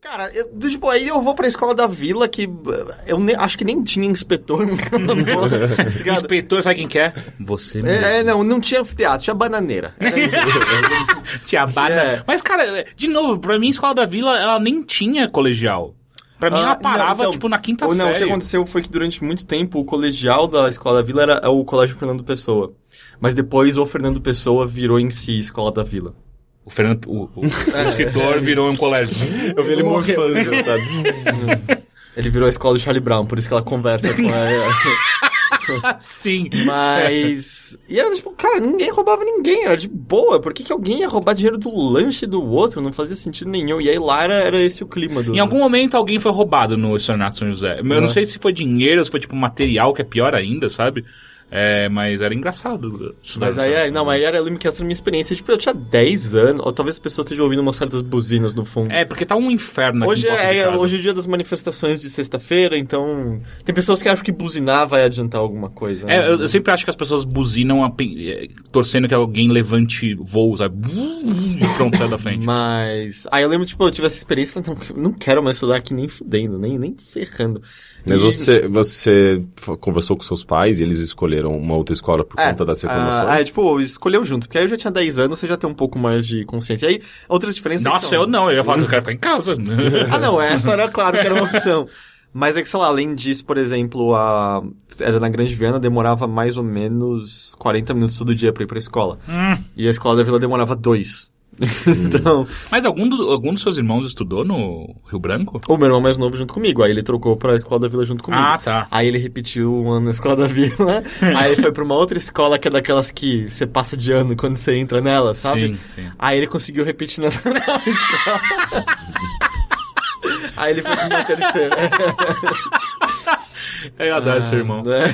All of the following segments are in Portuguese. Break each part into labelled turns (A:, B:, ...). A: Cara, eu, tipo, aí eu vou pra escola da vila que eh, eu ne- acho que nem tinha inspetor. Obrigado.
B: Inspetor, sabe quem que é? Você mesmo.
A: É, é, não, não tinha anfiteatro, tinha bananeira. Era isso.
B: Tia Bada.
A: É.
B: Mas, cara, de novo, pra mim, a escola da vila, ela nem tinha colegial. Pra mim,
A: Ah,
B: ela parava,
A: não, então,
B: tipo, na quinta
A: ou não, o que
B: série.
A: aconteceu foi que durante muito tempo o colegial da escola da vila era é o colégio Fernando Pessoa. Mas depois o Fernando Pessoa virou em si escola da vila.
B: O, Fernando, o, o- o escritor virou um colégio.
A: É. Eu vi ele morfando, sabe? ele virou a escola do Charlie Brown, por isso que ela conversa com ela.
B: Sim.
A: Mas. E era tipo, cara, ninguém roubava ninguém, era de boa. Por que, que alguém ia roubar dinheiro do lanche do outro? Não fazia sentido nenhum. E aí lá era, era esse o clima do.
B: Em algum momento alguém foi roubado no Estornato São José. Eu não
A: Né?
B: sei se foi dinheiro, se foi tipo material, que é pior ainda, sabe? É, mas era engraçado. estudar
A: Mas
B: no
A: aí,
B: Estornato
A: é,
B: São
A: não,
B: José.
A: mas aí era lembro que essa era a minha experiência. Tipo, eu tinha 10 anos, ou talvez as pessoas estejam ouvindo umas certas buzinas no fundo.
B: É, porque tá um inferno aqui
A: Hoje
B: em volta de
A: é,
B: casa.
A: hoje é o dia das manifestações de sexta-feira, então. Tem pessoas que acham que buzinar vai adiantar alguma coisa.
C: Então,
B: É,
A: né?
B: eu, eu sempre acho que as pessoas buzinam a pe- eh, torcendo que alguém levante voo, sabe? E Pronto, sai da frente.
A: Mas. Aí eu lembro, tipo, eu tive essa experiência, então, não quero mais estudar aqui nem fudendo, nem, nem ferrando.
C: Mas
A: E-
C: você, você f- conversou com seus pais e eles escolheram uma outra escola por
A: É,
C: conta das reclamações?
A: Ah, é, tipo, escolheu junto, porque aí eu já tinha 10 anos, você já tem um pouco mais de consciência. E aí, outras diferenças. é
B: Nossa,
C: então.
B: eu não, eu ia falar que eu quero ficar em casa.
A: Ah, não, essa era claro que era uma opção. Mas é que, sei lá, além disso, por exemplo, a... era na Grande Viana, demorava mais ou menos 40 minutos todo dia pra ir pra escola.
B: Hum.
A: E a escola da vila demorava dois. então,
B: Mas algum, do, algum dos seus irmãos estudou no Rio Branco?
A: o meu irmão mais novo junto comigo, aí ele trocou pra escola da vila junto comigo.
B: Ah, tá.
A: Aí ele repetiu um ano na escola da vila, aí foi pra uma outra escola que é daquelas que você passa de ano quando você entra nela, sabe?
B: Sim, sim.
A: Aí ele conseguiu repetir nessa nova escola. Aí ele foi pra uma terceira.
B: Eu adoro seu irmão.
A: É.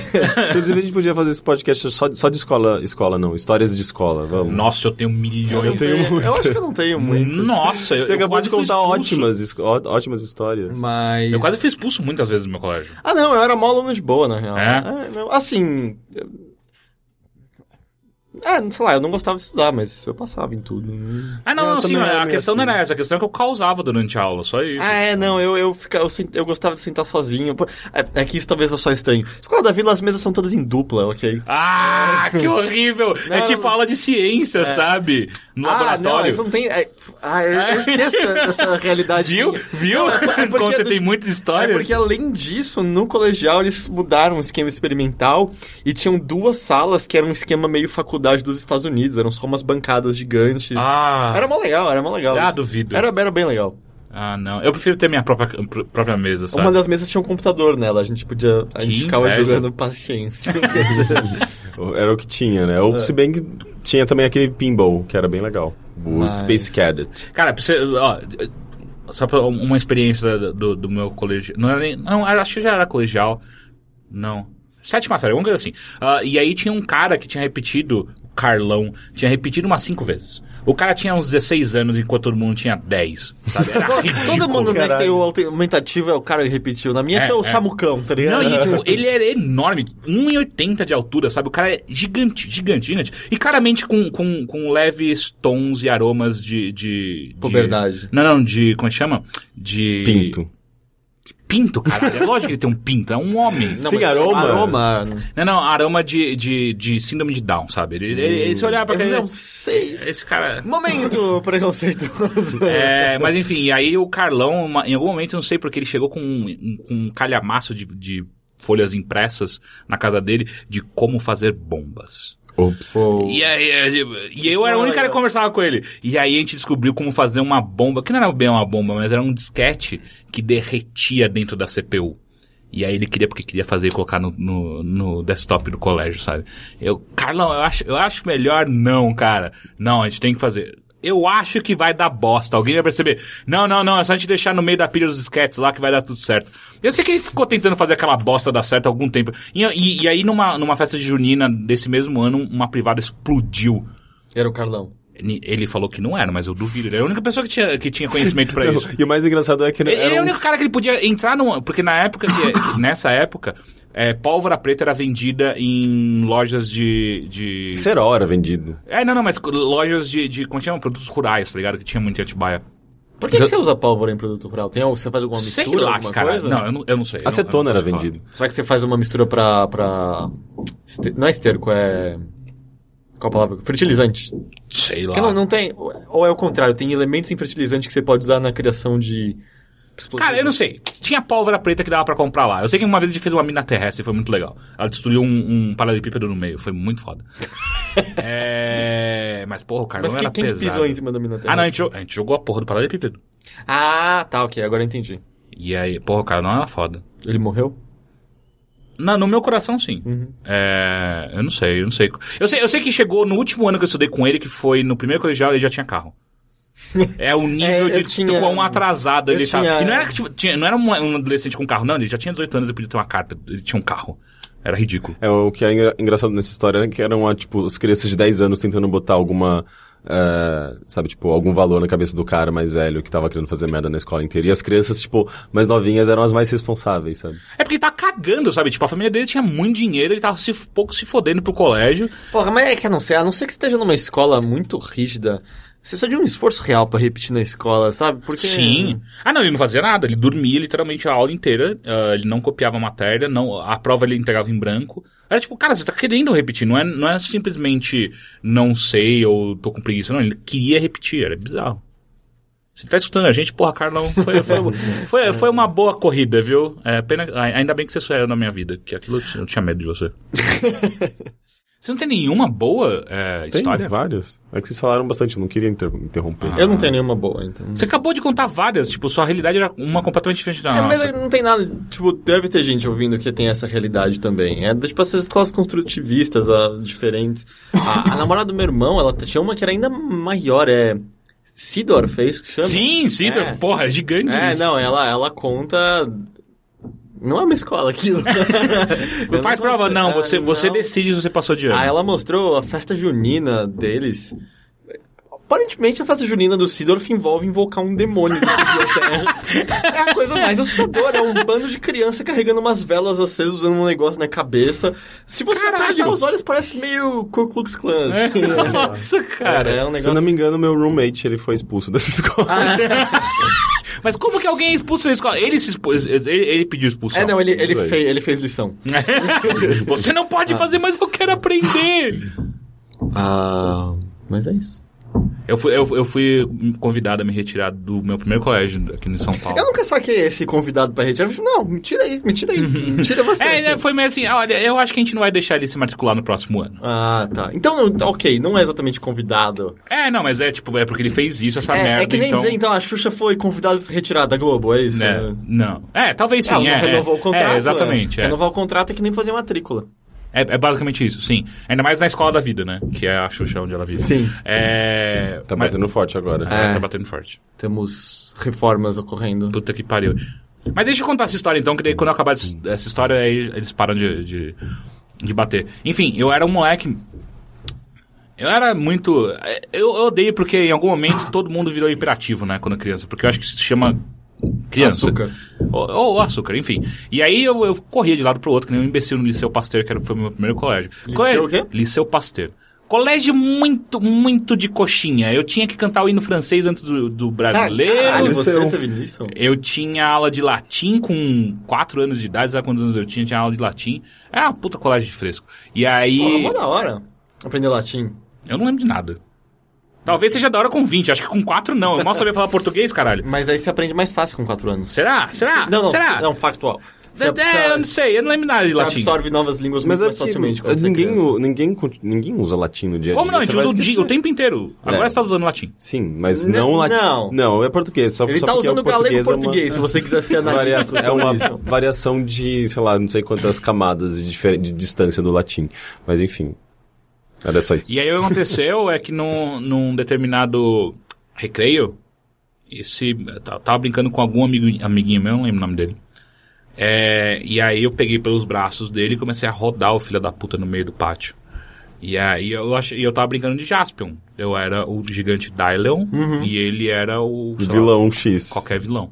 C: ah, Inclusive, a gente podia fazer esse podcast só, só de escola, escola não, histórias de escola, vamos.
B: Nossa, eu tenho Hum, milhões.
C: Eu tenho muito.
A: Então, Eu acho que eu não tenho muito.
B: Nossa, eu,
C: Você
B: eu
C: acabou
B: quase
C: de
B: fui
C: contar
B: expulso.
C: ótimas, his- ó- ótimas histórias.
A: Mas.
B: Eu quase fui expulso muitas vezes do meu colégio.
A: Ah, não, eu era mó aluno de boa, na real.
B: É?
A: não, assim. eu- É, não sei lá, eu não gostava de estudar, mas eu passava em tudo.
B: Ah, não,
C: Não,
B: não,
C: eu
B: sim,
C: também era
B: a
C: meio
B: questão não
C: assim.
B: era essa, a questão é que eu causava durante a aula, só isso.
A: Ah, é, não, eu, eu, fica, eu, sent- eu gostava de sentar sozinho. Pô, É, é que isso talvez vá só estranho. Escola da Vila, as mesas são todas em dupla, ok?
B: Ah, que horrível! é
A: Não,
B: tipo
A: não.
B: aula de ciência, sabe? No
A: Ah, não,
B: laboratório.
A: isso não tem. é, ah, eu, eu esqueço essa realidade.
B: Viu? Viu?
A: é porque
B: Como você
A: do-
B: tem muitas
A: É
B: histórias.
A: porque, além disso, no colegial eles mudaram o esquema experimental e tinham duas salas que eram um esquema meio faculdade dos Estados Unidos, eram só umas bancadas gigantes.
B: Ah,
A: Era mó legal, era mó legal.
B: ah, duvido.
A: Era, era bem legal.
B: Ah, não. Eu prefiro ter minha própria, pr- própria mesa, sabe?
A: Uma das mesas tinha um computador nela, a gente podia. A
B: Que
A: gente ficava
B: inveja.
A: jogando paciência.
C: Era o que tinha, né? Ou se bem que tinha também aquele pinball, que era bem legal. O
A: Mas-
C: Space Cadet.
B: Cara, pra você, ó, só pra um, uma experiência do, do meu colégio. Não era nem. Não, era- acho que já era colegial. Não. Sétima série, alguma coisa assim. Ah, e aí tinha um cara que tinha repetido, o Carlão, tinha repetido umas cinco vezes. O cara tinha uns 16 anos enquanto todo mundo tinha 10. Sabe? Era
A: Todo
B: ridículo.
A: mundo né, que
C: caralho.
A: tem o alte- aumentativo é o cara que repetiu. Na minha
B: É,
A: tinha o
B: é.
A: Samucão, tá ligado?
B: Não, e tipo, ele era enorme, 1,80 de altura, sabe? O cara é gigante, gigante, gigante. E claramente com, com, com leves tons e aromas de. de, de-
A: Puberdade.
B: Não, não, de. Como é que chama? De.
C: Pinto.
B: Pinto, caralho. É lógico que ele tem um pinto, é um homem.
A: Não,
C: Sim,
A: mas
C: aroma.
A: Aroma.
B: Não, não, aroma de, de, de síndrome de Down, sabe? Ele, ele, É ele se olhar pra
A: Eu
B: aquele.
A: não sei.
B: Esse cara.
A: Momento preconceituoso.
B: É, mas enfim, e aí o Carlão, uma- em algum momento, eu não sei porque ele chegou com um, com um calhamaço de, de folhas impressas na casa dele de como fazer bombas.
C: Ops.
B: E aí, é, tipo, e eu era o único cara que conversava com ele. E aí a gente descobriu como fazer uma bomba, que não era bem uma bomba, mas era um disquete que derretia dentro da CPU. E aí ele queria, porque queria fazer e colocar no, no, no desktop do colégio, sabe? Eu, Carlão, eu acho, eu acho melhor não, cara. Não, a gente tem que fazer. Eu acho que vai dar bosta. Alguém vai perceber. Não, não, não. É só a gente deixar no meio da pilha dos disquetes lá que vai dar tudo certo. Eu sei que ele ficou tentando fazer aquela bosta dar certo há algum tempo. E, e- e aí, numa, numa festa de junina desse mesmo ano, uma privada explodiu.
A: Era o Carlão.
B: Ele- Ele falou que não era, mas eu duvido. Ele é a única pessoa que tinha, que tinha conhecimento pra isso.
C: E o mais engraçado é que
B: Ele
C: era
B: é o
C: um...
B: único cara que ele podia entrar no. Porque na época que- nessa época, é, pólvora preta era vendida em lojas de. de...
C: Será hora vendido.
B: É, não, não, mas lojas de, de. Como chama? Produtos rurais, tá ligado? Que tinha muito em Atibaia.
A: Por que, que você usa pólvora em produto rural? Tem, algum- você faz alguma mistura?
B: Sei lá,
A: alguma
B: cara.
A: coisa?
B: Não, eu não, eu não sei. eu
C: Acetona
B: não,
C: era
B: eu não posso
C: vendida.
A: Será que você faz uma mistura pra. pra... este- Não é esterco, é. Qual a palavra? Fertilizante.
B: falar. Sei lá.
A: Porque não, não tem. Ou é o contrário, tem elementos em fertilizante que você pode usar na criação de. explosivos.
B: Cara, eu não sei. Tinha pólvora preta que dava pra comprar lá. Eu sei que uma vez a gente fez uma mina terrestre, foi muito legal. Ela destruiu um, um paralelepípedo no meio, foi muito foda. é... Mas, porra, o carvão
A: Mas
B: era
A: quem, quem que
B: pesado.
A: pisou em cima da mina
B: Ah, não, a
A: terrestre?
B: gente, jo- a gente jogou a porra do paralelepípedo.
A: Ah, tá, ok, agora eu entendi.
B: E aí, porra, o cara não era foda.
A: Ele morreu?
B: Na, no meu coração, sim.
A: Uhum.
B: É, eu não sei, eu não sei. Eu sei. Eu sei que chegou no último ano que eu estudei com ele, que foi no primeiro colegial, ele já tinha carro. É o nível
A: É,
B: de
A: eu tinha-
B: quão atrasado
A: eu
B: ele estava.
A: tinha- é.
B: E não era, que, tipo, tinha- não era um, um adolescente com carro, não. Ele já tinha 18 anos e podia ter uma carta. Ele tinha um carro. Era ridículo.
C: É, o que é engra- engraçado nessa história é que eram, ah, tipo, as crianças de 10 anos tentando botar alguma, eh, sabe, tipo, algum valor na cabeça do cara mais velho que tava querendo fazer merda na escola inteira. E as crianças, tipo, mais novinhas eram as mais responsáveis, sabe?
B: É porque ele tava cagando, sabe? Tipo, a família dele tinha muito dinheiro, ele tava se, pouco se fodendo pro colégio.
A: Porra, mas é que eu não sei, a não ser que você esteja numa escola muito rígida, você precisa de um esforço real pra repetir na escola, sabe? Porque.
B: Sim. Ah, não, ele não fazia nada. Ele dormia literalmente a aula inteira. ah, ele não copiava a matéria. Não, a prova ele entregava em branco. Era tipo, cara, você tá querendo repetir. Não é, não é simplesmente não sei ou tô com preguiça. Não, ele queria repetir. Era bizarro. Se ele tá escutando a gente, porra, Carlão, foi, foi, foi, foi uma boa corrida, viu? É, pena, a- ainda bem que você saiu na minha vida, que aquilo eu tinha- eu tinha medo de você. Você não tem nenhuma boa é,
C: Tem
B: história?
C: várias. É que vocês falaram bastante, eu não queria inter- interromper.
A: Eu não tenho nenhuma boa, então.
B: Você acabou de contar várias, tipo, sua realidade era uma completamente diferente da
A: É,
B: nossa.
A: mas não tem nada. Tipo, deve ter gente ouvindo que tem essa realidade também. É tipo essas escolas construtivistas ah, diferentes. A, a namorada do meu irmão, ela tinha uma que era ainda maior, é. Sidorf, é isso que chama?
B: Sim, sim,
A: É.
B: porra, é gigante
A: É,
B: isso.
A: não, ela, ela conta. Não é uma escola aquilo. Eu
B: Faz
A: não
B: prova,
A: sei,
B: não,
A: ah,
B: você, você
A: não.
B: decide se você passou de ano.
A: Ah, ela mostrou a festa junina deles. Aparentemente, a festa junina do Sidorf envolve invocar um demônio do Terra. É a coisa mais assustadora. É um bando de criança carregando umas velas acesas, usando um negócio na cabeça. Se você
B: Caralho! É.
A: apertar os olhos, parece meio Ku Klux Klan. assim.
B: Nossa, cara.
A: é um
C: Se eu
A: negócio... Ah, é?
C: não me engano, meu roommate, ele foi expulso dessa escola.
B: Mas como que alguém é expulso da escola? Ele se expôs, ele, ele pediu expulsão.
A: É, não, ele, ele, Ah.
C: Doido.
A: fe- ele fez lição.
B: Você não pode fazer, mas eu quero aprender.
A: Ah, mas é isso.
B: Eu fui, eu, eu fui convidado a me retirar do meu primeiro colégio aqui em São Paulo.
A: Eu nunca saquei esse convidado pra retirar. Eu falei, não, me tira aí, me tira aí. Me tira você.
B: É, né, foi meio assim, olha, eu acho que a gente não vai deixar ele se matricular no próximo ano.
A: Ah, tá. Então, não- tá, ok, não é exatamente convidado.
B: É, não, mas é tipo, é porque ele fez isso, essa
A: É,
B: merda,
A: é que nem
B: então...
A: dizer, então, a Xuxa foi convidada a se retirar da Globo, é isso?
B: né,
A: né?
B: não. É, talvez sim,
A: Ela não
B: é, é.
A: renovou o contrato.
B: É, exatamente.
A: é.
B: é.
A: Renovar o contrato é que nem fazer matrícula.
B: É, é basicamente isso, sim. Ainda mais na escola da vida, né? Que é a Xuxa onde ela vive.
A: Sim.
B: É.
C: Tá
B: mas-
C: batendo forte agora.
B: É,
A: É.
B: tá batendo forte.
A: Temos reformas ocorrendo.
B: Puta que pariu. Mas deixa eu contar essa história então, que daí quando eu acabar des- essa história, aí eles param de, de, de bater. Enfim, eu era um moleque. Eu era muito. é, Eu, eu odeio porque em algum momento todo mundo virou imperativo, né? Quando criança. Porque eu acho que isso se chama. Criança.
A: Açúcar.
B: Ou, ou açúcar, enfim. E aí eu, eu corria de lado pro outro, que nem um imbecil no Liceu Pasteur, que era, foi o meu primeiro colégio.
A: Liceu
B: Colégio-
A: o quê?
B: Liceu Pasteur. Colégio muito, muito de coxinha. Eu tinha que cantar o hino francês antes do, do brasileiro.
A: Ah, caralho, você
C: seu.
A: teve nisso?
B: Eu tinha aula de latim com 4 anos de idade, sabe quantos anos eu tinha? Tinha aula de latim. É uma puta colagem de fresco. E
A: Porra,
B: aí.
A: é mó da hora. Aprender latim.
B: eu não lembro de nada. Talvez seja da hora com 20, acho que com 4 não. Eu mal sabia falar português, caralho.
A: Mas aí você aprende mais fácil com 4 anos.
B: Será? Será?
A: não, não,
B: Ah, Será?
A: não, factual. Você,
B: É,
A: você-
B: eu não sei, eu não lembro nada de
A: você
B: latim.
A: absorve novas línguas
C: Mas
A: muito
C: é
A: mais
C: porque
A: facilmente quando você é
C: ninguém,
A: criança.
C: o- ninguém, con- ninguém usa latim no dia a dia.
B: Como não? A gente
C: você vai
B: usa o, dia,
C: esquecer.
B: o tempo inteiro. Agora
C: É.
B: você tá usando latim.
C: Sim, mas
A: N-
C: não latim.
A: não.
C: não, é português. Só,
A: Ele
C: só
A: tá
C: porque
A: usando
C: o
A: galego
C: português. é uma-
A: português, se você quiser ser analista.
C: Variação, é uma
A: sobre isso.
C: variação de, sei lá, não sei quantas camadas de, difer- de distância do latim. Mas enfim. Era só isso.
B: E aí o que aconteceu é que num, num determinado recreio, esse. tá, eu ta- tava brincando com algum amigo, amiguinho meu, eu não lembro o nome dele. É, e aí eu peguei pelos braços dele e comecei a rodar o filho da puta no meio do pátio. E aí eu achei, e eu tava brincando de Jaspion. Eu era o gigante Dylion e ele era o. sei lá,
C: Vilão X.
B: qualquer vilão.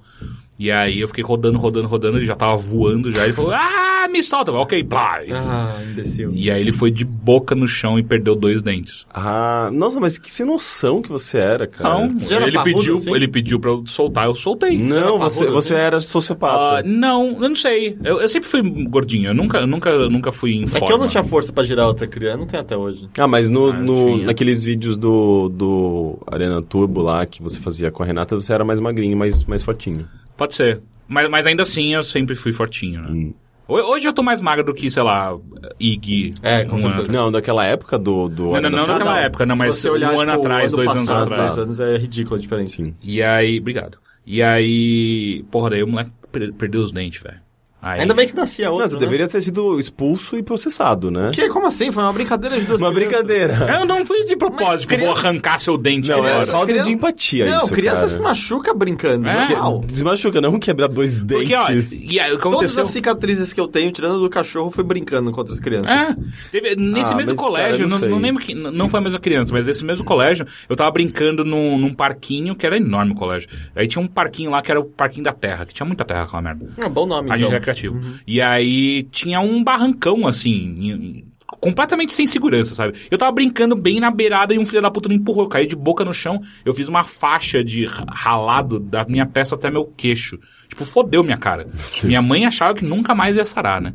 B: E aí eu fiquei rodando, rodando, rodando, ele já tava voando já, ele falou, ah, ah, me solta. Ok, blá.
A: Ah, imbecil.
B: E aí ele foi de boca no chão e perdeu dois dentes.
C: Ah, nossa, mas que sem noção que você era, cara.
B: Não,
A: Você era
B: É. ele
A: parrudo,
B: pediu,
A: Então, assim?
B: ele pediu pra eu soltar, eu soltei.
C: Não,
A: Você
C: você,
A: era
C: você
B: né?
C: era
B: Ah,
C: sociopata.
B: não, eu não sei. Eu, eu sempre fui gordinho, eu nunca, eu nunca, eu nunca fui em
A: É
B: forma.
A: que eu não tinha força pra girar outra criança, eu não tenho até hoje.
C: Ah, mas no,
B: Ah,
C: no-
B: tinha.
C: naqueles vídeos do, do Arena Turbo lá que você fazia com a Renata, você era mais magrinho, mais, mais fortinho.
B: Pode ser. Mas, mas ainda assim eu sempre fui fortinho, né?
A: Hum.
B: Ho- Hoje eu tô mais magro do que, sei lá, Iggy.
A: É, com
B: um
A: certeza.
B: ano.
C: Não, daquela época do. do
B: Não, não, não
C: Turbo.
B: daquela época, não,
A: Se
B: mas
A: você olhar,
B: um
A: tipo,
B: ano atrás, dois anos
A: passado,
B: atrás.
A: Dois anos é ridícula a diferença.
C: Sim.
B: E aí, obrigado. E aí, porra, daí o moleque per- perdeu os dentes, velho. Aí-
A: É. Ainda bem que nascia outra.
C: Não, você
A: né?
C: deveria ter sido expulso e processado, né?
A: Que? Como assim? Foi uma brincadeira de duas
C: Uma
A: crianças.
C: brincadeira.
B: Eu não fui de propósito,
A: Mas
B: vou
A: criança-
B: arrancar seu dente
C: Não, é
B: agora.
A: Criança-
C: falta de empatia
A: Não,
C: isso,
A: criança
C: cara.
A: se machuca brincando.
B: É.
A: É. Mal.
C: Desmachuca, não quebrar dois dentes.
B: Porque, ó, e aí, o que
A: Todas
B: aconteceu?
A: as cicatrizes que eu tenho, tirando do cachorro, foi brincando com outras crianças.
B: É, teve- nesse mesmo
C: Ah, mas, cara,
B: colégio,
C: eu não
B: não,
C: sei.
B: não lembro que. n- Não foi a mesma criança, mas nesse mesmo colégio, eu tava brincando num, num parquinho, que era enorme o colégio. Aí tinha um parquinho lá que era o parquinho da terra, que tinha muita terra aquela merda.
A: É um bom nome,
B: A
A: então.
B: gente era criativo.
C: Uhum.
B: E aí tinha um barrancão, assim, em- em- completamente sem segurança, sabe? Eu tava brincando bem na beirada e um filho da puta me empurrou. Eu caí de boca no chão, eu fiz uma faixa de ra- ralado da minha peça até meu queixo. Tipo, fodeu minha cara. Minha mãe achava que nunca mais ia sarar, né?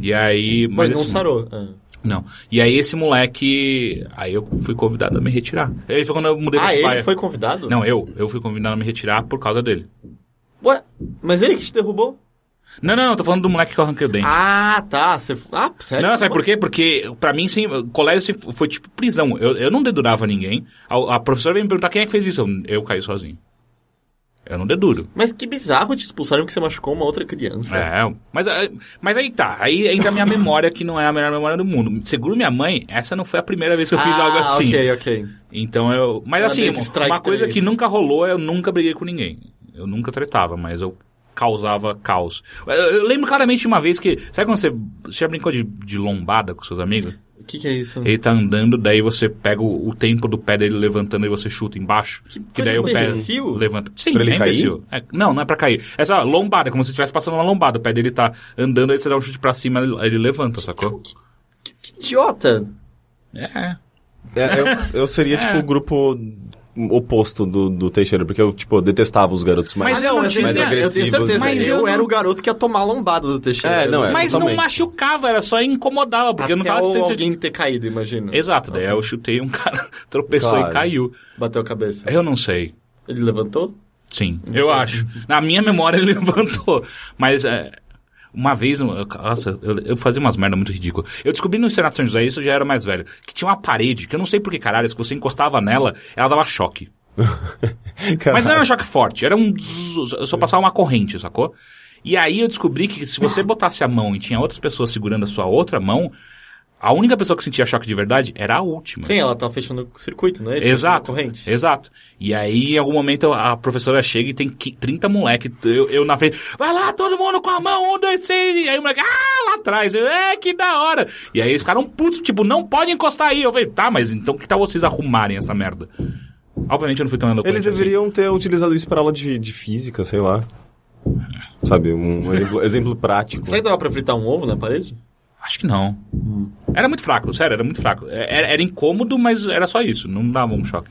B: E aí. assim,
A: Mas não
B: esse-
A: sarou. É.
B: não. E aí esse moleque. Aí eu fui convidado a me retirar. Aí foi quando eu mudei pra
A: Ah,
B: Atibaia.
A: ele foi convidado?
B: Não, eu. Eu fui convidado a me retirar por causa dele.
A: Ué, mas ele que te derrubou?
B: Não, não, não, tô falando do moleque que eu arranquei o dente.
A: Ah, tá. Você... Ah, sério?
B: Não, sabe por quê? Porque pra mim, sim, o colégio sempre foi tipo prisão. Eu, eu não dedurava ninguém. A, a professora veio me perguntar quem é que fez isso. Eu, eu caí sozinho. Eu não deduro.
A: Mas que bizarro te expulsaram porque você machucou uma outra criança.
B: É, mas, ah, mas aí tá. Aí entra a minha memória, que não é a melhor memória do mundo. Seguro minha mãe, essa não foi a primeira vez que eu fiz
A: ah,
B: algo assim.
A: ok, ok.
B: Então eu. Mas
A: Ela
B: assim,
A: meio que
B: uma,
A: strike
B: uma coisa
A: três.
B: que nunca rolou é eu nunca briguei com ninguém. Eu nunca tretava, mas eu causava caos. Eu, eu lembro claramente de uma vez que. Sabe quando você. Você já brincou de, de lombada com seus amigos?
A: O que, que é isso?
B: Ele tá andando, daí você pega o, o tempo do pé dele levantando e você chuta embaixo. Que,
A: coisa
B: daí o pé
A: imbecil.
B: levanta. Sim,
C: Pra ele
B: é
C: cair?
B: imbecil. É, não, não é pra cair. É só lombada, como se estivesse passando uma lombada. O pé dele tá andando, aí você dá um chute pra cima, ele, ele levanta, sacou?
A: Que idiota.
B: É.
C: É, eu, eu seria, tipo, o grupo oposto do, do Teixeira, porque eu, tipo, detestava os garotos mais.
B: Mas é um eu não
A: Ah,
B: tinha-
A: mas eu tenho
C: agressivos,
A: certeza.
B: né? Mas
A: eu,
B: eu não-
A: era o garoto que ia tomar a lombada do Teixeira. né?
C: É, não, é.
B: Mas não
C: totalmente.
B: machucava, era só incomodava, porque
A: Até
B: eu não tava
A: o
B: tentando-
A: alguém ter caído, imagina.
B: Exato, daí eu chutei um cara, tropeçou
C: Claro.
B: e caiu.
A: Bateu a cabeça.
B: Eu não sei.
A: Ele levantou?
B: Sim, eu acho. Na minha memória ele levantou. Mas é, uma vez, eu- nossa, eu, eu fazia umas merda muito ridícula. Eu descobri no Senado de São José, isso eu já era mais velho, que tinha uma parede, que eu não sei por que caralho, se você encostava nela, ela dava choque.
C: Caralho.
B: Mas não era um choque forte, era um. zzz, Eu só passava uma corrente, sacou? E aí eu descobri que se você botasse a mão e tinha outras pessoas segurando a sua outra mão, a única pessoa que sentia choque de verdade era a última.
A: Sim, ela tá fechando o circuito, não é isso?
B: Exato,
A: Corrente.
B: exato. E aí, em algum momento, a professora chega e tem qui- 30 moleque. Eu, eu na frente, vai lá, todo mundo com a mão, um, dois, três. E aí o moleque, ah, lá atrás. Eu, é, que da hora. E aí eles ficaram putos, tipo, não pode encostar aí. Eu falei, tá, mas então que tal vocês arrumarem essa merda? Obviamente eu não fui tão eloquente.
C: Eles
B: assim.
C: deveriam ter utilizado isso pra aula de, de física, sei lá. Sabe, um exemplo, exemplo prático.
A: Será que dava pra fritar um ovo na parede?
B: Acho que não.
C: Hum.
B: Era muito fraco, sério, era muito fraco. É- Era, era incômodo, mas era só isso. Não dava um choque.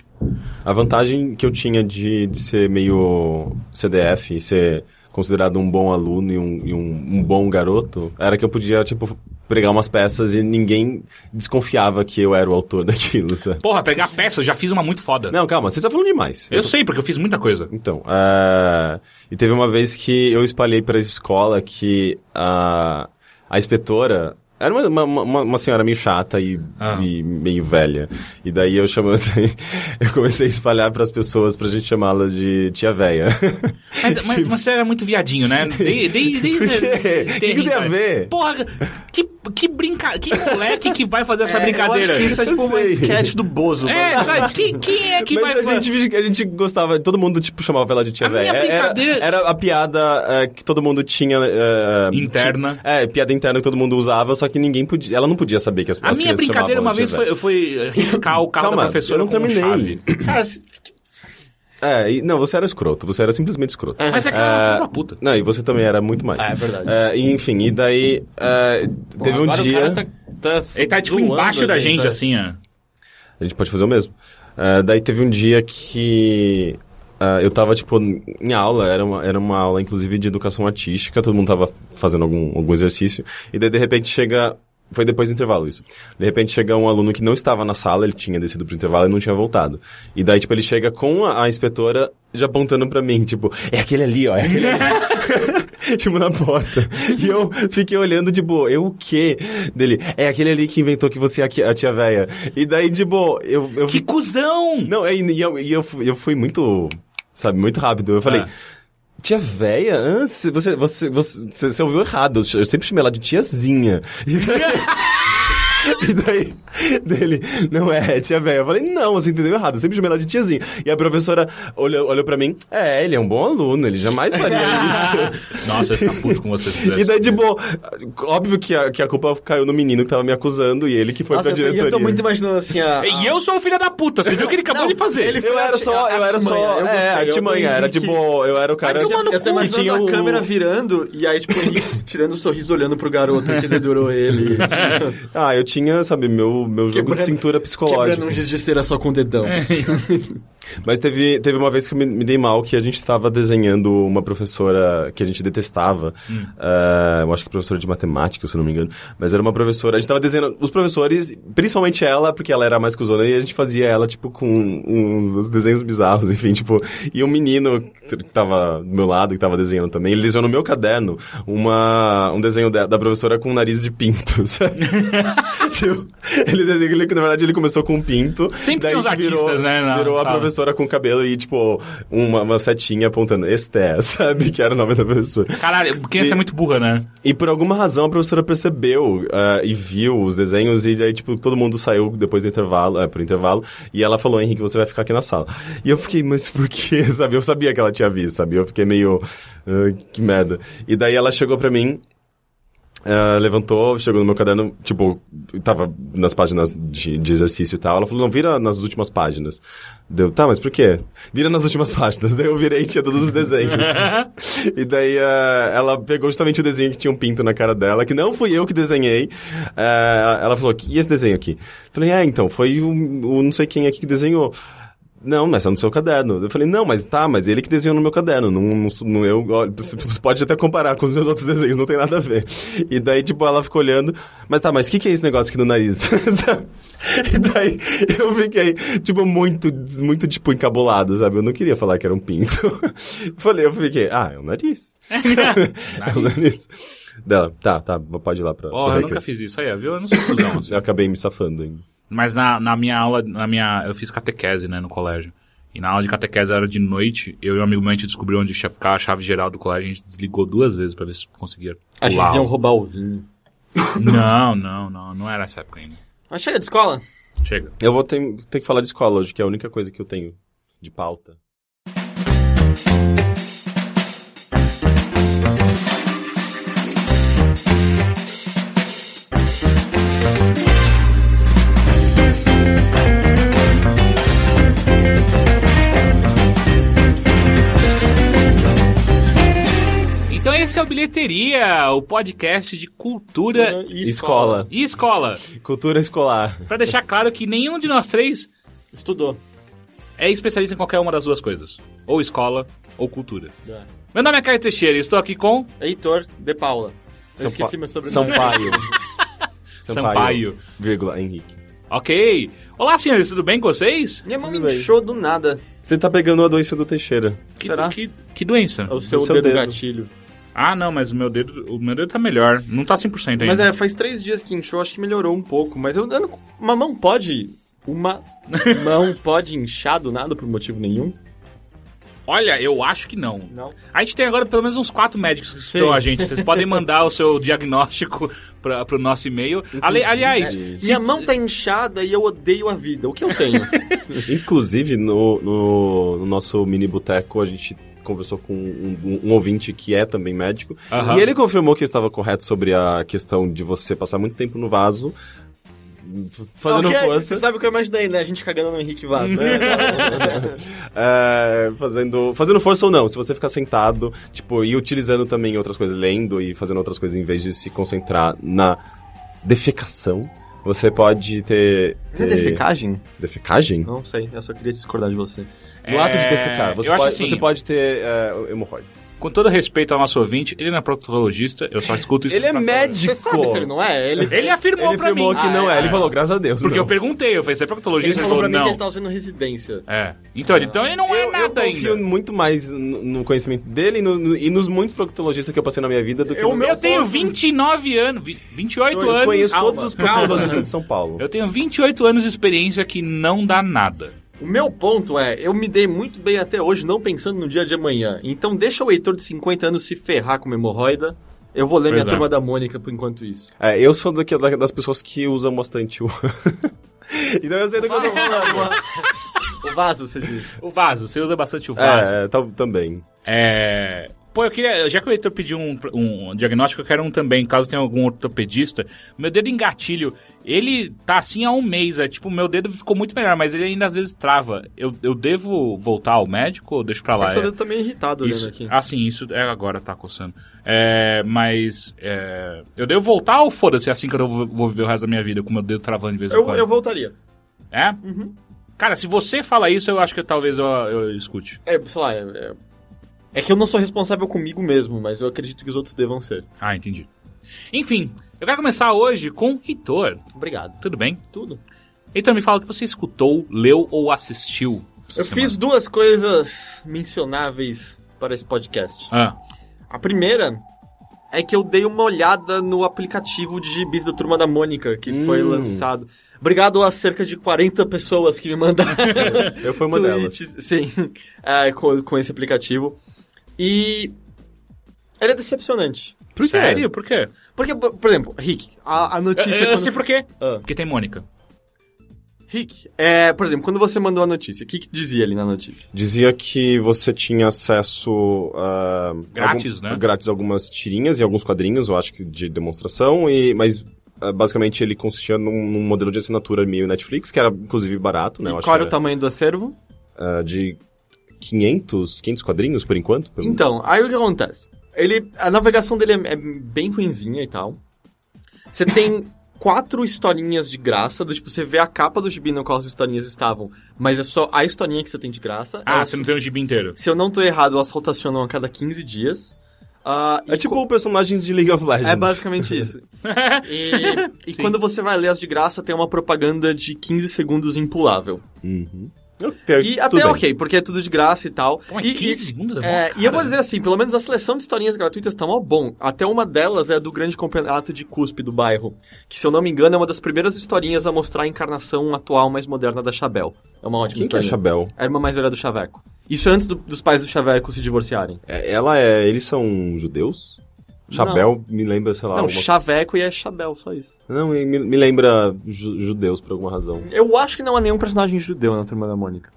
C: A vantagem que eu tinha de, de ser meio CDF e ser considerado um bom aluno e, um, e um- um bom garoto era que eu podia, tipo, pregar umas peças e ninguém desconfiava que eu era o autor daquilo, sabe?
B: Porra, pegar peça, eu já fiz uma muito foda.
C: Não, calma, você tá falando demais.
B: eu sei, porque eu fiz muita coisa.
C: Então, é, e teve uma vez que eu espalhei pra escola que a, a inspetora era uma, uma, uma- uma senhora meio chata e,
B: Ah.
C: e meio velha. E daí eu chamando, eu comecei a espalhar pras pessoas pra gente chamá-las de tia véia.
B: Mas, mas, mas você era muito viadinho, né? Dei, dei, dei,
C: Por quê? O Tipo- que que tem a ver?
B: Porra, que, que brinca... Que moleque que vai fazer essa brincadeira?
A: Eu acho que isso é
C: Eu
A: tipo uma
C: sei.
A: sketch do Bozo.
B: É,
A: né?
B: sabe? Quem, quem é que
C: Mas
B: vai...
C: a gente, finge que a gente gostava, todo mundo tipo, chamava ela de tia
B: A minha
C: véia. É- Era,
B: brincadeira-
C: era a piada é, que todo mundo tinha. é,
B: Interna.
C: É, piada interna que todo mundo usava, só que ninguém podia. Ela não podia saber que as
B: A
C: as
B: minha
C: crianças chamavam
B: brincadeira
C: ela
B: uma
C: de
B: vez
C: tia véia.
B: foi, foi riscar o carro
C: Calma,
B: da professora
C: eu não
B: com
C: terminei.
B: chave.
A: Cara, se-
C: É, e- não, você era escroto, você era simplesmente escroto.
B: Mas é que ela era
C: É,
B: filha da puta.
C: Não, e você também era muito mais.
A: Ah, é verdade.
C: É, e, enfim, e daí é, teve um
A: agora o
C: dia.
A: cara tá- tá
B: Ele tá, tipo,
A: zoando
B: embaixo da
C: né?
B: gente,
A: é.
B: assim, ó.
C: A gente pode fazer o mesmo. Ah, daí teve um dia que ah, eu tava, tipo, em aula, era uma, era uma aula, inclusive, de educação artística, todo mundo tava fazendo algum, algum exercício, e daí, de repente, chega... Foi depois do intervalo isso. De repente chega um aluno que não estava na sala, ele tinha descido pro intervalo e não tinha voltado. E daí, tipo, ele chega com a, a inspetora já apontando pra mim, tipo, é aquele ali, ó, é aquele ali. tipo, na porta. E eu fiquei olhando, tipo, eu o quê? Dele, é aquele ali que inventou que você é a qui- a tia véia. E daí, tipo, eu, eu
B: Que cuzão!
C: não, é, e, e eu, e eu, fui- eu fui muito, sabe, muito rápido. Eu falei,
B: Ah.
C: tia véia, hã? Você, você, você, você, você ouviu errado. Eu sempre chamei ela de tiazinha. E daí, e daí dele, não é, é tia véia. Eu falei, não, você entendeu errado. Eu sempre chamei ela de tiazinha. E a professora olhou, olhou pra mim, é, ele é um bom aluno, ele jamais faria isso.
B: Nossa, eu ia ficar puto com você se fizesse
C: E daí,
B: isso.
C: tipo, óbvio que a, que a culpa caiu no menino que tava me acusando e ele que foi
A: Nossa,
C: pra
A: eu tô-
C: diretoria.
A: eu tô muito imaginando assim a...
B: E eu sou o filho da puta, você viu o que ele acabou
A: Não,
B: de fazer?
A: ele
C: Eu era só, eu era só,
A: Artimanha, eu
C: é,
A: gostei, eu
C: artimanha,
A: gostei
C: era
A: que-
C: tipo, eu era o cara
B: tomar no
C: que,
A: Eu tô
C: que tinha
A: imaginando
C: o...
A: a câmera virando e aí, tipo, o Henrique tirando um sorriso olhando pro garoto que dedurou ele.
C: Ah, eu tinha, sabe, meu, meu jogo de
A: Quebrando-
C: cintura
A: Quebrando
C: psicológico.
A: um giz de cera só com o dedão.
C: Mas teve, teve uma vez que eu me, me dei mal que a gente estava desenhando uma professora que a gente detestava.
B: Hum.
C: Ah, eu acho que professora de matemática, se eu não me engano. Mas era uma professora. A gente estava desenhando os professores, principalmente ela, porque ela era a mais cuzona, e a gente fazia ela, tipo, com um- uns desenhos bizarros, enfim, tipo. E um menino que tava do meu lado, que tava desenhando também, ele desenhou no meu caderno uma, um desenho da, da professora com um nariz de pinto, sabe? Tipo, ele desenhou, ele, na verdade, ele começou com um pinto.
B: Sempre
C: daí
B: tem uns artistas,
C: virou,
B: né, na
C: virou a
B: sala.
C: professora professora com cabelo e, tipo, uma, uma setinha apontando Esté, sabe? Que era o nome da professora.
B: Caralho, criança
C: E-
B: é muito burra, né?
C: E por alguma razão a professora percebeu ah, e viu os desenhos e aí, tipo, todo mundo saiu depois do intervalo, é, pro intervalo, e ela falou, Henrique, você vai ficar aqui na sala. E eu fiquei, mas por quê? Sabe? Eu sabia que ela tinha visto, sabe? Eu fiquei meio, "Ah, que merda. E daí ela chegou pra mim... ah, levantou, chegou no meu caderno, tipo, tava nas páginas de, de exercício e tal. Ela falou, não, vira nas últimas páginas. Deu, tá, mas por quê? Vira nas últimas páginas. Daí eu virei e tinha todos os desenhos. assim. E daí eh, ela pegou justamente o desenho que tinha um pinto na cara dela, que não fui eu que desenhei. Eh, ela falou, e esse desenho aqui? Eu falei, é, então, foi o, o não sei quem aqui que desenhou. Não, mas tá no seu caderno. Eu falei, não, mas tá, mas ele que desenhou no meu caderno. Não, não, sou- não- eu, olha, você você pode até comparar com os meus outros desenhos, não tem nada a ver. E daí, tipo, ela ficou olhando, mas tá, mas o que, que é esse negócio aqui no nariz? Sabe? e daí eu fiquei, tipo, muito, muito, tipo, encabulado, sabe? Eu não queria falar que era um pinto. falei, eu fiquei, ah, é um nariz. Sabe? É um nariz. Dela, tá, tá, pode ir lá pra.
B: Porra,
C: pra
B: eu
C: ver
B: nunca
C: que
B: fiz isso aí, viu? Eu não sou cuzão, assim.
C: eu acabei me safando ainda.
B: Mas na, na minha aula, na minha, eu fiz catequese, né, no colégio. E na aula de catequese era de noite, eu e um amigo meu, a gente descobriu onde ia ficar a chave geral do colégio, a gente desligou duas vezes pra ver se conseguia pular.
A: Achei que eles iam roubar o vinho.
B: Não, não, não, não era essa época ainda.
A: Mas Ah, chega de escola.
B: Chega.
C: Eu vou ter, ter que falar de escola hoje, que é a única coisa que eu tenho de pauta.
B: Então esse é o Bilheteria, o podcast de cultura
A: Uhum, E
C: Escola.
B: e escola.
C: Cultura escolar.
B: Pra deixar claro que nenhum de nós três
A: Estudou.
B: é especialista em qualquer uma das duas coisas. Ou escola, ou cultura. Meu nome é Caio Teixeira e estou aqui com
A: Heitor de Paula. Eu
C: Sampa-
A: esqueci meu sobrenome.
C: Sampaio.
B: Sampaio.
C: Vírgula, Henrique.
B: Ok. Olá, senhores, tudo bem com vocês?
A: Minha mão me
C: Tudo bem.
A: inchou do nada.
C: Você tá pegando a doença do Teixeira.
B: Que,
A: Será?
B: Que, que doença?
A: O seu,
C: O seu
A: dedo,
C: dedo.
A: gatilho.
B: Ah, não, mas o meu dedo, o meu dedo tá melhor. Não tá 100% ainda.
A: Mas é, faz três dias que inchou, acho que melhorou um pouco. Mas eu dando. Uma mão pode. Uma mão pode inchar do nada por motivo nenhum?
B: Olha, eu acho que não.
A: Não.
B: A gente tem agora pelo menos uns quatro médicos que estão
A: Sim.
B: a gente. Vocês podem mandar o seu diagnóstico pra, pro nosso e-mail. Ali- aliás,
C: é.
B: se-
A: Minha mão tá inchada e eu odeio a vida. O que eu tenho?
C: Inclusive, no, no, no nosso mini boteco, a gente conversou com um, um- um ouvinte que é também médico.
B: Aham.
C: E ele confirmou que eu estava correto sobre a questão de você passar muito tempo no vaso f- fazendo
A: Ok,
C: força.
A: Você sabe o que eu imaginei, né? A gente cagando no Henrique Vaz. Né?
C: É, fazendo, fazendo força ou não, se você ficar sentado, tipo, e utilizando também outras coisas, lendo e fazendo outras coisas em vez de se concentrar na defecação, você pode ter.
A: É
C: ter
A: defecagem?
C: defecagem?
A: Não sei, eu só queria discordar de você.
C: No é um ato de defecar, você,
B: É, eu
C: pode,
B: acho assim,
C: você pode ter é, hemorroide.
B: com todo respeito ao nosso ouvinte, ele não é proctologista, eu só escuto isso.
C: Ele é
B: pra-
C: médico!
A: Você sabe se ele não é? Ele,
B: Ele afirmou
C: Ele
B: pra
C: afirmou
B: mim.
C: que
B: Ah,
C: não é, ele falou, graças a Deus.
B: Porque
C: não.
B: eu perguntei, eu falei, você é proctologista?
A: ele
B: Ele
A: falou pra mim que ele
B: não.
A: tá usando residência.
B: É. Então, ele- então ele não é
C: Eu-
B: nada
C: eu confio
B: ainda.
C: muito mais no no conhecimento dele e, no- no- e nos muitos proctologistas que eu passei na minha vida do que
A: Eu-
C: no meu.
B: Eu tenho 29 anos, vi- 28
C: Eu
B: anos.
C: conheço
A: Calma,
C: todos os
A: calma.
C: proctologistas de São Paulo.
B: Eu tenho 28 anos de experiência que não dá nada.
A: O meu ponto é, eu me dei muito bem até hoje não pensando no dia de amanhã. Então deixa o Heitor de 50 anos se ferrar com uma hemorroida. Eu vou ler
B: Pois
A: minha
B: é.
A: turma da Mônica por enquanto isso.
C: É, eu sou daqui, da- das pessoas que usam bastante o. então eu sei do que eu tô falando.
A: o vaso, você disse.
B: O vaso, você usa bastante o vaso.
C: É, tal- também.
B: É. Pô, eu queria. Já que o Heitor pediu um, um diagnóstico, eu quero um também, caso tenha algum ortopedista. Meu dedo em gatilho, ele tá assim há um mês. É tipo, meu dedo ficou muito melhor, mas ele ainda às vezes trava. Eu, eu devo voltar ao médico ou deixo pra lá?
A: Mas seu
B: É-
A: dedo tá meio irritado olhando
B: Isso,
A: aqui.
B: Ah, sim, isso é agora, tá coçando. É, mas é, eu devo voltar ou foda-se, é assim que eu vou vou viver o resto da minha vida, com meu dedo travando de vez em
A: Eu,
B: quando?
A: eu voltaria. Uhum.
B: É? Cara, se você fala isso, eu acho que talvez eu, eu escute.
A: É, sei lá, é, é... é que eu não sou responsável comigo mesmo, mas eu acredito que os outros devam ser.
B: Ah, entendi. Enfim, eu quero começar hoje com Heitor.
A: Obrigado.
B: Tudo bem?
A: Tudo.
B: Heitor, me fala o que você escutou, leu ou assistiu. essa
A: Eu
B: semana.
A: fiz duas coisas mencionáveis para esse podcast.
B: Ah,
A: A primeira é que eu dei uma olhada no aplicativo de gibis da Turma da Mônica, que foi
C: Hum.
A: lançado. Obrigado a cerca de 40 pessoas que me mandaram
C: Eu fui É, uma delas.
A: tweets, sim, é, com, com esse aplicativo. E ele é decepcionante.
C: Por quê?
B: sério? Por quê?
A: Porque, por por exemplo, Rick, a, a
B: Eu,
A: notícia...
B: eu
A: quando
B: sei por quê.
A: Ah.
B: Porque tem Mônica.
A: Rick, é, por exemplo, quando você mandou a notícia, o que, que dizia ali na notícia?
C: Dizia que você tinha acesso a.
B: Grátis, né?
C: Grátis a algumas tirinhas e alguns quadrinhos, eu acho que de demonstração, e, mas ah, basicamente ele consistia num, num modelo de assinatura meio Netflix, que era inclusive barato, né?
A: E
C: eu acho
A: qual
C: que
A: era
C: era,
A: o tamanho do acervo?
C: ah, de 500, 500 quadrinhos por enquanto? pelo-
A: Então, aí o que acontece? Ele, a navegação dele é, é bem ruinzinha e tal. Você tem quatro historinhas de graça, do tipo, você vê a capa do gibi no qual as historinhas estavam, mas é só a historinha que você tem de graça.
B: Ah,
A: Elas-
B: você não tem o gibi inteiro.
A: Se eu não tô errado, elas rotacionam a cada 15 dias. Ah,
C: É
A: e
C: tipo personagens de League of Legends.
A: é basicamente isso. E, e
B: Sim.
A: quando você vai ler as de graça, tem uma propaganda de 15 segundos impulável.
C: Uhum.
A: E até ok, porque é tudo de graça e tal.
B: Pô, mas
A: e,
B: 15
A: e-
B: segundos?
A: É, e eu vou
B: cara.
A: dizer assim, pelo menos a seleção de historinhas gratuitas tá mal bom. Até uma delas é a do grande campeonato de cuspe do bairro, que se eu não me engano é uma das primeiras historinhas a mostrar a encarnação atual mais moderna da Chabel. É uma ótima
C: Quem que é a
A: história.
C: Chabel?
A: a irmã mais velha do Chaveco. Isso antes do- dos pais do Chaveco se divorciarem.
C: É- Ela é. Eles são judeus? Chabel me lembra, sei lá.
A: não,
C: alguma-
A: Chaveco e é Chabel, só isso.
C: Não, me, me lembra ju- judeus por alguma razão.
A: Eu acho que não há nenhum personagem judeu na Turma da Mônica.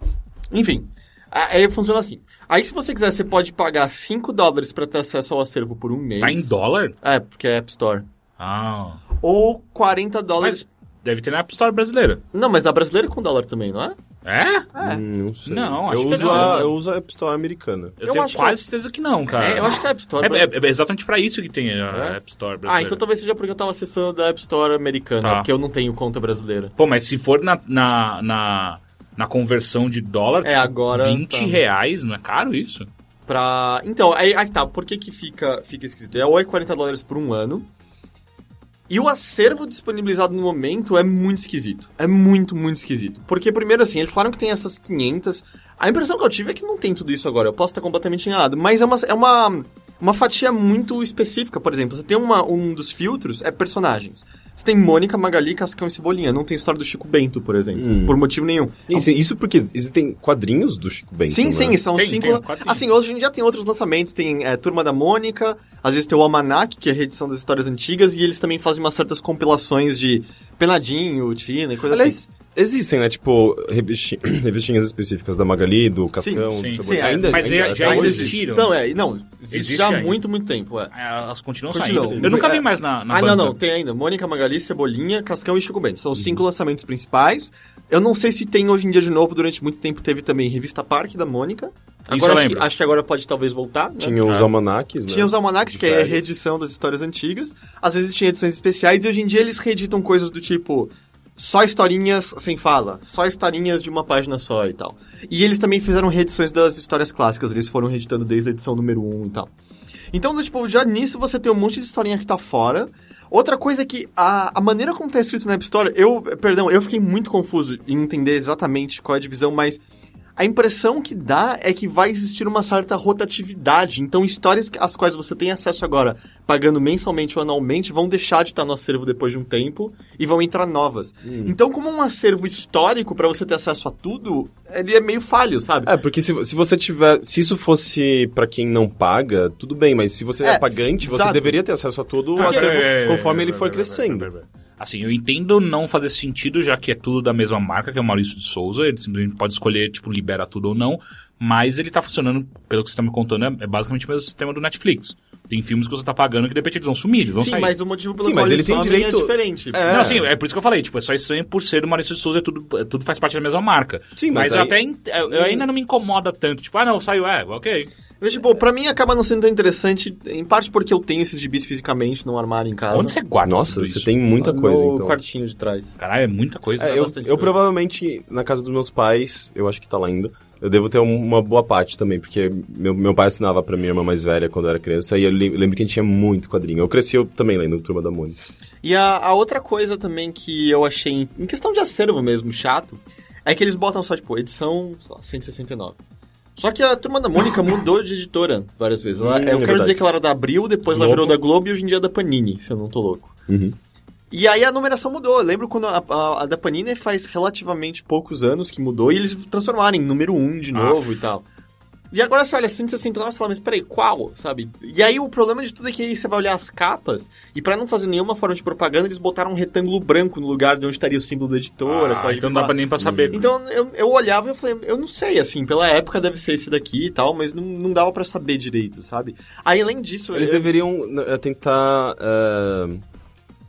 A: Enfim, a- aí funciona assim. Aí se você quiser, você pode pagar 5 dólares pra ter acesso ao acervo por um mês.
B: Tá em dólar?
A: É, porque é App Store.
B: Ah.
A: Ou 40 dólares
B: Mas deve ter na App Store brasileira.
A: Não, mas na brasileira com dólar também, não é?
B: É?
A: É.
C: Hum, não sei.
B: Não, acho
C: eu
B: que
C: uso
B: não.
C: a, Eu uso a App Store americana.
B: Eu,
A: Eu
B: tenho
A: acho que
B: quase certeza que não, cara.
A: É, eu acho que é App Store.
B: É-
A: brasileira.
B: é- é exatamente pra isso que tem a
A: É?
B: App Store
A: ah,
B: brasileira.
A: então talvez seja porque eu tava acessando da App Store americana,
B: Tá.
A: porque eu não tenho conta brasileira.
B: Pô, mas se for na, na, na, na conversão de dólar,
A: É, agora
B: 20
A: tá.
B: reais, não é caro isso?
A: Pra... Então, aí, aí tá, por que que fica, fica esquisito? É ou é 40 dólares por um ano, e o acervo disponibilizado no momento é muito esquisito. É muito, muito esquisito. Porque, primeiro, assim, eles falaram que tem essas 500. A impressão que eu tive é que não tem tudo isso agora. Eu posso estar completamente enganado. Mas é uma, é uma, uma fatia muito específica. Por exemplo, você tem uma, um dos filtros, é personagens. Você tem Mônica, Magali, Cascão e Cebolinha. Não tem história do Chico Bento, por exemplo.
C: Hum.
A: Por motivo nenhum. Então,
C: Isso, isso porque existem quadrinhos do Chico Bento.
A: Sim,
C: né?
A: sim, são
B: Tem,
A: cinco.
B: tem um quadrinho.
A: assim, hoje em dia tem outros lançamentos, tem é, Turma da Mônica, às vezes tem o Almanac, que é a reedição das histórias antigas, e eles também fazem umas certas compilações de Penadinho, Tina e coisa assim.
C: Aliás, existem, né? Tipo, revisti- revistinhas específicas da Magali, do Cascão,
B: sim,
C: do
B: sim,
C: Cebolinha.
A: é.
B: Mas já-
C: até
B: já
A: Mas
C: hoje
B: existe.
C: existe.
B: existiram?
A: Então, é, não, existe,
B: Existe
A: já há
B: ainda.
A: muito, muito tempo, é.
B: É, Elas continuam
A: Continuam.
B: saindo. Eu nunca
C: É.
B: vi mais na, na
A: ah,
B: banca.
A: não, não, tem ainda. Mônica Pirali, Cebolinha, Cascão e Chico Bento. São os cinco lançamentos principais. Eu não sei se tem hoje em dia de novo, durante muito tempo teve também Revista Parque da Mônica.
B: Isso
A: Agora
B: eu
A: acho, que,
B: lembro.
A: acho que agora pode talvez voltar. né?
C: Tinha
B: Tá.
C: os almanacs, né?
A: Tinha os almanacs,
C: De
A: que é
C: férias.
A: reedição das histórias antigas. Às vezes tinha edições especiais e hoje em dia eles reeditam coisas do tipo só historinhas sem fala, só historinhas de uma página só e tal. E eles também fizeram reedições das histórias clássicas, eles foram reeditando desde a edição número 1 e tal. Então, do tipo, já nisso você tem um monte de historinha que tá fora. Outra coisa é que a, a maneira como tá escrito na App Store, eu, perdão, eu fiquei muito confuso em entender exatamente qual é a divisão, mas a impressão que dá é que vai existir uma certa rotatividade. Então, histórias que- às quais você tem acesso agora, pagando mensalmente ou anualmente, vão deixar de estar no acervo depois de um tempo e vão entrar novas.
C: Hum.
A: Então, como um acervo histórico para você ter acesso a tudo, ele é meio falho, sabe?
C: É, porque se, se você tiver. Se isso fosse pra quem não paga, tudo bem, mas se você é,
A: É,
C: pagante, você
A: exato.
C: deveria ter acesso a todo o
B: Porque-
C: acervo
B: É, é, é,
C: conforme
B: é,
C: ele
B: é,
C: for
B: é, é,
C: crescendo.
B: é, é, é. Assim, eu entendo não fazer sentido, já que é tudo da mesma marca, que é o Maurício de Souza, ele simplesmente pode escolher, tipo, libera tudo ou não, mas ele tá funcionando, pelo que você tá me contando, é é basicamente o mesmo sistema do Netflix. Tem filmes que você tá pagando que de repente eles vão sumir, eles vão
A: Sim,
B: sair.
A: mas o motivo pelo
C: Sim,
A: qual
C: mas ele
A: eles
C: tem
A: somem
C: direito-
A: é diferente.
C: É.
B: Não, sim, é por isso que eu falei, tipo, é só estranho por ser do Maurício de Souza, é tudo, é tudo faz parte da mesma marca.
C: Sim, mas
B: mas eu
C: aí-
B: até ent- eu eu ainda não me incomoda tanto, tipo, ah não, saiu, é, ok.
A: Mas, tipo, pra mim acaba não sendo tão interessante, em parte porque eu tenho esses gibis fisicamente num armário em casa.
B: Onde você guarda
C: Nossa,
B: tudo
C: você
B: isso?
C: tem muita coisa,
A: No
C: então.
A: quartinho de trás.
B: Caralho, é muita coisa.
C: É,
B: né?
C: eu,
A: bastante
C: eu
A: coisa.
C: provavelmente, na casa dos meus pais, eu acho que tá lá ainda, eu devo ter um- uma boa parte também, porque meu, meu pai assinava pra minha irmã mais velha quando eu era criança, e eu le- lembro que a gente tinha muito quadrinho. Eu cresci eu também lendo Turma da Mônica.
A: E a, a outra coisa também que eu achei, em- em questão de acervo mesmo, chato, é que eles botam só, tipo, edição, sei lá, 169. Só que a Turma da Mônica mudou de editora várias vezes. Ela-
C: Hum,
A: eu
C: é
A: quero
C: verdade.
A: dizer que ela era da Abril, depois ela
B: Globo.
A: virou da Globo e hoje em dia é da Panini, se eu não tô louco.
C: Uhum.
A: E aí a numeração mudou. Eu lembro quando a, a- a da Panini faz relativamente poucos anos que mudou e eles transformaram em número 1 de
B: Ah,
A: novo e tal. E agora você olha 169 e fala, mas peraí, qual? Sabe? E aí o problema de tudo é que aí você vai olhar as capas e pra não fazer nenhuma forma de propaganda, eles botaram um retângulo branco no lugar de onde estaria o símbolo da editora. com
B: ah,
A: a-
B: então não dá pra nem pra saber.
A: Então eu, eu olhava e eu falei, eu não sei, assim, pela época deve ser esse daqui e tal, mas não, não dava pra saber direito, sabe? Aí além disso...
C: Eles
A: eu-
C: deveriam eh, tentar eh,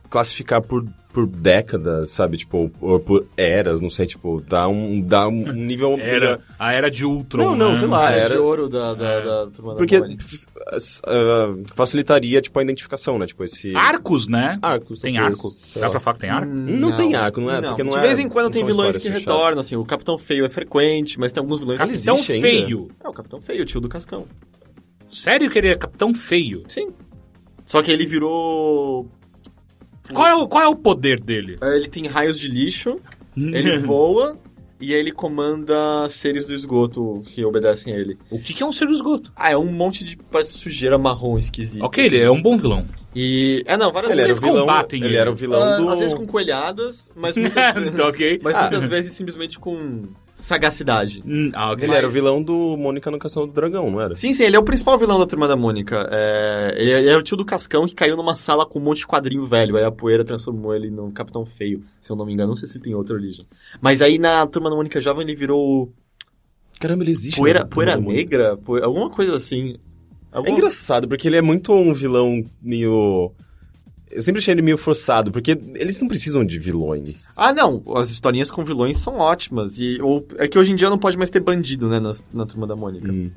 C: classificar por, por décadas, sabe? Tipo, ou por eras, não sei, tipo, dar um, dar um nível...
B: Era a era de Ultron.
C: Não, não,
B: né?
C: sei lá,
A: Ah, é
C: era...
A: de ouro da, da,
B: É.
A: da Turma da
C: Porque
A: Mônica.
C: f- s- eh, facilitaria, tipo, a identificação, né? Tipo, esse...
B: Arcos, né?
C: Arcos,
B: Tem
C: talvez,
B: arco.
C: sei
B: Dá
C: lá.
B: pra falar que tem arco?
C: Não tem arco, não é? Porque não
A: Hum, de
C: é-
A: vez em quando
C: não
A: tem
C: são
A: vilões
C: histórias
A: que
C: fechadas.
A: retornam, assim. O Capitão Feio é frequente, mas tem alguns vilões
C: Cara,
A: que...
C: existe
B: Capitão
C: ainda?
B: feio.
A: É, o Capitão Feio, o tio do Cascão.
B: Sério que ele é capitão feio?
A: Sim. Só que ele virou...
B: Qual é o, qual é o poder dele?
A: é, Ele tem raios de lixo, ele voa... E ele comanda seres do esgoto que obedecem a ele.
B: o que, que é um ser do esgoto?
A: Ah, é um monte de parece sujeira marrom esquisita.
B: Ok, ele é um bom vilão.
A: E. É, não, várias
C: Ele era o
A: vezes.
B: Eles
C: vilão,
B: combatem
C: ele
B: ele.
C: era o vilão
A: Ah,
C: do...
A: Às vezes com coelhadas, mas muitas,
B: então, ok.
A: mas
C: Ah.
A: muitas vezes simplesmente com sagacidade.
B: Hum, ah, ok.
C: Ele era o vilão do Mônica no Cação do Dragão, não era?
A: Sim, sim, ele é o principal vilão da Turma da Mônica. É, ele ele é o tio do Cascão que caiu numa sala com um monte de quadrinho velho. Aí a poeira transformou ele num Capitão Feio, se eu não me engano. Não sei se ele tem outra origem. Mas aí na Turma da Mônica Jovem ele virou
C: Caramba, ele existe.
A: Poeira,
C: né?
A: poeira
C: Todo mundo.
A: Negra? Poe- alguma coisa assim.
C: É
A: Alguma...
C: engraçado, porque ele é muito um vilão meio... Eu sempre achei ele meio forçado, porque eles não precisam de vilões.
A: Ah, não. As historinhas com vilões são ótimas. E ou- é que hoje em dia não pode mais ter bandido, né, nas- na, Turma da Mônica.
C: Hum.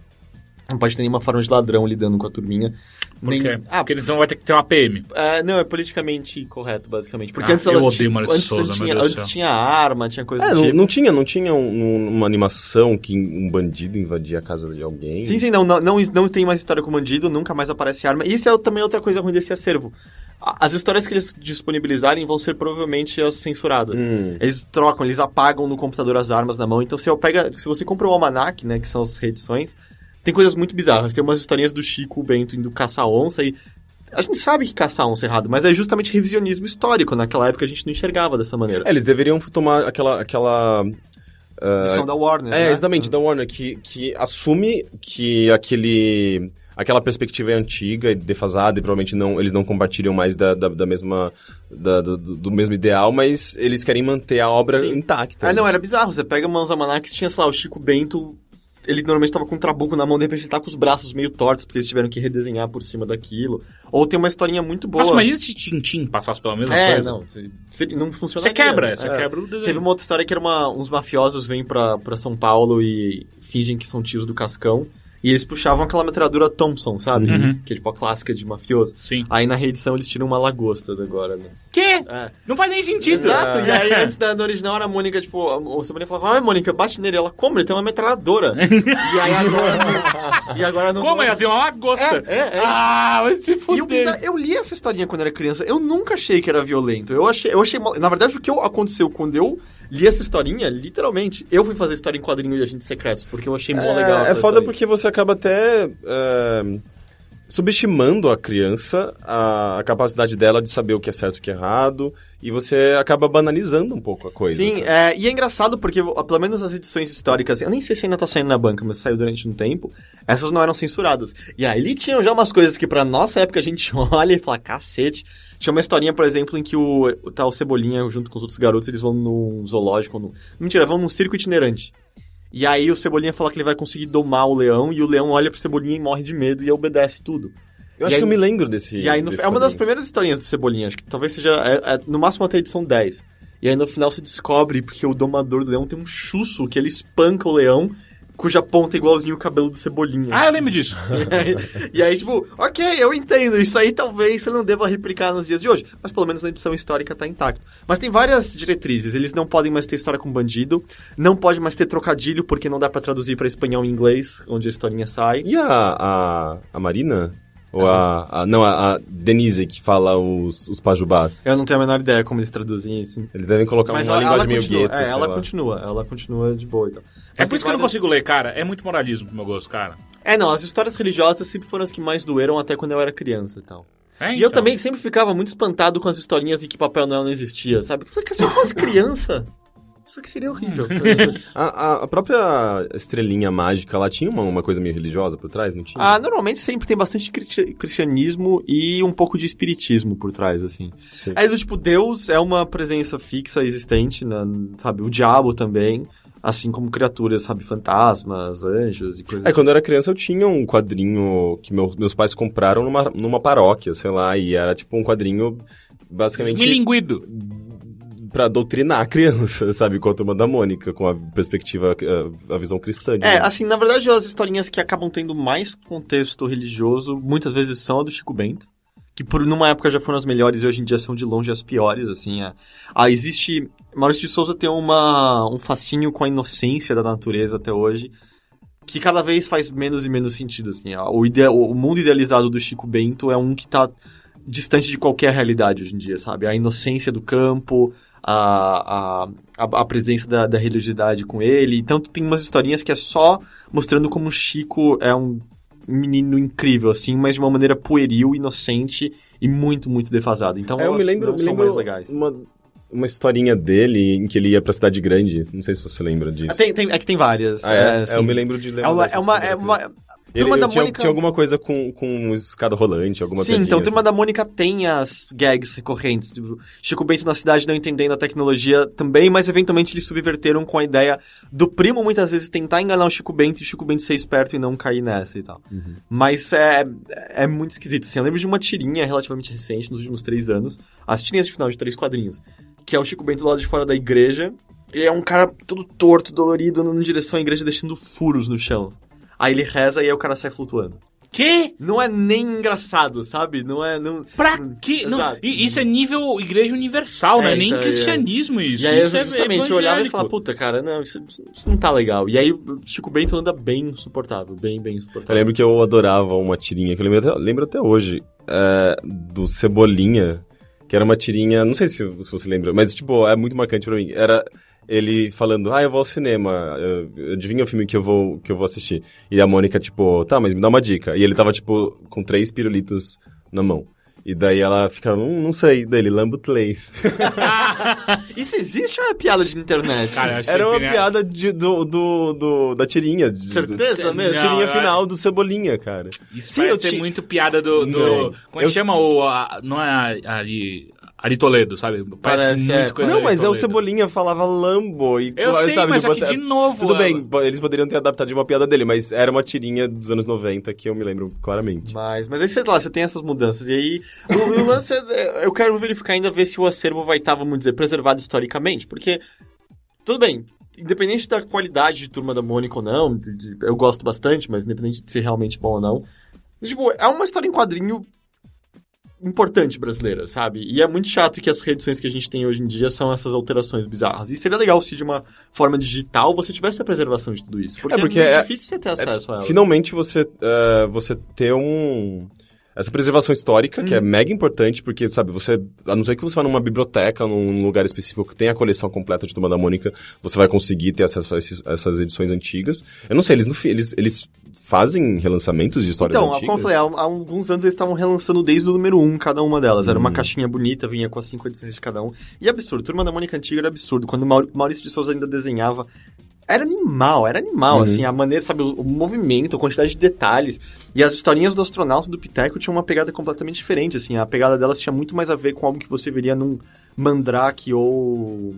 A: Não pode ter nenhuma forma de ladrão lidando com a turminha.
B: Por
A: Nem-
B: quê?
A: Ah,
B: Porque eles vão vai ter que ter uma PM.
A: É, não, é politicamente correto, basicamente. Porque
B: Ah,
A: antes elas
B: eu
A: ti-
B: odeio Maurício
A: antes
B: Souza,
A: tinha,
B: meu Deus do
A: antes
B: céu.
A: tinha arma, tinha coisa
C: É,
A: do
C: não,
A: tipo.
C: não tinha, não tinha um- um- uma animação que um bandido invadia a casa de alguém.
A: Sim, sim, não, não, não, não tem mais história com bandido, nunca mais aparece arma. E isso é também outra coisa ruim desse acervo. A- As histórias que eles disponibilizarem vão ser provavelmente as censuradas.
C: Hum.
A: Eles trocam, eles apagam no computador as armas na mão. Então, se eu pega, se você compra o almanac, né, que são as reedições, tem coisas muito bizarras. Tem umas historinhas do Chico Bento indo caçar onça e a gente sabe que caçar onça é errado, mas é justamente revisionismo histórico. Naquela época a gente não enxergava dessa maneira.
C: É, eles deveriam tomar aquela... aquela
A: Edição da Warner.
C: É,
A: né?
C: exatamente, da Warner, que, que assume que aquele, aquela perspectiva é antiga e defasada, e provavelmente não, eles não compartilham mais da, da, da mesma, da- do, do mesmo ideal, mas eles querem manter a obra
A: Sim.
C: intacta.
A: Ah, não, era bizarro. Você pega umas almanacs, tinha, sei lá, o Chico Bento ele normalmente tava com um trabuco na mão, de repente ele tá com os braços meio tortos, porque eles tiveram que redesenhar por cima daquilo. Ou tem uma historinha muito boa.
B: Nossa, imagina se Tintin passasse pela mesma
A: é,
B: coisa.
A: não, se- se- não funciona. É.
B: Você quebra, você quebra
C: É.
B: o desenho.
A: Teve uma outra história que era uma- uns mafiosos vêm pra, pra São Paulo e fingem que são tios do Cascão. E eles puxavam aquela metralhadora Thompson, sabe?
B: Uhum.
A: Que é tipo a clássica de mafioso.
B: Sim.
A: Aí na reedição eles tiram uma lagosta agora, né?
B: Quê?
A: É.
B: Não faz nem sentido. É.
A: Exato, e aí antes da, da original era a Mônica, tipo, a, o Sabrina falava, ah, Mônica, bate nele. Ela, como? Ele tem uma metralhadora. e aí agora... e agora não...
B: Como ela tem uma lagosta?
A: É, é, é.
B: Ah, vai se
A: E eu,
B: fuder.
A: pensava- eu li essa historinha quando era criança, eu nunca achei que era violento. Eu achei, eu achei mal- na verdade o que eu- aconteceu quando eu li essa historinha, literalmente, eu fui fazer história em quadrinho de agentes secretos, porque eu achei mó
C: É,
A: legal.
C: É
A: essa
C: foda
A: historinha.
C: porque você acaba até é, subestimando a criança, a, a capacidade dela de saber o que é certo e o que é errado, e você acaba banalizando um pouco a coisa.
A: Sim,
C: sabe?
A: é, e é engraçado porque, ó, pelo menos as edições históricas, eu nem sei se ainda tá saindo na banca, mas saiu durante um tempo, essas não eram censuradas. E aí tinham já umas coisas que pra nossa época a gente olha e fala, cacete. Tinha uma historinha, por exemplo, em que o, o tal Cebolinha, junto com os outros garotos, eles vão num zoológico, num, mentira, vão num circo itinerante. E aí o Cebolinha fala que ele vai conseguir domar o leão, e o leão olha pro Cebolinha e morre de medo e obedece tudo.
C: Eu acho
A: E
C: que eu
A: aí-
C: me lembro desse.
A: E aí, no-
C: desse
A: é uma das
C: quadrinho.
A: primeiras historinhas do Cebolinha, acho que talvez seja, é- é, no máximo até a edição 10. E aí, no final, se descobre porque o domador do leão tem um chusso que ele espanca o leão, cuja ponta é igualzinho o cabelo do Cebolinha.
B: Ah, eu lembro disso.
A: E aí, e aí, tipo, ok, eu entendo, isso aí talvez você não deva replicar nos dias de hoje, mas pelo menos na edição histórica tá intacto. Mas tem várias diretrizes, eles não podem mais ter história com bandido, não pode mais ter trocadilho porque não dá pra traduzir pra espanhol e inglês, onde a historinha sai.
C: E a, a, a Marina? Ou a, a- Não, a, a Denise que fala os, os pajubás.
A: Eu não tenho a menor ideia como eles traduzem isso,
C: Eles devem colocar
A: Mas
C: uma
A: ela,
C: linguagem
A: ela
C: meio
A: continua,
C: gueta.
A: é,
C: sei
A: ela
C: lá.
A: continua, ela continua de boa e tal.
B: É
A: Mas
B: por
A: tem
B: isso que eu não
A: várias-
B: consigo ler, cara. É muito moralismo pro meu gosto, cara.
A: É, não, as histórias religiosas sempre foram as que mais doeram até quando eu era criança e tal. E
B: É,
A: eu
B: então.
A: também sempre ficava muito espantado com as historinhas em que Papai Noel não existia, sabe? Porque se eu fosse criança, isso aqui seria horrível.
C: A, a- a própria estrelinha mágica, ela tinha uma, uma coisa meio religiosa por trás, não tinha?
A: ah, normalmente sempre tem bastante cri- cristianismo e um pouco de espiritismo por trás, assim.
C: Sim.
A: É do tipo, Deus é uma presença fixa, existente, na- sabe? O diabo também, assim como criaturas, sabe? Fantasmas, anjos e coisas
C: É, quando eu era criança eu tinha um quadrinho que meu- meus pais compraram numa, numa paróquia, sei lá, e era tipo um quadrinho basicamente
B: Esmilinguido.
C: pra doutrinar a criança, sabe, com a turma da Mônica, com a perspectiva, eh, a, a visão cristã.
A: É,
C: digamos.
A: assim, na verdade, as historinhas que acabam tendo mais contexto religioso, muitas vezes são a do Chico Bento, que por numa época já foram as melhores e hoje em dia são de longe as piores, assim. É. Ah, existe... Maurício de Souza tem uma, um fascínio com a inocência da natureza até hoje, que cada vez faz menos e menos sentido, assim. Ah, O, ide- o mundo idealizado do Chico Bento é um que tá distante de qualquer realidade hoje em dia, sabe? A inocência do campo, a, a, a, a presença da, da religiosidade com ele. Então tu tem umas historinhas que é só mostrando como o Chico é um menino incrível, assim, mas de uma maneira pueril, inocente e muito, muito defasada. Então
C: É, eu
A: elas
C: me lembro,
A: não
C: me
A: são
C: lembro um
A: mais legais.
C: Uma, uma historinha dele em que ele ia pra cidade grande, não sei se você lembra
A: Ah,
C: disso.
A: tem- tem- é que tem várias.
C: Ah, é,
A: é, assim.
C: eu me lembro de
A: É
C: lembrar
A: uma,
C: dessas
A: é uma,
C: quando eu
A: é
C: era
A: uma,
C: Ele,
A: Turma da
C: tinha,
A: Mônica-
C: tinha alguma coisa com, com escada rolante, alguma assim,
A: Sim, então o
C: piadinha,
A: tema da Mônica tem as gags recorrentes. Tipo, Chico Bento na cidade não entendendo a tecnologia também, mas eventualmente eles subverteram com a ideia do primo muitas vezes tentar enganar o Chico Bento e o Chico Bento ser esperto e não cair nessa e tal.
C: Uhum.
A: Mas é, é muito esquisito. Assim, eu lembro de uma tirinha relativamente recente, nos últimos três anos, as tirinhas de final de três quadrinhos, que é o Chico Bento do lado de fora da igreja, e é um cara todo torto, dolorido, andando em direção à igreja, deixando furos no chão. Aí ele reza e aí o cara sai flutuando.
B: Quê?
A: Não é nem engraçado, sabe? Não é. Não...
B: Pra quê? Não,
A: Exato.
B: e- isso é nível igreja universal,
A: É,
B: né? Nem
A: então, é.
B: cristianismo isso.
A: e aí,
B: isso é
A: justamente, eu olhava e
B: evangélico.
A: falava, puta, cara, não, isso, isso não tá legal. E aí, o Chico Bento anda bem insuportável, bem, bem
C: Eu
A: insuportável.
C: lembro que eu adorava uma tirinha, que eu lembro até, lembro até hoje, é, do Cebolinha, que era uma tirinha, não sei se, se você lembra, mas, tipo, é muito marcante pra mim. Era ele falando, ah, eu vou ao cinema, eu- adivinha o filme que eu vou, que eu vou assistir. E a Mônica, tipo, tá, mas me dá uma dica. E ele tava, tipo, com três pirulitos na mão. E daí ela ficava, hum, não sei, dele, lambo três.
A: Isso existe ou é piada de internet?
B: Ah, Cara, eu acho
C: Era uma
B: sempre, né?
C: piada de- do, do, do- da tirinha. de-
A: Certeza
C: do-
A: mesmo?
C: Tirinha
B: Não,
C: final do Cebolinha, cara.
B: Isso Sim,
C: Sim, eu
B: parece ser
C: ti-
B: muito piada do... do
C: Não.
B: como é que
C: Eu-
B: chama o... a- não é a- ali... Ari Toledo, sabe? Parece,
A: Parece,
B: muito
A: é.
B: coisa
C: não,
B: de
C: mas é o
B: Toledo.
C: Cebolinha falava Lambo e
B: Eu sei,
C: sabe,
B: mas
C: tipo,
B: aqui de novo,
C: Tudo
B: ela-
C: bem, po- eles poderiam ter adaptado de uma piada dele, mas era uma tirinha dos anos 90 que eu me lembro claramente.
A: Mas, mas aí, sei lá, você tem essas mudanças. E aí, o, o lance é, eu quero verificar ainda, ver se o acervo vai estar, vamos dizer, preservado historicamente, porque, tudo bem, independente da qualidade de Turma da Mônica ou não, de- de- eu gosto bastante, mas independente de ser realmente bom ou não, tipo, é uma história em quadrinho importante brasileira, sabe? E é muito chato que as reedições que a gente tem hoje em dia são essas alterações bizarras. E seria legal se de uma forma digital você tivesse a preservação de tudo isso, porque é,
C: porque
A: muito
C: é-
A: difícil você ter acesso a ela.
C: Finalmente você, eh, você ter um. Essa preservação histórica, que é
B: Uhum.
C: mega importante, porque, sabe, você. A não ser que você vá numa biblioteca, num lugar específico que tem a coleção completa de Turma da Mônica, você vai conseguir ter acesso a esses- essas edições antigas. Eu não sei, eles, no fi- eles, eles fazem relançamentos de histórias
A: Então,
C: antigas?
A: como eu falei, há, há alguns anos eles estavam relançando desde o número 1 cada uma delas. Era uma
C: Hum.
A: caixinha bonita, vinha com as cinco edições de cada um. E absurdo, Turma da Mônica Antiga era absurdo. Quando o Maur- Maurício de Souza ainda desenhava, era animal, era animal,
C: Uhum.
A: assim, a maneira, sabe, o, o movimento, a quantidade de detalhes. E as historinhas do astronauta e do Piteco tinham uma pegada completamente diferente, assim. A pegada delas tinha muito mais a ver com algo que você veria num Mandrake ou...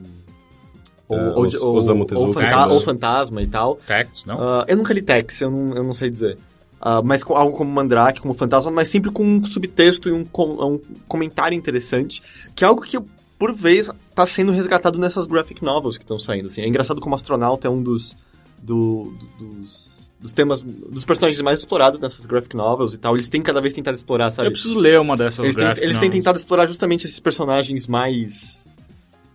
A: Ou,
C: É,
A: ou,
C: os-
A: ou-
C: Osamu
A: ou
C: Tezuka. né?
A: fanta- ou fantasma e tal.
B: Cactus, não?
A: Ah, eu nunca li Tex, eu não, eu não sei dizer. Ah, mas com algo como Mandrake, como Fantasma, mas sempre com um subtexto e um, com- um comentário interessante, que é algo que, por vez, tá sendo resgatado nessas graphic novels que estão saindo. Assim. É engraçado como Astronauta é um dos, do- do- dos, dos temas, dos personagens mais explorados nessas graphic novels e tal. Eles têm cada vez tentado explorar, sabe?
B: Eu preciso ler uma dessas
A: Eles, têm,
B: gráficas,
A: eles
B: não.
A: têm tentado explorar justamente esses personagens mais.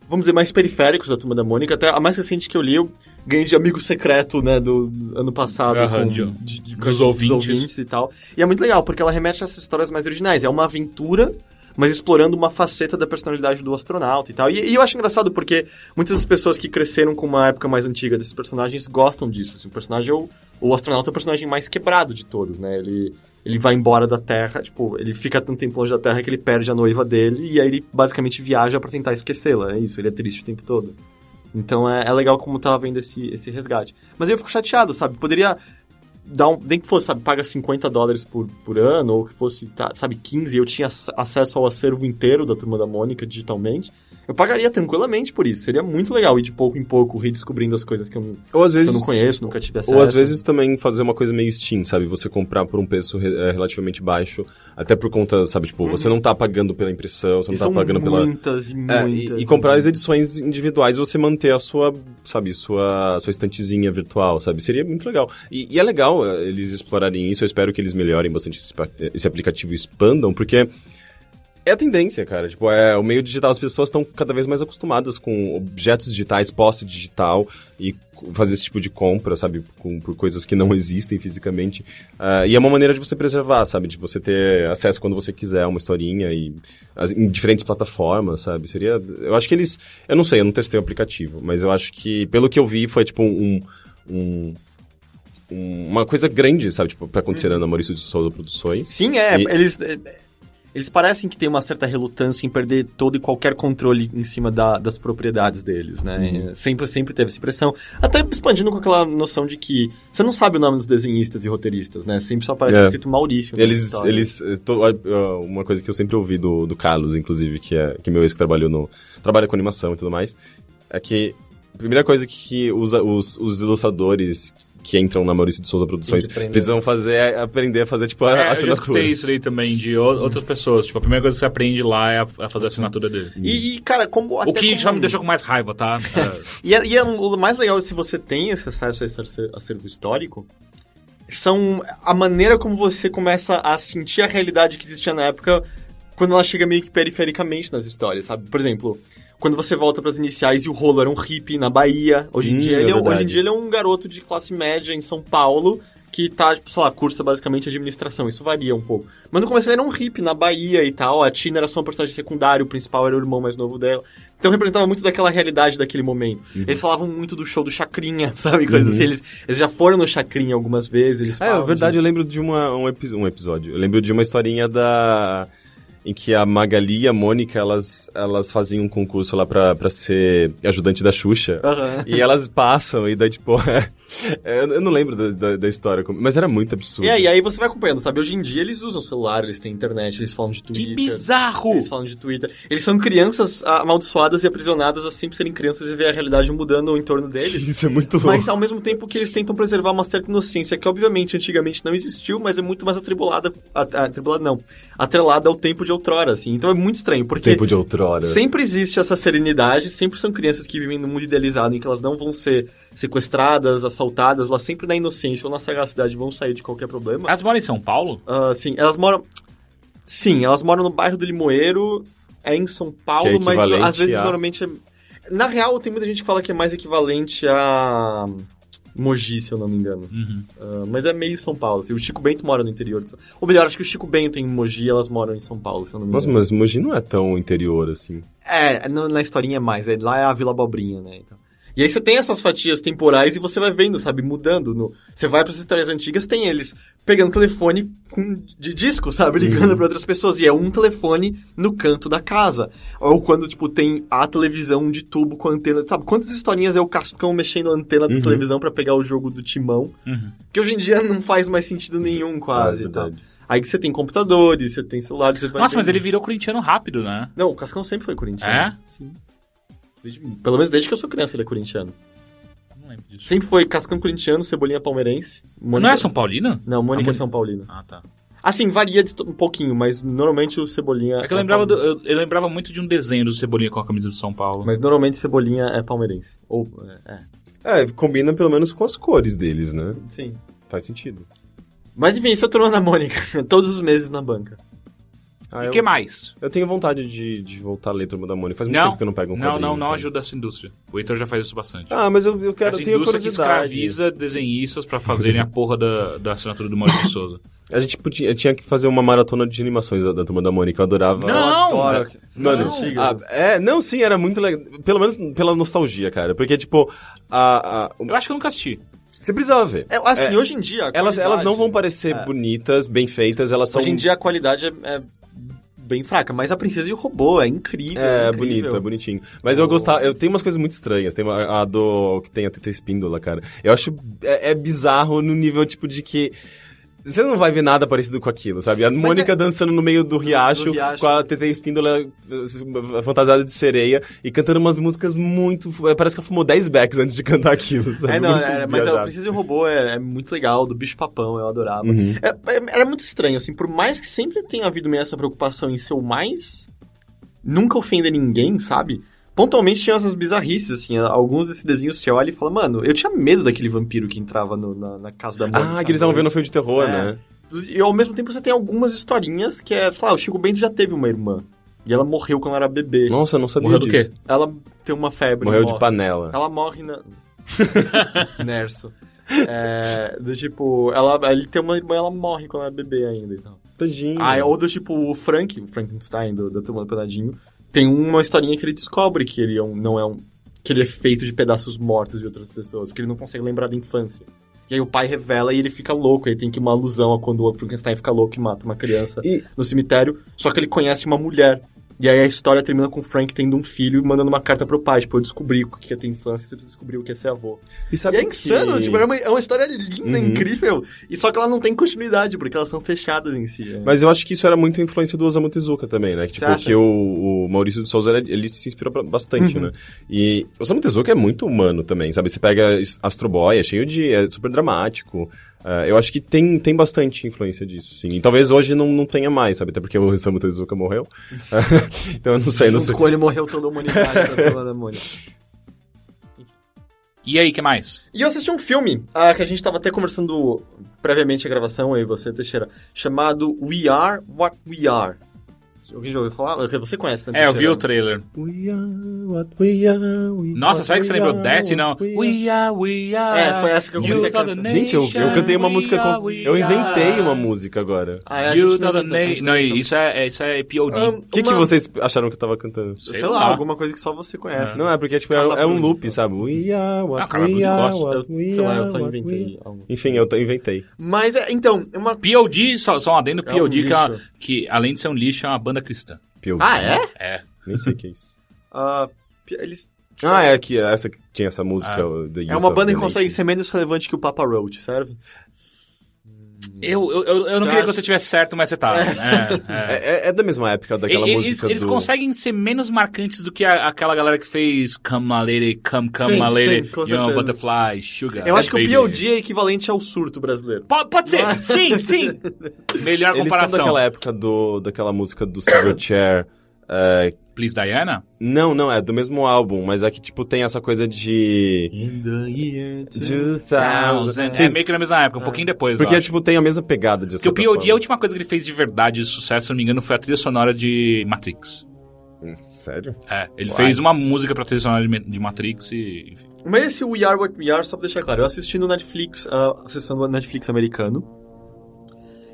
A: Vamos dizer, mais periféricos da Turma da Mônica. Até a mais recente que eu li, eu ganhei de amigo secreto, né, do ano passado.
B: Aham,
A: com-
B: de-
A: de-
B: dos
A: com-
B: ouvintes.
A: e tal. E é muito legal, porque ela remete a essas histórias mais originais. É uma aventura, mas explorando uma faceta da personalidade do astronauta e tal. E, e eu acho engraçado porque muitas das pessoas que cresceram com uma época mais antiga desses personagens gostam disso. Assim, o personagem é o, o astronauta é o personagem mais quebrado de todos, né? Ele, ele vai embora da Terra, tipo, ele fica tanto tempo longe da Terra que ele perde a noiva dele e aí ele basicamente viaja pra tentar esquecê-la. É isso, ele é triste o tempo todo. Então é, é legal como tava vendo esse, esse resgate. Mas eu fico chateado, sabe? Poderia dar um. Nem que fosse, sabe, paga 50 dólares por, por ano, ou que fosse, tá, sabe, 15, eu tinha ac- acesso ao acervo inteiro da turma da Mônica digitalmente. Eu pagaria tranquilamente por isso. Seria muito legal ir de pouco em pouco redescobrindo as coisas que eu, não- que
C: Ou às
A: eu
C: vezes.
A: não conheço, nunca tive acesso.
C: Ou às vezes também fazer uma coisa meio Steam, sabe? Você comprar por um preço re- eh, relativamente baixo, até por conta, sabe? Tipo, você não tá pagando pela impressão, você
A: E
C: não tá
A: são
C: pagando pela.
A: muitas e
C: É, e-
A: muitas.
C: e, comprar as edições individuais e você manter a sua, sabe, sua, sua estantezinha virtual, sabe? Seria muito legal. E, e é legal eh, eles explorarem isso, eu espero que eles melhorem bastante esse, pa- esse aplicativo e expandam, porque é a tendência, cara. Tipo, é, o meio digital, as pessoas estão cada vez mais acostumadas com objetos digitais, posse digital e co- fazer esse tipo de compra, sabe? Com, por coisas que não existem fisicamente. Ah, e é uma maneira de você preservar, sabe? De você ter acesso quando você quiser a uma historinha e as- em diferentes plataformas, sabe? Seria. Eu acho que eles. Eu não sei, eu não testei o aplicativo, mas eu acho que, pelo que eu vi, foi tipo um. um- um- uma coisa grande, sabe? Tipo, pra acontecer na Maurício de Souza Produções.
A: Sim, é.
C: E-
A: Eles, é, eles parecem que têm uma certa relutância em perder todo e qualquer controle em cima da- das propriedades deles, né?
B: Uhum.
A: É, Sempre, sempre teve essa impressão. Até expandindo com aquela noção de que você não sabe o nome dos desenhistas e roteiristas, né? Sempre só aparece
C: É.
A: escrito Maurício. nas
C: Eles,
A: histórias.
C: eles eh, to- ah, ah, uma coisa que eu sempre ouvi do, do Carlos, inclusive, que é que meu ex que trabalhou no trabalha com animação e tudo mais, é que a primeira coisa que os, os, os ilustradores que entram na Maurício de Souza Produções
A: Tem que aprender.
C: precisam fazer é aprender a fazer tipo a
B: É, eu já
C: assinatura.
B: escutei isso daí também de o- outras pessoas. Tipo, a primeira coisa que você aprende lá é a, a fazer a assinatura dele.
A: E, e, cara, como até um
B: o que
A: como-
B: já me deixou com mais raiva, tá? É,
A: E, é, e é um- o mais legal, se você tem esse acesso a esse acer- acervo histórico, são a maneira como você começa a sentir a realidade que existia na época quando ela chega meio que perifericamente nas histórias, sabe? Por exemplo, quando você volta pras iniciais e o Rolo era um hippie na Bahia, hoje em,
C: Hum,
A: dia,
C: é
A: ele é, um-
C: verdade.
A: hoje em dia ele é um garoto de classe média em São Paulo que tá, tipo, sei lá, cursa basicamente administração, isso varia um pouco. Mas no começo ele era um hippie na Bahia e tal, a Tina era só um personagem secundário, o principal era o irmão mais novo dela. Então representava muito daquela realidade daquele momento.
C: Uhum.
A: Eles falavam muito do show do Chacrinha, sabe? Coisas assim. Eles, eles já foram no Chacrinha algumas vezes. Eles
C: É,
A: falam
C: é verdade,
B: né?
A: de-
C: eu lembro de uma, um, epi- um episódio. Eu lembro de uma historinha da. Em que a Magali e a Mônica, elas, elas faziam um concurso lá pra, pra ser ajudante da Xuxa.
A: Aham.
C: E elas passam, e daí, tipo, É, eu eu não lembro da, da, da história, como- mas era muito absurdo.
A: É, e aí você vai acompanhando, sabe? Hoje em dia eles usam celular, eles têm internet, eles falam de Twitter.
B: Que bizarro!
A: Eles falam de Twitter. Eles são crianças ah, amaldiçoadas e aprisionadas a sempre serem crianças e ver a realidade mudando em torno deles.
C: Isso é muito louco.
A: Mas ao mesmo tempo que eles tentam preservar uma certa inocência, que obviamente antigamente não existiu, mas é muito mais atribulada. at- Atribulada não. Atrelada ao tempo de outrora, assim. Então é muito estranho, porque.
C: Tempo de outrora.
A: Sempre existe essa serenidade, sempre são crianças que vivem num mundo idealizado em que elas não vão ser sequestradas, assaltadas, elas sempre na inocência ou na sagacidade vão sair de qualquer problema.
B: Elas moram em São Paulo?
A: Ah, sim, elas moram. Sim, elas moram no bairro do Limoeiro, é em São Paulo,
C: Que é
A: mas
C: equivalente
A: às vezes
C: a-
A: normalmente é. Na real, tem muita gente que fala que é mais equivalente a. Mogi, se eu não me engano.
B: Uhum.
A: Ah, mas é meio São Paulo. Assim. O Chico Bento mora no interior de São Ou melhor, acho que o Chico Bento em Mogi elas moram em São Paulo, se eu não me
C: Nossa,
A: engano.
C: mas Mogi não é tão interior assim.
A: É, no- na historinha é mais. é- lá é a Vila Abobrinha, né? Então. E aí você tem essas fatias temporais e você vai vendo, sabe? Mudando. no- Você vai para histórias antigas, tem eles pegando telefone com- de disco, sabe?
B: Uhum.
A: Ligando pra outras pessoas. E é um telefone no canto da casa. Ou quando, tipo, tem a televisão de tubo com antena. Sabe? Quantas historinhas é o Cascão mexendo a antena da
C: Uhum.
A: televisão pra pegar o jogo do timão?
B: Uhum.
A: Que hoje em dia não faz mais sentido nenhum, quase.
C: Ah, é
A: tá?
C: verdade.
A: Aí que você tem computadores, você tem celulares, você vai
B: Nossa, mas
A: vendo.
B: ele virou corintiano rápido, né?
A: Não, o Cascão sempre foi corintiano.
B: É?
A: Sim. Desde- pelo menos desde que eu sou criança ele é corintiano.
B: Não lembro disso.
A: Sempre foi Cascão corintiano, Cebolinha palmeirense. Mônica-
B: Não é São Paulino?
A: Não,
B: A
A: Mônica é
B: Mônica-
A: São Paulina.
B: Ah, tá.
A: Assim, varia de- um pouquinho, mas normalmente o Cebolinha...
B: É que eu lembrava, do-
A: palme-
B: eu, eu lembrava muito de um desenho do Cebolinha com a camisa do São Paulo.
A: Mas normalmente Cebolinha é palmeirense. Ou... É, é,
C: É, combina pelo menos com as cores deles, né?
A: sim.
C: Faz sentido.
A: Mas enfim, isso eu tornou na Mônica. Todos os meses na banca.
C: Ah,
B: E o
C: eu,
B: que mais?
C: eu tenho vontade de, de voltar a ler Turma da Mônica. Faz muito
B: Não.
C: tempo que eu não pego um
B: não,
C: quadrinho,
B: não, não
C: cara.
B: ajuda essa indústria. O Heitor já faz isso bastante.
C: Ah, mas eu, eu quero,
B: essa
C: eu tenho
B: indústria que
C: curiosidade.
B: escraviza desenhistas pra fazerem a porra da, da assinatura do Maurício de Souza.
C: A gente podia, tinha que fazer uma maratona de animações da, da Turma da Mônica. Eu adorava.
B: Não!
A: Adoro.
C: Mano,
B: Não.
A: antiga.
C: ah, é, não, sim, era muito legal. Pelo menos pela nostalgia, cara. Porque, tipo, a, a-
B: Eu acho que eu nunca assisti.
C: você precisava ver.
A: É, assim, hoje em dia... a
C: Elas, elas não
A: qualidade-
C: vão parecer
A: É.
C: bonitas, bem feitas, elas são.
A: Hoje em dia a qualidade é... é Bem fraca, mas a Princesa e o Robô é incrível.
C: É, é
A: incrível.
C: bonito, é bonitinho. Mas eu
A: O-
C: gostava. Eu tenho umas coisas muito estranhas. Tem uma- a do. que tem a Teta Espíndola, cara. Eu acho. É, é bizarro no nível, tipo, de que. Você não vai ver nada parecido com aquilo, sabe? A Mônica dançando no meio do riacho,
A: é- do riacho.
C: com a TT Espíndola eh, fantasiada de sereia e cantando umas músicas muito. eh, Parece que ela fumou 10 backs antes de cantar aquilo, sabe?
A: É, não,
C: Muito
A: era, mas
C: viajado.
A: a Princesa e o Robô é, é muito legal, do Bicho Papão, eu adorava.
C: Uhum.
A: É, é- era muito estranho, assim, por mais que sempre tenha havido meio essa preocupação em ser o mais. nunca ofender ninguém, sabe? Pontualmente tinha essas bizarrices, assim, alguns desses desenhos se olha e fala, mano, eu tinha medo daquele vampiro que entrava no- na, na casa da Mônica.
C: Ah, que eles estavam vendo um filme de terror,
A: É.
C: né?
A: E ao mesmo tempo você tem algumas historinhas que é, sei lá, o Chico Bento já teve uma irmã. E ela morreu quando era bebê.
C: Nossa, eu não sabia
B: Morreu do
C: disso.
B: quê?
A: Ela tem uma febre.
C: Morreu
A: morre.
C: de panela.
A: Ela morre na. Nerso. É, do tipo, ela, ele tem uma irmã, ela morre quando ela é bebê ainda e tal.
C: Tadinho.
A: Ah, é, ou do tipo, o Frank, o Frankenstein, do, da Turma do Penadinho, tem uma historinha que ele descobre que ele é um- não é um. que ele é feito de pedaços mortos de outras pessoas, porque ele não consegue lembrar da infância. E aí o pai revela e ele fica louco, aí tem que uma alusão a quando o Frankenstein fica louco e mata uma criança
C: E-
A: no cemitério, só que ele conhece uma mulher. E aí a história termina com o Frank tendo um filho e mandando uma carta pro pai, tipo, eu descobri o que é ter infância, você precisa descobrir o que é ser avô.
C: E
A: E
C: sabe
A: é insano,
C: que-
A: tipo, é uma, é uma história linda,
C: Uhum.
A: incrível, e só que ela não tem continuidade, porque elas são fechadas em si. né?
C: Mas eu acho que isso era muito influência do Osamu Tezuka também, né? Que, tipo,
A: Você acha? Uhum.
C: que o, o Maurício de Souza, ele, ele se inspirou pra- bastante, né? E o Osamu Tezuka é muito humano também, sabe? Você pega es- Astro Boy, é cheio de... é super dramático. Ah, eu acho que tem, tem bastante influência disso, sim. E talvez hoje não, não tenha mais, sabe? Até porque o Osamu Tezuka morreu. então eu não sei, não
A: Junto
C: sei.
A: com ele morreu toda a humanidade tá da Turma da Mônica.
B: E aí, que mais?
A: E eu assisti um filme ah, que a gente tava até conversando previamente a gravação, eu e você, Teixeira, chamado We Are What We Are. Alguém já ouviu falar? Você conhece, né,
B: É, eu
A: Teixeira?
B: vi o trailer.
C: We are what we are, we
B: Nossa,
C: are
B: será que você
C: what
B: lembrou
C: we
B: dessa?
C: are,
B: Não.
C: what we are.
B: We are, we are.
A: É, foi essa que eu
B: youth
A: comecei a
B: of the
A: cantar.
C: Gente, eu, eu
B: nation,
C: cantei uma
B: we
C: música
B: are,
C: com...
B: we
C: Eu inventei
B: are.
C: uma música agora.
A: Ah, é, a
B: Youth
A: gente
B: of the
A: não
B: nation.
A: aguenta,
B: Não,
A: a gente
B: isso é, é- isso é POD.
A: não-
C: O que, que
A: Ah, Uma-
C: vocês acharam que eu tava cantando?
A: Sei, lá, alguma coisa que só você conhece.
C: Não, é porque tipo, é,
A: Carla
C: é um
A: Bruni,
C: loop, sabe? We are
B: Ah,
C: what
B: Carla
C: we
B: Bruni
C: are,
B: gosta.
C: what we
A: Sei lá, eu
C: are,
A: só
C: what we
A: inventei algo.
C: are. Enfim, eu t- inventei.
A: Mas, é, então, é uma...
B: POD, só, só um adendo,
A: É um
B: POD que, é uma-
A: lixo.
B: que além de ser um lixo, é uma banda cristã.
C: Pio.
A: Ah, é?
B: É.
C: Nem sei o que é isso.
A: Ah, eles
C: Ah, é que essa que tinha essa música.
B: Ah.
C: o The
A: É
C: Use
A: uma
C: of
A: banda
C: the
A: que consegue
C: Nation.
A: ser menos relevante que o Papa Roach, serve?
B: Eu, eu, eu, eu
A: Você
B: não queria que
A: acha?
B: você tivesse certo, mas você tá. É, é.
C: É, é- é da mesma época daquela
B: E- eles,
C: música
B: eles
C: do...
B: conseguem ser menos marcantes do que a- aquela galera que fez Come My Lady, Come Come
A: Sim,
B: My Lady,
A: sim, com
B: You know,
A: certeza.
B: Butterfly, Sugar.
A: Eu acho que o
B: Baby.
A: POD é equivalente ao surto brasileiro.
B: Po- Pode, ser, sim, sim. Melhor
C: Eles são
B: comparação.
C: daquela época do, daquela música do Silverchair. é,
B: Please Diana?
C: não, não, é do mesmo álbum, mas é que, tipo, tem essa coisa de...
A: In the year né?
C: 2000.
B: É
C: Sim,
B: meio que na mesma época, um pouquinho
A: Ah.
B: depois. eu
C: porque,
B: acho.
C: tipo, tem a mesma pegada de
B: Porque o
C: certa
B: P.O.D. a
C: forma.
B: última coisa que ele fez de verdade de sucesso, se eu não me engano, foi a trilha sonora de Matrix.
C: Sério?
B: É, ele
C: Uai.
B: fez uma música pra trilha sonora de Ma- de Matrix e... Enfim.
A: Mas esse We Are What We Are, só pra deixar claro, eu assisti no Netflix, ah, acessando o Netflix americano.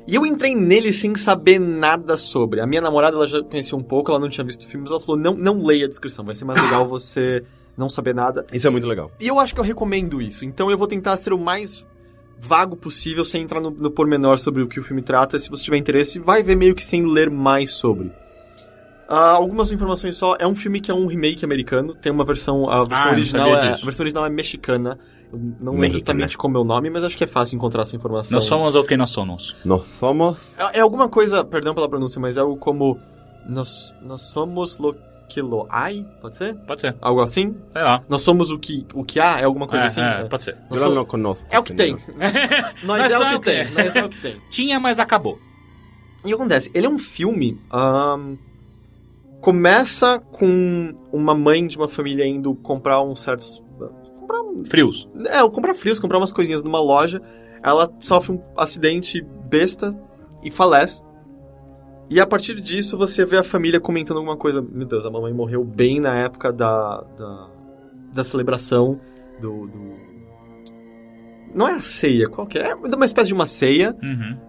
A: E eu entrei nele sem saber nada sobre. A minha namorada, ela já conhecia um pouco, ela não tinha visto filmes, ela falou, não, não leia a descrição, vai ser mais legal você não saber nada.
C: Isso é muito legal.
A: E eu acho que eu recomendo isso, então eu vou tentar ser o mais vago possível, sem entrar no, no pormenor sobre o que o filme trata. Se você tiver interesse, vai ver meio que sem ler mais sobre. Ah, algumas informações só. É um filme que é um remake americano. Tem uma versão. A versão,
B: Ah, eu não
A: original,
B: sabia
A: é, a
B: disso. né?
A: versão original é mexicana. Eu não
C: Mexicana.
A: lembro exatamente como é o nome, mas acho que é fácil encontrar essa informação.
B: Nós somos o que nós somos.
C: Nós somos...
A: É, é alguma coisa, perdão pela pronúncia, mas é algo como. Nós, nós somos lo que lo ai? Pode ser?
B: Pode ser,
A: Algo assim?
B: sei lá.
A: Nós somos o que, o que há? É alguma coisa
B: É,
A: assim?
B: é,
A: É.
B: pode ser.
A: Nós
C: Eu
A: somos-
C: não conosco,
A: é o que tem.
C: senhor.
A: Nós
B: Mas
A: é
B: só
A: o que
B: o que
A: tem.
B: é.
A: Nós é o que tem.
B: Tinha, mas acabou.
A: E o que acontece? Ele é um filme. ahn, começa com uma mãe de uma família indo comprar uns certos. Comprar um.
B: Frios.
A: É, comprar frios, comprar umas coisinhas numa loja. Ela sofre um acidente besta e falece. E a partir disso você vê a família comentando alguma coisa. Meu Deus, a mamãe morreu bem na época da. da, da celebração do, do. Não é a ceia, qual que é? É uma espécie de uma ceia.
B: Uhum.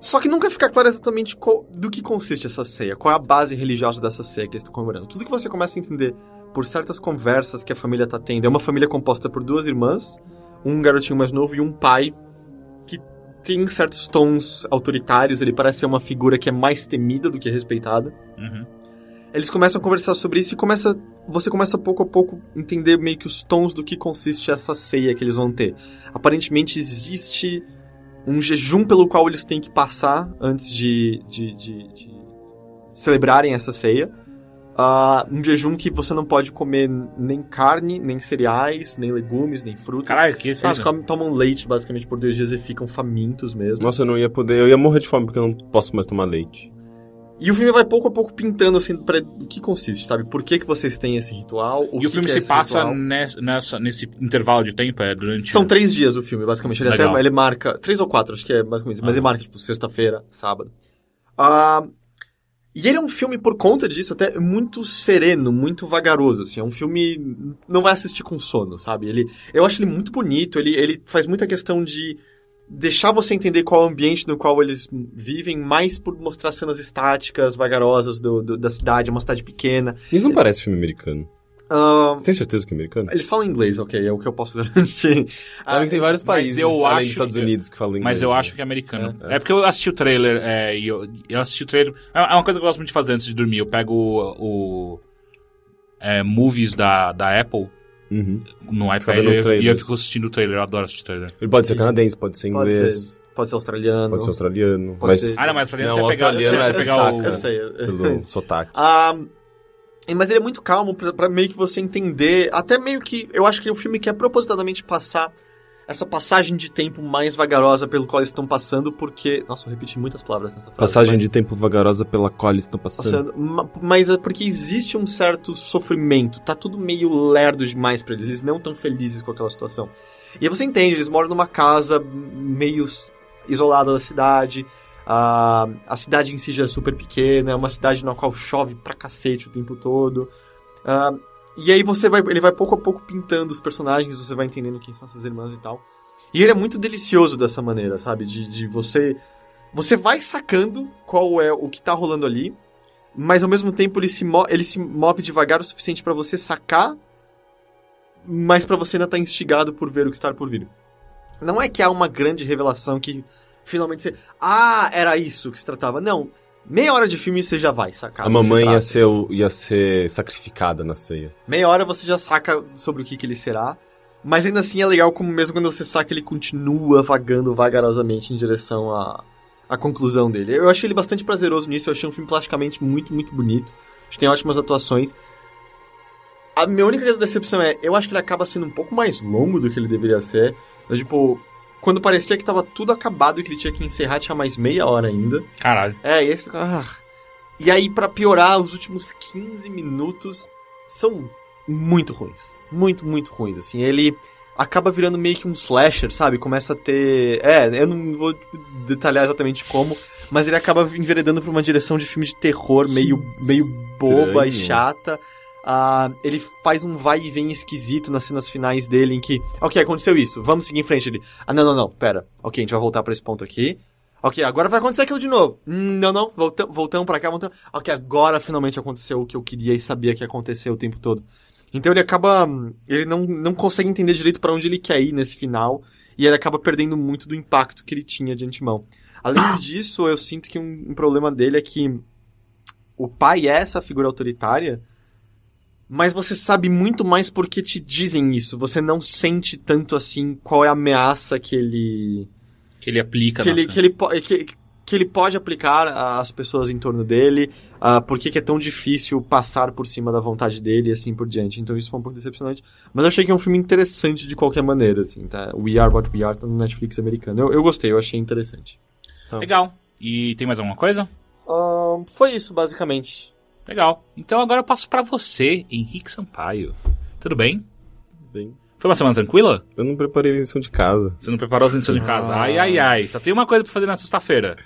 A: Só que nunca fica claro exatamente qual- do que consiste essa ceia, qual é a base religiosa dessa ceia que eles estão comemorando. Tudo que você começa a entender por certas conversas que a família tá tendo. É uma família composta por duas irmãs, um garotinho mais novo e um pai que tem certos tons autoritários, ele parece ser uma figura que é mais temida do que respeitada.
B: Uhum.
A: Eles começam a conversar sobre isso e começa, você começa pouco a pouco entender meio que os tons do que consiste essa ceia que eles vão ter. Aparentemente existe um jejum pelo qual eles têm que passar antes de, de, de- de celebrarem essa ceia. Ah, um jejum que você não pode comer nem carne, nem cereais, nem legumes, nem frutas.
B: Caralho, que isso
A: eles comem- tomam leite basicamente por dois dias e ficam famintos mesmo.
C: Nossa, eu não ia poder... Eu ia morrer de fome porque eu não posso mais tomar leite.
A: E o filme vai pouco a pouco pintando, assim, pra o que consiste, sabe? Por que, que vocês têm esse ritual?
B: E o
A: que
B: filme
A: que é
B: se
A: esse
B: passa
A: ritual.
B: nessa, nessa- nesse intervalo de tempo, é durante...
A: São três dias o filme, basicamente. Ele,
B: Legal.
A: até, ele marca... Três ou quatro, acho que é basicamente isso. Mas
B: Ah.
A: ele marca, tipo, sexta-feira, sábado. Ah, e ele é um filme, por conta disso, até muito sereno, muito vagaroso, assim. É um filme... Não vai assistir com sono, sabe? Ele, eu acho ele muito bonito. Ele, ele faz muita questão de deixar você entender qual é o ambiente no qual eles vivem, mais por mostrar cenas estáticas, vagarosas do- do- da cidade. É uma cidade pequena.
C: Isso
B: É.
C: não parece filme americano.
A: Ah,
C: Você tem certeza que é americano?
A: eles falam inglês, ok, é o que eu posso garantir. Ah,
C: Sabe que tem
B: mas
C: vários países,
B: eu acho
C: além dos Estados
B: que-
C: Unidos, que falam inglês.
B: Mas eu
C: né?
B: acho que é americano. É,
C: É, é.
B: porque eu assisti o trailer, é, e eu, eu assisti o trailer. É é uma coisa que eu gosto muito de fazer antes de dormir. Eu pego o. o, é, movies da, da Apple
C: Uhum.
B: no
C: Fica
B: iPad e
C: vendo
B: eu, e eu
C: trailers.
B: fico assistindo o trailer. Eu adoro assistir o trailer.
C: Ele pode ser canadense, Uhum. pode ser
A: Pode
C: inglês,
A: pode ser australiano.
C: pode ser australiano,
A: Pode
C: mas
A: ser-
B: Ah, não, mas australiano
C: Não,
B: você vai pegar,
C: australiano
B: você
A: é
B: vai pegar
C: saca.
B: o.
A: Eu sei. eu-
C: pelo sotaque.
A: Ah, mas ele é muito calmo pra, pra meio que você entender. Até meio que. Eu acho que o filme quer propositadamente passar essa passagem de tempo mais vagarosa pelo qual eles estão passando, porque. Nossa, eu repeti muitas palavras nessa frase.
C: Passagem
A: mas-
C: de tempo vagarosa pela qual eles estão passando.
A: passando. Ma- Mas é porque existe um certo sofrimento. Tá tudo meio lerdo demais pra eles. Eles não tão felizes com aquela situação. E aí você entende, eles moram numa casa meio s- isolada da cidade. A, a cidade em si já é super pequena, é uma cidade na qual chove pra cacete o tempo todo. Ah, e aí você vai. Ele vai pouco a pouco pintando os personagens, você vai entendendo quem são essas irmãs e tal. E ele é muito delicioso dessa maneira, sabe? De, de você. Você vai sacando qual é o que tá rolando ali, mas ao mesmo tempo ele se, mo- ele se move devagar o suficiente pra você sacar, mas pra você ainda estar instigado por ver o que está por vir. Não é que há uma grande revelação que finalmente você. Ah, era isso que se tratava. Não. Meia hora de filme e você já vai sacar.
C: A
A: do que se
C: mamãe ia
A: trata.
C: ser, o- ia ser sacrificada na ceia.
A: Meia hora você já saca sobre o que, que ele será. Mas ainda assim é legal como mesmo quando você saca, ele continua vagando vagarosamente em direção à, à conclusão dele. Eu achei ele bastante prazeroso nisso, eu achei um filme plasticamente muito, muito bonito. Acho que tem ótimas atuações. A minha única decepção é, eu acho que ele acaba sendo um pouco mais longo do que ele deveria ser. Mas, tipo, quando parecia que tava tudo acabado e que ele tinha que encerrar, tinha mais meia hora ainda.
B: Caralho.
A: É, e aí você fica. "Ah". E aí, pra piorar, os últimos 15 minutos são muito ruins. Muito, muito ruins. Assim, ele acaba virando meio que um slasher, sabe? Começa a ter. É, eu não vou tipo, detalhar exatamente como, mas ele acaba enveredando pra uma direção de filme de terror meio, meio boba e
C: estranho.
A: chata. Ah, ele faz um vai e vem esquisito nas cenas finais dele em que, ok, aconteceu isso, vamos seguir em frente. Ele, ah, não, não, não, pera. Ok, a gente vai voltar pra esse ponto aqui. Ok, agora vai acontecer aquilo de novo. Hum, não, não, voltam, voltamos pra cá, voltamos. Ok, agora finalmente aconteceu o que eu queria e sabia que aconteceu o tempo todo. Então ele acaba. hum, Ele não, não consegue entender direito pra onde ele quer ir nesse final. E ele acaba perdendo muito do impacto que ele tinha de antemão. Além disso, eu sinto que um, um problema dele é que o pai é essa figura autoritária, mas você sabe muito mais porque te dizem isso. Você não sente tanto assim qual é a ameaça que ele
B: Que ele aplica.
A: que
B: na
A: ele,
B: cena.
A: que, ele, po- que, que ele pode aplicar às pessoas em torno dele, ah, por que que é tão difícil passar por cima da vontade dele e assim por diante. Então isso foi um pouco decepcionante. Mas eu achei que é um filme interessante de qualquer maneira, assim, tá? We Are What We Are tá no Netflix americano. Eu, eu gostei, eu achei interessante.
B: Legal. E tem mais alguma coisa?
A: Ahn, foi isso, basicamente.
B: Legal. Então agora eu passo pra você, Henrique Sampaio. Tudo bem?
C: Bem,
B: Foi uma semana tranquila?
C: eu não preparei a lição de casa.
B: Você não preparou as lições de casa? Ai, ai, ai. Só tem uma coisa pra fazer na sexta-feira.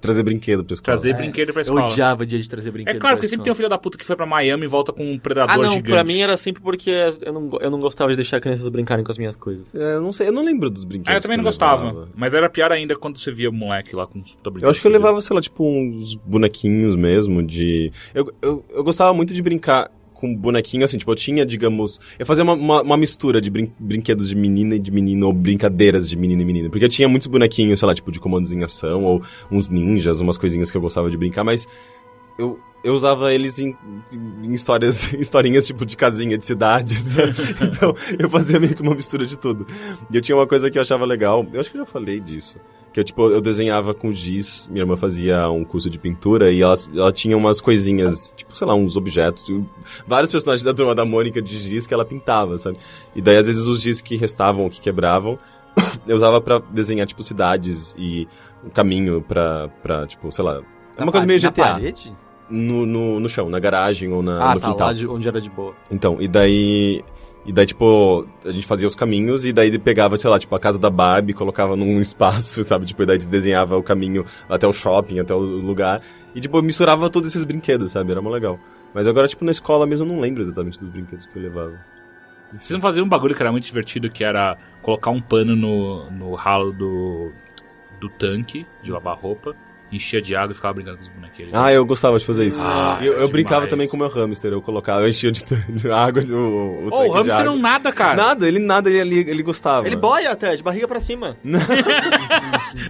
C: Trazer brinquedo pra escola.
B: Trazer brinquedo pra escola.
A: É, Eu odiava o dia de trazer
B: É
A: brinquedo.
B: claro,
A: pra
B: porque sempre tem um
A: escola.
B: filho da puta que foi pra Miami e volta com um predador
A: Ah, não,
B: gigante.
A: pra mim era sempre porque eu não, go- eu não gostava de deixar crianças brincarem com as minhas coisas.
C: É, eu não sei, eu não lembro dos brinquedos.
B: Ah, eu também não
C: que
B: gostava.
C: levava.
B: Mas era pior ainda quando você via o moleque lá com os puta
C: Eu acho que eu levava, sei lá, tipo, uns bonequinhos mesmo de. Eu, eu, eu gostava muito de brincar com bonequinho, assim, tipo, eu tinha, digamos. Eu fazia uma, uma, uma mistura de brin- brinquedos de menina e de menino, ou brincadeiras de menina e menino. Porque eu tinha muitos bonequinhos, sei lá, tipo, de comandos em ação, ou uns ninjas, umas coisinhas que eu gostava de brincar, mas eu. Eu usava eles em, em histórias, historinhas tipo de casinha, de cidades. então, eu fazia meio que uma mistura de tudo. E eu tinha uma coisa que eu achava legal. Eu acho que eu já falei disso. Que eu, tipo, eu desenhava com giz, minha irmã fazia um curso de pintura e ela, ela tinha umas coisinhas, tipo, sei lá, uns objetos, e vários personagens da turma da Mônica de giz que ela pintava, sabe? E daí, às vezes, os giz que restavam, que quebravam, eu usava pra desenhar, tipo, cidades e um caminho pra, pra tipo, sei lá. É uma coisa meio
A: Na
C: GTA.
A: parede?
C: No, no, no chão, na garagem ou na,
A: Ah,
C: no
A: tá,
C: quintal.
A: lá de, onde era de boa.
C: Então, e daí. E daí, tipo, a gente fazia os caminhos e daí ele pegava, sei lá, tipo, a casa da Barbie, colocava num espaço, sabe? Tipo, e daí desenhava o caminho até o shopping, até o lugar. E, tipo, eu misturava todos esses brinquedos, sabe? Era mó legal. Mas agora, tipo, na escola mesmo eu não lembro exatamente dos brinquedos que eu levava.
B: Vocês não faziam um bagulho que era muito divertido, que era colocar um pano no, no ralo do, do tanque de lavar roupa, enchia de água e ficava brincando com os bonequinhos.
C: Ah, eu gostava de fazer isso.
B: Ah,
C: eu eu
B: demais.
C: brincava também com o meu hamster, eu colocava, eu enchia de, de água do. O,
B: Ô, o
C: tanque de
B: hamster
C: água.
B: não nada, cara.
C: Nada, ele nada, ele, ele, ele gostava.
A: Ele boia até, de barriga pra cima.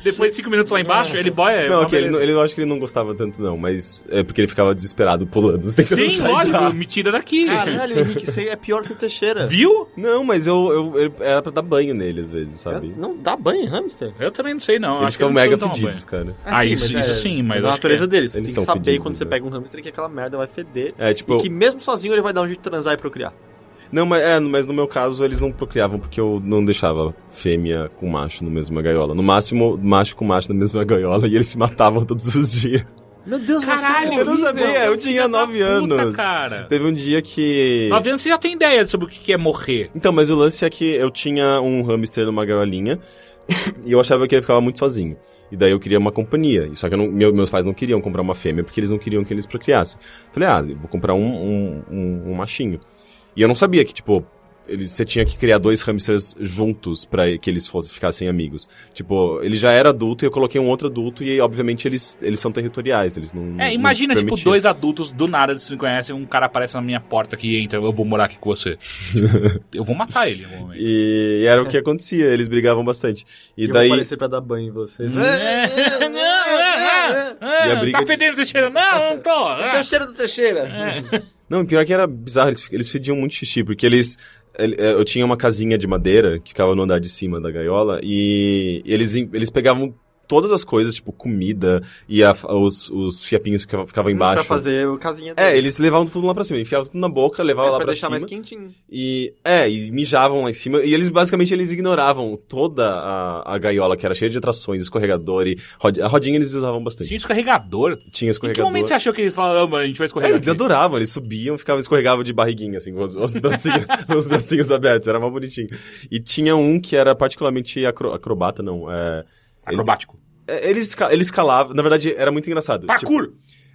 B: Depois de cinco minutos lá embaixo, ele boia.
C: Não,
B: uma
C: ok, ele, não-
B: tá beleza.
C: ele eu acho que ele não gostava tanto, não, mas é porque ele ficava desesperado pulando. tentando
B: Sim,
C: sair
B: lógico,
C: da-
B: me tira daqui.
A: Caralho, Henrique, isso aí é pior que o Teixeira.
B: Viu?
C: Não, mas eu, eu, eu- era pra dar banho nele às vezes, sabe?
A: Não dá banho em hamster?
B: Eu também não sei, não.
C: Eles
B: Acho que
C: ficam
B: não
C: é mega
B: precisam tomar
C: fedidos,
B: banho.
C: cara.
B: Ah,
C: é.
B: isso- isso sim, mas
A: A
B: acho é.
A: natureza deles. Você
C: Eles
A: tem
C: são
A: que saber
C: fedidos,
A: quando você
C: né?
A: pega um hamster que aquela merda vai feder.
C: É,
A: E
C: tipo.
A: que mesmo sozinho ele vai dar um jeito de transar e procriar.
C: Não, mas, é, mas no meu caso eles não procriavam porque eu não deixava fêmea com macho na mesma gaiola. No máximo, macho com macho na mesma gaiola e eles se matavam todos os dias.
A: Meu Deus,
B: Caralho,
C: eu não sabia,
B: horrível.
C: eu tinha
B: Filha da
C: nove
B: puta,
C: anos.
B: cara.
C: Teve um dia que.
B: Nove anos você já tem ideia sobre o que que é morrer.
C: Então, mas o lance é que eu tinha um hamster numa gaiolinha e eu achava que ele ficava muito sozinho. E daí eu queria uma companhia. E Só que eu não- meu- meus pais não queriam comprar uma fêmea porque eles não queriam que eles procriassem. Falei, ah, eu vou comprar um, um, um- um machinho. E eu não sabia que, tipo, eles, você tinha que criar dois hamsters juntos pra que eles fossem, ficassem amigos. Tipo, ele já era adulto e eu coloquei um outro adulto e, obviamente, eles, eles são territoriais. Eles não. não
B: É, imagina, tipo,
C: permitiam.
B: dois adultos do nada se conhecem, um cara aparece na minha porta aqui e entra, eu vou morar aqui com você. eu vou matar ele em algum momento.
C: E era o
B: É.
C: que acontecia, eles brigavam bastante. E
A: eu vou
C: daí.
B: Hum.
A: É, aparecer pra dar banho em vocês.
B: É. Ah, ah,
C: E a briga
B: tá
C: de-
B: fedendo, tá cheirando. Não, não tô. é.
A: Esse é
B: Ah.
A: o cheiro do Teixeira.
C: Não, pior que era bizarro, eles, eles fediam muito xixi, porque eles. ele- eh, Eu tinha uma casinha de madeira que ficava no andar de cima da gaiola e eles, em- eles pegavam todas as coisas, tipo comida e a- os, os fiapinhos que ficavam- ficavam embaixo.
A: Hum, Pra fazer o casinha dele.
C: É, eles levavam tudo lá pra cima, enfiavam tudo na boca, levavam lá
A: É, pra
C: pra
A: deixar
C: cima.
A: mais quentinho.
C: E, é, e mijavam lá em cima. E eles, basicamente, eles ignoravam toda a, a gaiola, que era cheia de atrações, escorregador e... rod- a rodinha eles usavam bastante.
B: Tinha escorregador.
C: Tinha
B: Em que
C: escorregador.
B: momento você achou que eles falaram, "Ah, mano, a gente vai
C: É,
B: escorregar?
C: eles
B: aqui"?
C: adoravam, eles subiam, ficavam, escorregavam de barriguinha, assim, com os, os, bracinhos, os bracinhos abertos, era mó bonitinho. E tinha um que era particularmente acro- acrobata, não, é...
B: Acrobático.
C: é, Ele, esca- ele escalava, na verdade, era muito engraçado. Tipo,
B: Parkour!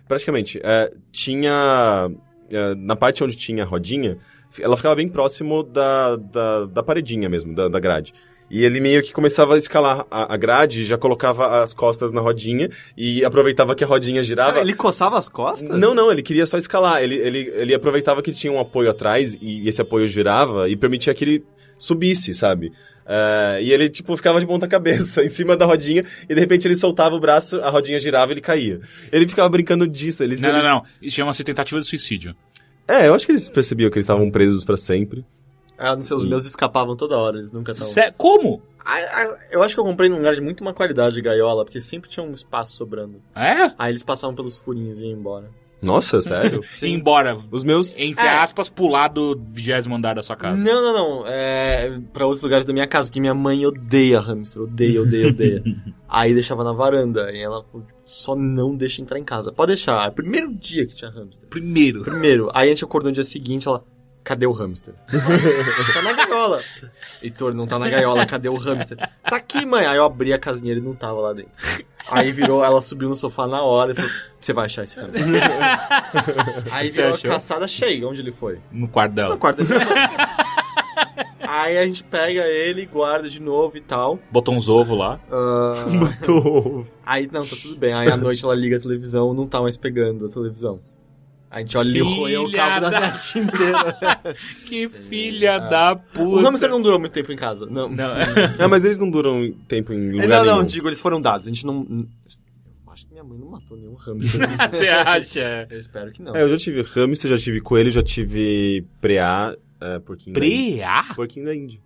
C: Praticamente. é, tinha. é, na parte onde tinha a rodinha, fi- ela ficava bem próximo da, da, da paredinha mesmo, da, da grade. E ele meio que começava a escalar a, a grade, já colocava as costas na rodinha e aproveitava que a rodinha girava.
A: Ah, ele coçava as costas?
C: Não, não, ele queria só escalar. Ele, ele, ele aproveitava que tinha um apoio atrás e esse apoio girava e permitia que ele subisse, sabe? É, e ele, tipo, ficava de ponta cabeça em cima da rodinha e de repente ele soltava o braço, a rodinha girava e ele caía. Ele ficava brincando disso. Eles,
B: Não, não,
C: eles-
B: não. Isso chama-se tentativa de suicídio.
C: É, eu acho que eles percebiam que eles estavam presos pra sempre.
A: Ah, não sei, os
C: E-
A: meus escapavam toda hora, eles nunca estavam.
B: Sé- Como?
A: Ah, ah, eu acho que eu comprei num lugar de muito má qualidade de gaiola, porque sempre tinha um espaço sobrando.
B: É?
A: Aí eles passavam pelos furinhos e iam embora.
C: Nossa, sério?
B: Ir Embora,
C: Os meus.
B: entre
A: É.
B: aspas, pular do vigésimo andar da sua
C: Hum,
B: casa.
A: Não, não, não. É pra outros lugares da minha casa, porque minha mãe odeia hamster, odeia, odeia, odeia. Aí deixava na varanda, e ela falou, tipo, só não deixa entrar em casa. Pode deixar, é o primeiro dia que tinha hamster.
B: Primeiro.
A: Primeiro. Aí a gente acordou no dia seguinte, ela, cadê o hamster? tá na gaiola. Heitor, não tá na gaiola, cadê o hamster? Tá aqui, mãe. Aí eu abri a casinha, ele não tava lá dentro. Aí virou, ela subiu no sofá na hora e falou, você vai achar esse hamster. Aí
B: Você
A: virou a
B: achou?
A: caçada cheia, onde ele foi?
B: No quarto
A: Na
B: dela.
A: quarta Aí a gente pega ele, guarda de novo e tal.
B: Botou uns ovos lá.
C: Matou.
A: Aí, não, tá tudo bem. Aí à noite ela liga a televisão, não tá mais pegando a televisão. A gente olha ele
B: Filha
A: roeu o cabo da
B: da-
A: net inteira.
B: Que filha
C: Ah.
B: da
A: o
B: puta.
A: hamster não durou muito tempo em casa. Não, não,
B: Não,
C: é, mas eles não duram tempo em lugar
A: não,
C: nenhum.
A: digo, eles foram dados. A gente não... Eu acho que minha mãe não matou nenhum hamster.
B: você acha?
A: Eu espero que não.
C: É, eu já tive hamster, já tive coelho, já tive preá, é, porquinho. da Índia.
B: Preá?
C: Porquinho da Índia.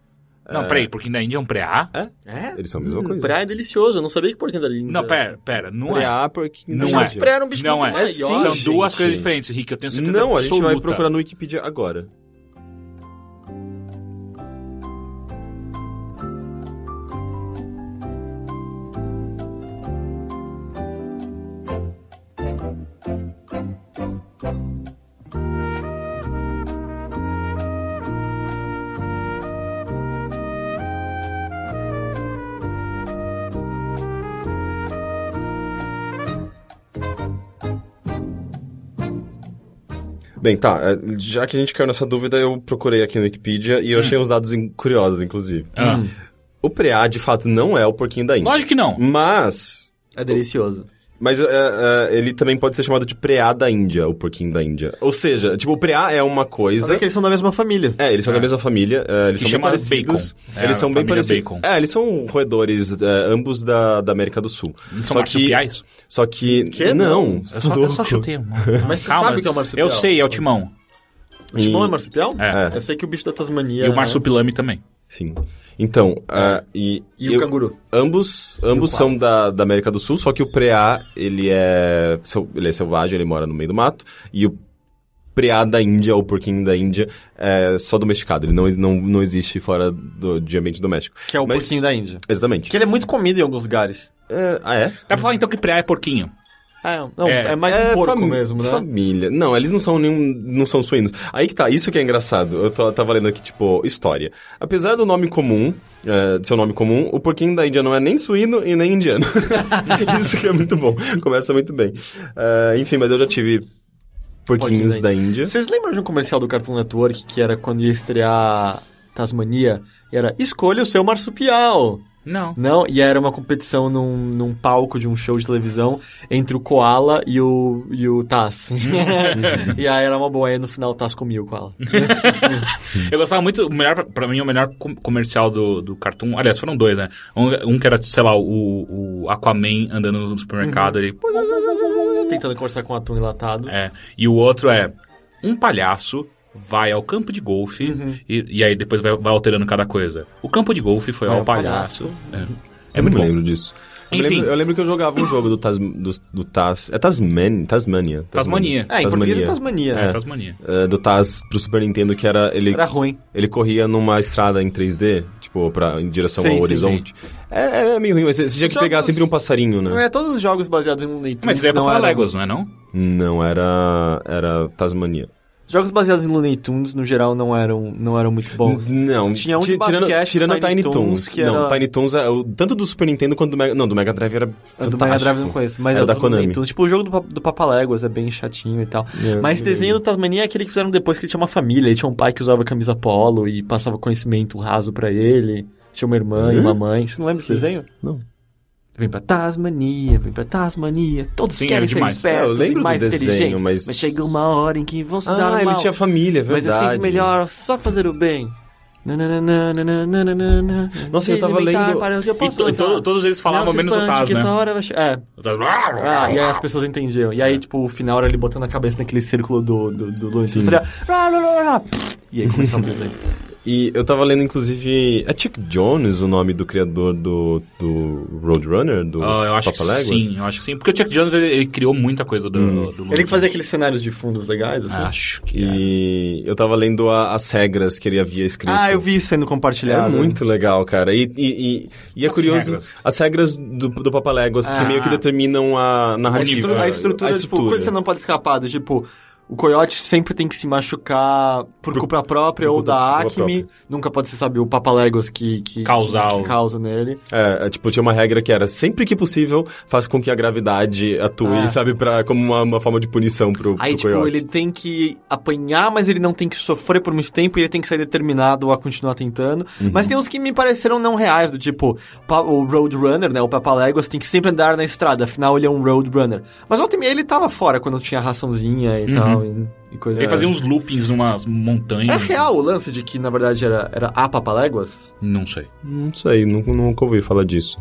B: Não, peraí, porque na Índia é um preá?
A: É?
C: Eles são a mesma
A: Hum,
C: coisa.
A: Praia é delicioso, eu não sabia que porquinho da linda.
B: Não, pera, pera, não é.
C: Preá, porquinho
B: Não
C: da
B: é.
C: Índia.
A: Praia era um bicho
B: Não
A: muito
B: é.
A: maior.
C: sim,
B: São
C: gente.
B: duas coisas diferentes, Rick. Eu tenho certeza
C: Não, a gente vai
B: absoluta.
C: procurar no Wikipedia agora. Bem, tá. é, Já que a gente caiu nessa dúvida, eu procurei aqui no Wikipedia e eu achei uns dados in- curiosos, inclusive.
B: Ah.
C: O preá, de fato, não é o porquinho da Índia.
B: Lógico que não.
C: Mas
A: É delicioso.
C: Mas é, é, ele também pode ser chamado de preá da Índia, o porquinho da Índia. Ou seja, tipo, o preá é uma coisa.
A: Sabe que eles são da mesma família.
C: É, eles são
B: É.
C: da mesma família, é, eles
B: Que
C: são bem
B: chamaram
C: parecidos.
B: bacon. É,
C: eles são bem
B: família
C: parecidos.
B: bacon.
C: É, eles são roedores, é, ambos da, da América do Sul.
B: Não são
C: só que,
B: marsupiais?
C: só que.
A: Que?
C: Não,
A: Não.
B: Eu só, eu só chutei um.
A: Mas você
B: Calma.
A: sabe o que é o marsupial?
B: Eu sei, é o timão.
A: O timão
C: E-
A: é marsupial?
B: Tipo, É.
A: Eu sei que o bicho da Tasmania.
B: E o marsupilame também.
C: Sim. Então, é, e.
A: E o
C: eu-
A: canguru.
C: Ambos, ambos
A: qual?
C: são da, da América do Sul, só que o preá, ele é, sel- ele é selvagem, ele mora no meio do mato, e o preá da Índia, ou porquinho da Índia, é só domesticado, ele não, não, não existe fora do, de ambiente doméstico.
A: Que é o
C: Mas-
A: porquinho da Índia.
C: Exatamente.
A: Que ele é muito comido em alguns lugares.
C: É, ah, é?
B: Dá pra falar então que preá é porquinho.
A: É, não,
B: É.
A: é, mais um
C: É
A: porco
C: fami-
A: mesmo, né?
C: Família. Não, eles não são nenhum, não são suínos. Aí que tá, isso que é engraçado. Eu tô, tava lendo aqui, tipo, história. Apesar do nome comum, eh, do seu nome comum, o porquinho da Índia não é nem suíno e nem indiano. isso que é muito bom. Começa muito bem. Eh, enfim, mas eu já tive porquinhos
A: Porquinho
C: da Índia.
A: Vocês lembram de um comercial do Cartoon Network que era quando ia estrear Tasmania? E era escolha o seu marsupial.
B: Não.
A: Não, e era uma competição num, num palco de um show de televisão entre o Koala e o, e o Taz. e aí era uma boa, aí no final o Taz comia o Koala.
B: Eu gostava muito, o melhor, pra mim, o melhor com- comercial do, do Cartoon. Aliás, foram dois, né? Um, um que era, sei lá, o, o Aquaman andando no supermercado
A: Uhum.
B: ali.
A: Tentando conversar com o atum enlatado.
B: É. E o outro é um palhaço vai ao campo de golfe
A: Uhum.
B: e, e aí depois vai, vai alterando cada coisa. O campo de golfe foi
A: Vai
B: ao
A: ao
B: palhaço. É. É
C: eu
B: muito
C: não
B: bom.
C: lembro disso. Eu
B: Enfim.
C: lembro, eu lembro que eu jogava um jogo do Tas... Do, do Tas é Tasman, Tasmania.
B: Tasmania.
A: É, em português é Tasmania.
B: É,
A: né?
B: Tasmania. É.
C: É, do Tas pro Super Nintendo, que era... Ele,
A: Era ruim.
C: ele corria numa estrada em 3D, tipo, pra, em direção
A: Sim,
C: ao
A: sim,
C: horizonte. É, era meio ruim, mas você, você tinha que pegar
A: Jogos-
C: sempre um passarinho, né?
A: É, todos os jogos baseados em Looney Tunes
B: Mas isso daí é
A: não
B: pra
A: eram-
B: Legos, não é não?
C: Não, era... Era Tasmania.
A: Jogos baseados em Looney Tunes, no geral, não eram, não eram muito bons.
C: Não,
A: Tinha um de
C: ti- tirando,
A: basquete,
C: tirando
A: Tiny
C: Tiny Toons.
A: Toons, que
C: não,
A: era-
C: Tiny Toons, é o- tanto do Super Nintendo quanto do Mega... Não, do Mega Drive era
A: A
C: fantástico.
A: É, do Mega Drive eu não conheço, mas
C: Era
A: a
C: da
A: dos Looney
C: Konami.
A: Tunes. Tipo, o jogo do, Pa- do Papaléguas é bem chatinho e tal.
C: É,
A: mas esse
C: eu
A: desenho do
C: lembro.
A: Tasmania é aquele que fizeram depois que ele tinha uma família. Ele tinha um pai que usava camisa polo e passava conhecimento raso pra ele. Tinha uma irmã e uma mãe. Você não lembra desse
C: Sim.
A: desenho?
C: Não.
A: Vem pra Tasmania, vem pra Tasmania. Todos
B: Sim, era
A: querem ser
B: demais.
C: É, eu
A: espertos
C: lembro
A: e
C: do
A: mais
C: desenho,
A: inteligentes.
C: mas-
A: chega uma hora em que vão se dar
C: Ah,
A: mal.
C: ele tinha família, é
A: Mas
C: verdade.
A: é sempre melhor só fazer o bem. Nananana, nananana,
C: Nossa, eu tava
A: alimentar
C: lendo- Então,
A: para o que eu
B: E
A: posso
B: to- e to-
A: levantar.
B: todos eles falavam
A: Não se
B: menos o
A: espante
B: Taz,
A: que
B: né?
A: essa hora vai che- É.
B: O Taz-
A: Ah, e aí as pessoas entendiam. E aí, tipo, o final era ele botando a cabeça naquele círculo do, do, do Looney Tunes. Ele fazia- E aí começava o desenho.
C: E eu tava lendo, inclusive. É Chuck Jones o nome do criador do, do Roadrunner? Do
B: Ah, eu acho que
C: Papaléguas?
B: sim, eu acho que sim. Porque o Chuck Jones, ele, ele criou muita coisa do...
C: Hum.
B: do Looney
A: Ele que fazia
B: Tunes.
A: aqueles cenários de fundos legais, assim.
B: Acho que é.
C: E eu tava lendo a- as regras que ele havia escrito.
A: Ah, eu vi isso sendo
C: É
A: compartilhado.
C: muito legal, cara. E, e, e, e é
B: As
C: curioso
B: regras.
C: as regras do, do Papaléguas que
A: Ah.
C: meio que determinam a
A: A
C: narrativa.
A: estrutura, a estrutura, tipo, coisa que você não pode escapar. do Tipo, o Coyote sempre tem que se machucar por culpa própria
C: por
A: ou
C: culpa-
A: da
C: culpa
A: Acme. Nunca pode ser, sabe, o Papaléguas que, que,
B: Causar
A: que,
B: o-
A: que causa nele.
C: É, é, tipo, tinha uma regra que era sempre que possível, faz com que a gravidade atue,
A: Ah.
C: sabe, pra, como uma, uma forma de punição pro, pro
A: Aí, tipo,
C: coiote.
A: ele tem que apanhar, mas ele não tem que sofrer por muito tempo e ele tem que sair determinado a continuar tentando.
B: Uhum.
A: Mas tem uns que me pareceram não reais, do tipo, pa- o Roadrunner, né? O Papaléguas tem que sempre andar na estrada, afinal ele é um Roadrunner. Mas ontem ele tava fora quando tinha raçãozinha e
B: Uhum.
A: tal, e, e coisa
B: Ele fazia um uns loopings numas montanhas.
A: É real o lance de que, na verdade, era, era a Papaléguas?
B: Não sei.
C: Não sei, nu- nunca ouvi falar disso.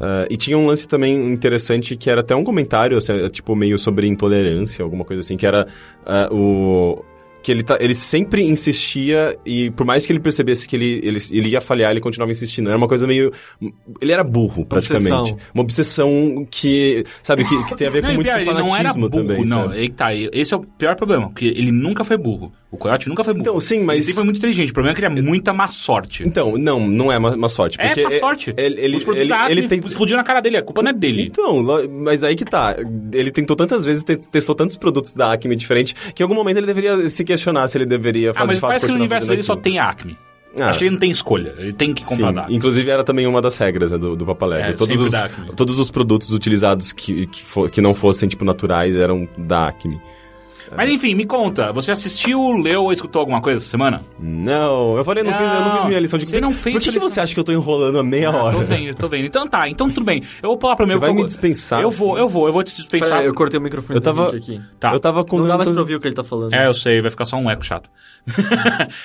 C: Ah, e tinha um lance também interessante que era até um comentário, assim, é, tipo, meio sobre intolerância, alguma coisa assim, que era ah, o. Que ele, tá, ele sempre insistia e, por mais que ele percebesse que ele, ele, ele ia falhar, ele continuava insistindo. Era uma coisa meio. Ele era burro, praticamente.
A: obsessão.
C: Uma obsessão que, sabe, que, que tem a ver com
B: Não, e
C: muito
B: pior, ele não era
C: fanatismo
B: burro,
C: também.
B: não.
C: sabe?
B: Ele tá, esse é o pior problema, porque ele nunca foi burro. O Coyote nunca foi burro.
C: Então, sim, mas-
B: Ele sempre foi muito inteligente. O problema é que ele é muita má sorte.
C: Então, não, não é má, má sorte.
B: é
C: porque
B: má sorte.
C: Ele, ele,
B: Os produtos
C: ele,
B: da
C: ele
B: Acme
C: tem-
B: explodiram na cara dele, a culpa não é dele.
C: Então, lo- mas aí que tá. Ele tentou tantas vezes, te- testou tantos produtos da Acme diferentes, que em algum momento ele deveria se questionar se ele deveria fazer
B: Ah, mas
C: de fato
B: parece que no
C: continuar
B: universo
C: fazendo
B: dele só
C: aquilo.
B: tem a Acme.
C: Ah,
B: Acho que ele não tem escolha. Ele tem que comprar da
C: Sim,
B: Acme.
C: inclusive era também uma das regras né, do, do Papaléguas.
B: É,
C: todos,
B: sempre
C: os,
B: da Acme.
C: todos os produtos utilizados que, que, fo- que não fossem, tipo, naturais eram da Acme.
B: Mas enfim, me conta. Você assistiu, leu ou escutou alguma coisa essa semana?
C: Não, eu falei, eu não, Fiz, eu não
B: Não,
C: fiz minha lição de
B: Ah, você não fez
C: Por que,
B: a
C: que
B: lição.
C: você acha que eu tô enrolando a meia
B: Ah,
C: É hora?
B: Tô vendo, tô vendo. Então tá, então tudo bem. Eu vou falar pro
C: Você
B: meu... que
C: vai
B: eu
C: me
B: vou-
C: dispensar,
B: Eu vou,
C: assim?
B: eu vou, eu vou te dispensar.
A: Pera, eu cortei o microfone
C: Eu
A: do
C: tava-
A: Henrique aqui.
B: Tá.
C: Eu tava com.
A: Não dá mais pra ouvir o que ele tá falando.
B: É, eu sei, vai ficar só um eco chato.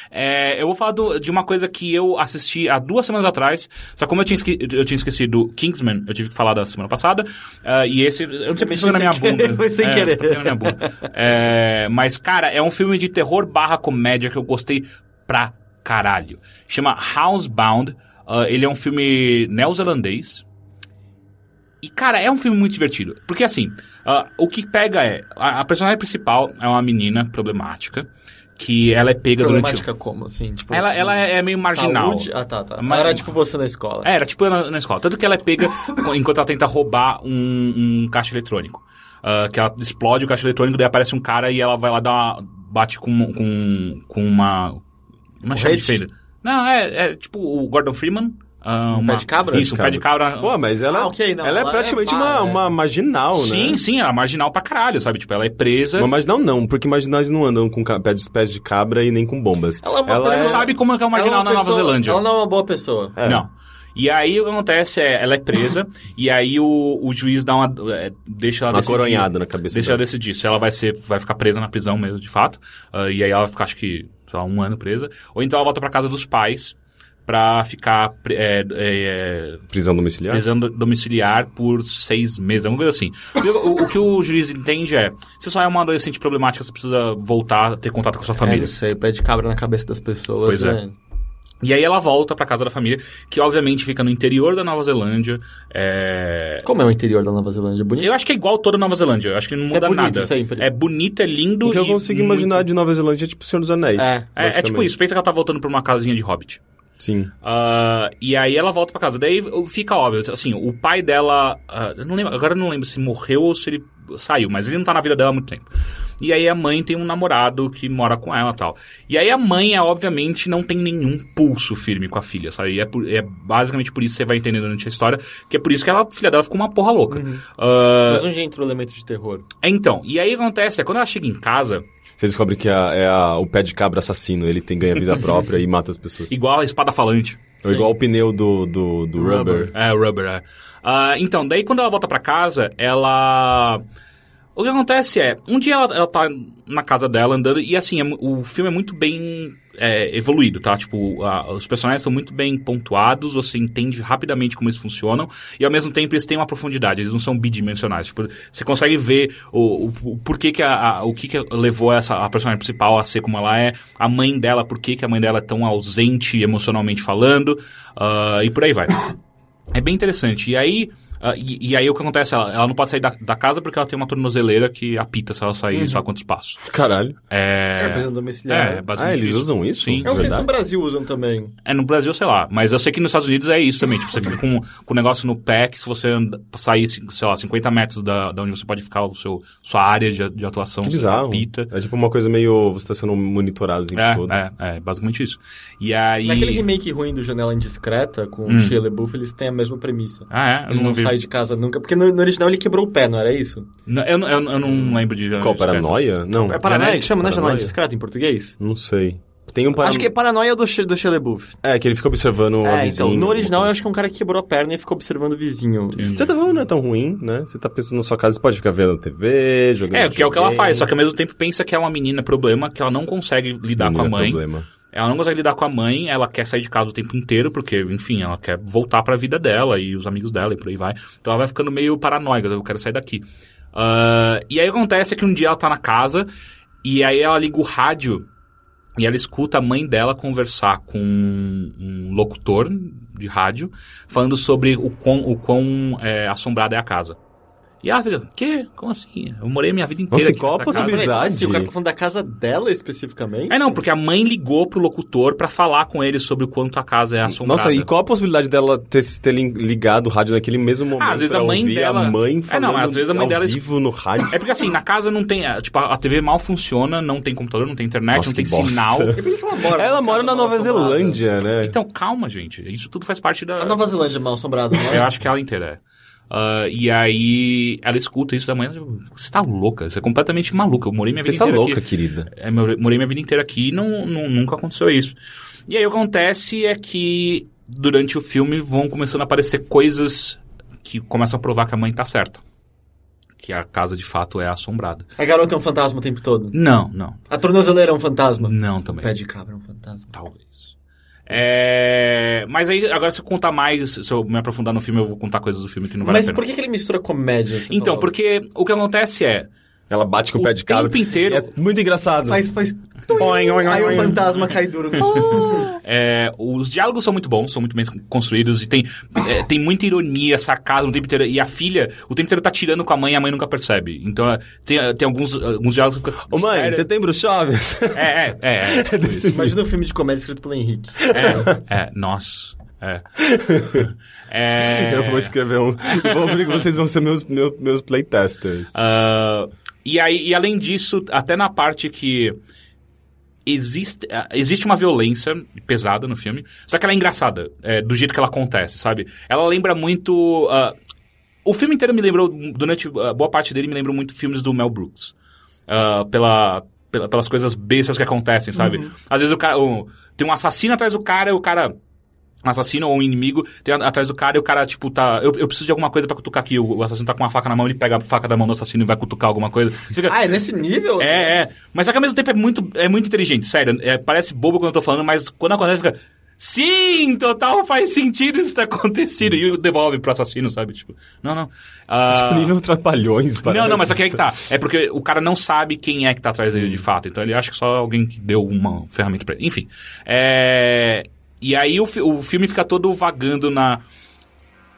B: É, eu vou falar do- de uma coisa que eu assisti há duas semanas atrás, só como eu tinha, esque- eu tinha esquecido Kingsman, eu tive que falar da semana passada, ah, e esse, eu não sei porque
A: mexi
B: isso foi na
A: sem
B: minha
A: querer,
B: bunda.
A: foi sem
B: É,
A: querer.
B: você tá pegando na minha bunda. É, mas, cara, é um filme de terror barra comédia que eu gostei pra caralho. Chama Housebound, ah, ele é um filme neozelandês, e, cara, é um filme muito divertido. Porque, assim, ah, o que pega é... A, a personagem principal é uma menina problemática, que ela é pega durante...
A: Problemática como, assim? Tipo,
B: Ela,
A: de
B: ela é, é meio marginal.
A: saúde? Ah, tá, tá.
B: Mas-
A: Mas era tipo você na escola.
B: É, era tipo na, na escola. Tanto que ela é pega enquanto ela tenta roubar um, um caixa eletrônico. Ah, que ela explode o caixa eletrônico, daí aparece um cara e ela vai lá dar uma... Bate com, com, com uma... Uma chave de
A: rede?
B: feira. Não, é, é tipo o Gordon Freeman. ah,
A: Um
B: uma-
A: pé de cabra?
B: Isso, um pé de cabra.
C: Pô, mas ela,
A: Ah, ok, não,
C: ela é
A: ela é
C: praticamente uma,
A: má, né?
C: uma marginal, né?
B: Sim, sim, ela é marginal pra caralho, sabe? Tipo, ela é presa.
C: Mas marginal não, porque marginais não andam com ca- pés de, pés de cabra e nem com bombas.
A: Ela é uma
B: Você
A: pessoa-
B: sabe como é que é o marginal
A: Ela é uma
B: na Nova
A: pessoa-
B: Zelândia.
A: Ela não é uma boa pessoa.
C: É.
B: Não. E aí o que acontece é, ela é presa, e aí o, o juiz dá uma. é, Deixa ela
C: Uma
B: decidir.
C: coronhada na cabeça
B: Deixa ela
C: dela.
B: decidir se ela vai ser. Vai ficar presa na prisão mesmo, de fato. ah, e aí ela vai ficar, acho que, sei lá, um ano presa. Ou então ela volta pra casa dos pais pra ficar pre- é, é, é,
C: Prisão domiciliar?
B: prisão do- domiciliar por seis meses, alguma coisa assim. O, o- o que o juiz entende é, você só é uma adolescente problemática, você precisa voltar a ter contato com a sua
A: É,
B: família.
A: não sei, pé de cabra na cabeça das pessoas. né?
B: Pois é. E aí ela volta pra casa da família, que obviamente fica no interior da Nova Zelândia. é,
A: Como é o interior da Nova Zelândia? Bonito?
B: Eu acho que é igual toda Nova Zelândia, eu acho que não muda
A: bonito
B: nada.
A: sempre.
B: É bonito, é lindo.
C: O que eu
B: e
C: consigo
B: muito-
C: imaginar de Nova Zelândia é tipo Senhor dos Anéis.
A: É, é,
B: É, é tipo
C: basicamente.
B: isso, pensa que ela tá voltando pra uma casinha de hobbit.
C: Sim.
B: Ah, e aí ela volta pra casa. Daí fica óbvio, assim, o pai dela. ah, eu não lembro, agora eu não lembro se morreu ou se ele saiu, mas ele não tá na vida dela há muito tempo. E aí a mãe tem um namorado que mora com ela e tal. E aí a mãe, é, obviamente, não tem nenhum pulso firme com a filha, sabe? E é, por- é basicamente por isso que você vai entender durante a história, que é por isso que ela, a filha dela ficou uma porra louca. Ah,
A: Mas onde entra o elemento de terror?
B: então, e aí acontece, é quando ela chega em casa,
C: Você descobre que a- é a- o pé de cabra assassino. Ele tem, ganha vida própria e mata as pessoas.
B: igual a espada falante.
C: Ou igual o pneu do, do, do
A: Rubber.
C: rubber.
B: É, o Rubber, é. Ah, então, daí quando ela volta pra casa, ela. O que acontece é, um dia ela, ela tá na casa dela andando, e assim, é mu- o filme é muito bem é, evoluído, tá? Tipo, a- os personagens são muito bem pontuados, você entende rapidamente como eles funcionam, e ao mesmo tempo eles têm uma profundidade, eles não são bidimensionais. Tipo, você consegue ver o, o, o porquê que a, a- o que, que levou essa, a personagem principal a ser como ela é, a mãe dela, por que que a mãe dela é tão ausente emocionalmente falando, ah, e por aí vai. É bem interessante. E aí, ah, e, e aí o que acontece? Ela, ela não pode sair da, da casa porque ela tem uma tornozeleira que apita se ela sair só quantos passos.
C: Caralho.
A: É, a
B: É.
A: prisão domiciliar.
B: É,
A: É,
B: basicamente
C: Uhum. Ah, eles
B: isso.
C: usam isso?
B: Sim.
C: É
A: o que vocês
C: verdade.
A: no Brasil usam também.
B: É no Brasil, sei lá. Mas eu sei que nos Estados Unidos é isso também. Tipo, você fica com, com o negócio no pé que se você anda- sair, sei lá, 50 metros da, da onde você pode ficar, o seu, sua área de, de atuação,
C: Que
B: você
C: bizarro.
B: apita.
C: É tipo uma coisa meio. Você tá sendo monitorado o tempo todo. é
B: É, é, é, basicamente isso. E aí.
A: Naquele remake ruim do Janela Indiscreta, com
B: Hum.
A: o Shia LaBeouf, eles têm a mesma premissa.
B: Ah, é? Eu
A: Ele
B: não,
A: não,
B: vi.
A: sai de casa nunca, porque no, no original ele quebrou o pé, não era isso?
B: Não, Eu, não- eu, não- eu não lembro de.
C: Qual? Paranoia? Não.
A: É paranoia que chama, né? Janela
C: Paranoia.
A: Indiscreta em português?
C: Não sei. Tem um paranoia.
A: Acho que é paranoia do, Shia- do Shia LaBeouf.
C: É, que ele fica observando a
A: É,
C: vizinha.
A: então, no original eu
C: alguma
A: acho que é um cara que quebrou a perna e ficou observando o vizinho.
C: coisa. Você tá falando não é tão ruim, né? Você tá pensando na sua casa, você pode ficar vendo TV, jogando.
B: É, que é o que ela
C: videogame.
B: faz, só que ao mesmo tempo pensa que é uma menina problema, que ela não consegue lidar
C: Menina,
B: com a mãe.
C: é Problema.
B: Ela não consegue lidar com a mãe, ela quer sair de casa o tempo inteiro, porque, enfim, ela quer voltar pra vida dela e os amigos dela e por aí vai. Então ela vai ficando meio paranoica, eu quero sair daqui. Ah, e aí acontece que um dia ela tá na casa e aí ela liga o rádio e ela escuta a mãe dela conversar com um um locutor de rádio falando sobre o quão, o quão é, assombrada é a casa. E ela fica, quê? Como assim? Eu morei a minha vida inteira
C: Nossa,
B: aqui
C: qual a
B: nessa casa."
C: possibilidade?
A: Peraí, como assim? o cara
C: Verdade.
A: tá falando da casa dela especificamente?
B: É não, porque a mãe ligou pro locutor pra falar com ele sobre o quanto a casa é assombrada.
C: Nossa, e qual a possibilidade dela ter, ter ligado o rádio naquele mesmo momento?
B: Ah, às vezes
C: pra
B: a mãe
C: ouvir
B: dela-
C: a mãe
B: É,
C: falando
B: não, às vezes a mãe
C: ao
B: dela-
C: vivo no rádio.
B: É porque assim, na casa não tem, é, tipo, a a TV mal funciona, não tem computador, não tem internet,
C: Nossa,
B: não tem
C: que bosta.
B: sinal.
A: Por que que ela mora,
C: Ela mora na
A: casa
C: Nova
A: mal-assombrada?
C: Zelândia, né?
B: Então, calma, gente. Isso tudo faz parte da
A: A Nova Zelândia é mal assombrada, não é?
B: Eu acho que ela inteira. é. Ah, e aí, ela escuta isso da manhã. tipo, Você tá louca, você é completamente maluca. Eu morei minha
C: Você
B: vida
C: está
B: inteira.
C: louca,
B: É aqui.
C: querida.
B: É, meu- morei minha vida inteira aqui e não, não- nunca aconteceu isso. E aí o que acontece é que durante o filme vão começando a aparecer coisas que começam a provar que a mãe tá certa. Que a casa de fato é assombrada.
A: A garota é um fantasma o tempo todo.
B: Não, não.
A: A tornozeleira é um fantasma.
B: Não
A: O
B: também.
A: Pé de cabra é um fantasma.
B: Talvez. É, mas aí, agora se eu contar mais, se eu me aprofundar no filme, eu vou contar coisas do filme que não vale
A: Mas
B: a pena.
A: por que, que ele mistura comédia? você
B: Então,
A: falou?
B: porque o que acontece é,
C: Ela bate com o,
B: O
C: pé de cabra.
B: tempo inteiro-
C: É muito engraçado.
A: Faz, faz...
C: Oing, oing,
A: Aí o
C: oing.
A: fantasma cai duro. Oh,
B: É, os diálogos são muito bons, são muito bem construídos e tem, é, tem muita ironia, sarcasmo o tempo inteiro. E a filha, o tempo inteiro tá tirando com a mãe e a mãe nunca percebe. Então é, tem, é, tem alguns, alguns diálogos que ficam.
C: Ô mãe,
B: "Sério?"
C: você tá tem bruxóveis?
B: É, é, é. é, tipo isso.
A: Imagina um filme de comédia escrito pelo Henrique.
B: é, é, nossa. É. É.
C: Eu vou escrever um. Eu vou abrir que vocês vão ser meus, meu- meus playtesters.
B: Ah, e aí, e além disso, até na parte que existe, ah, existe uma violência pesada no filme, só que ela é engraçada, é, do jeito que ela acontece, sabe? Ela lembra muito. ah, o filme inteiro me lembrou, durante ah, boa parte dele, me lembrou muito filmes do Mel Brooks. Ah, pela, pela- pelas coisas bestas que acontecem, sabe? Às vezes o cara. o- tem um assassino atrás do cara e o cara. um assassino ou um inimigo, tem a- atrás do cara e o cara, tipo, tá. Eu, eu preciso de alguma coisa pra cutucar aqui. O o assassino tá com uma faca na mão, ele pega a faca da mão do assassino e vai cutucar alguma coisa. Você Fica,
A: Ah, é nesse nível?
B: é, é. Mas só que ao mesmo tempo é muito, é muito inteligente, sério. É, parece bobo quando eu tô falando, mas quando acontece fica. Sim, total faz sentido isso tá acontecendo. E devolve pro assassino, sabe? Tipo, não, não. Ah,
C: Tipo, nível trapalhões, parece.
B: não, não, mas só que aí que tá. É porque o cara não sabe quem é que tá atrás dele de fato. Então ele acha que só alguém que deu uma ferramenta pra ele. Enfim. É... E aí o, fi- o filme fica todo vagando na.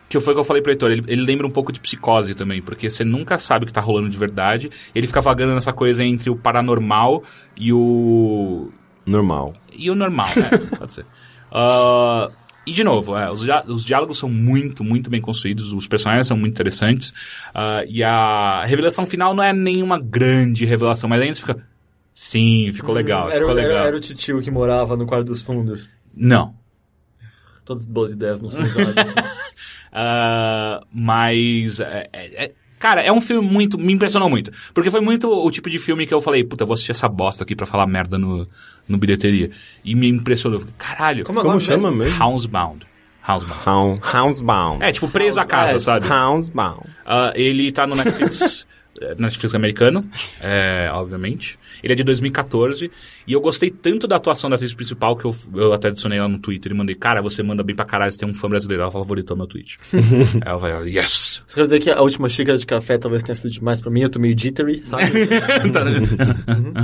B: Que foi o que eu falei pro Heitor, ele, ele lembra um pouco de psicose também, porque você nunca sabe o que tá rolando de verdade. Ele fica vagando nessa coisa entre o paranormal e o.
C: Normal.
B: E o normal, né? Pode ser. Ah, e de novo, é, os, dia- os diálogos são muito, muito bem construídos, os personagens são muito interessantes. ah, e a revelação final não é nenhuma grande revelação, mas ainda você fica. Sim, ficou legal,
A: Hum, Era,
B: ficou
A: o- era-
B: legal.
A: era o titio que morava no quarto dos fundos.
B: Não.
A: Todas as boas ideias não são usadas.
B: Ah, mas. é, é, é- cara, é um filme muito. Me impressionou muito. Porque foi muito o tipo de filme que eu falei, puta, eu vou assistir essa bosta aqui pra falar merda no, no bilheteria. E me impressionou. Eu Fiquei, Caralho,
A: é o
C: Como
A: nome
C: chama
A: mesmo?
C: mesmo?
B: Housebound. Housebound.
C: Hound- Housebound.
B: É, tipo, preso à casa,
A: É,
B: sabe?
C: Housebound.
B: Ah, ele tá no Netflix. eh, Netflix americano, é, obviamente. Ele é de 2014. E eu gostei tanto da atuação da atriz principal que eu, eu até adicionei ela no Twitter e mandei, cara, você manda bem pra caralho, você tem um fã brasileiro, ela favoritou meu tweet. Aí ela vai, yes!
A: Só quero dizer que a última xícara de café talvez tenha sido demais pra mim, eu tô meio jittery, sabe?
B: Tá, né?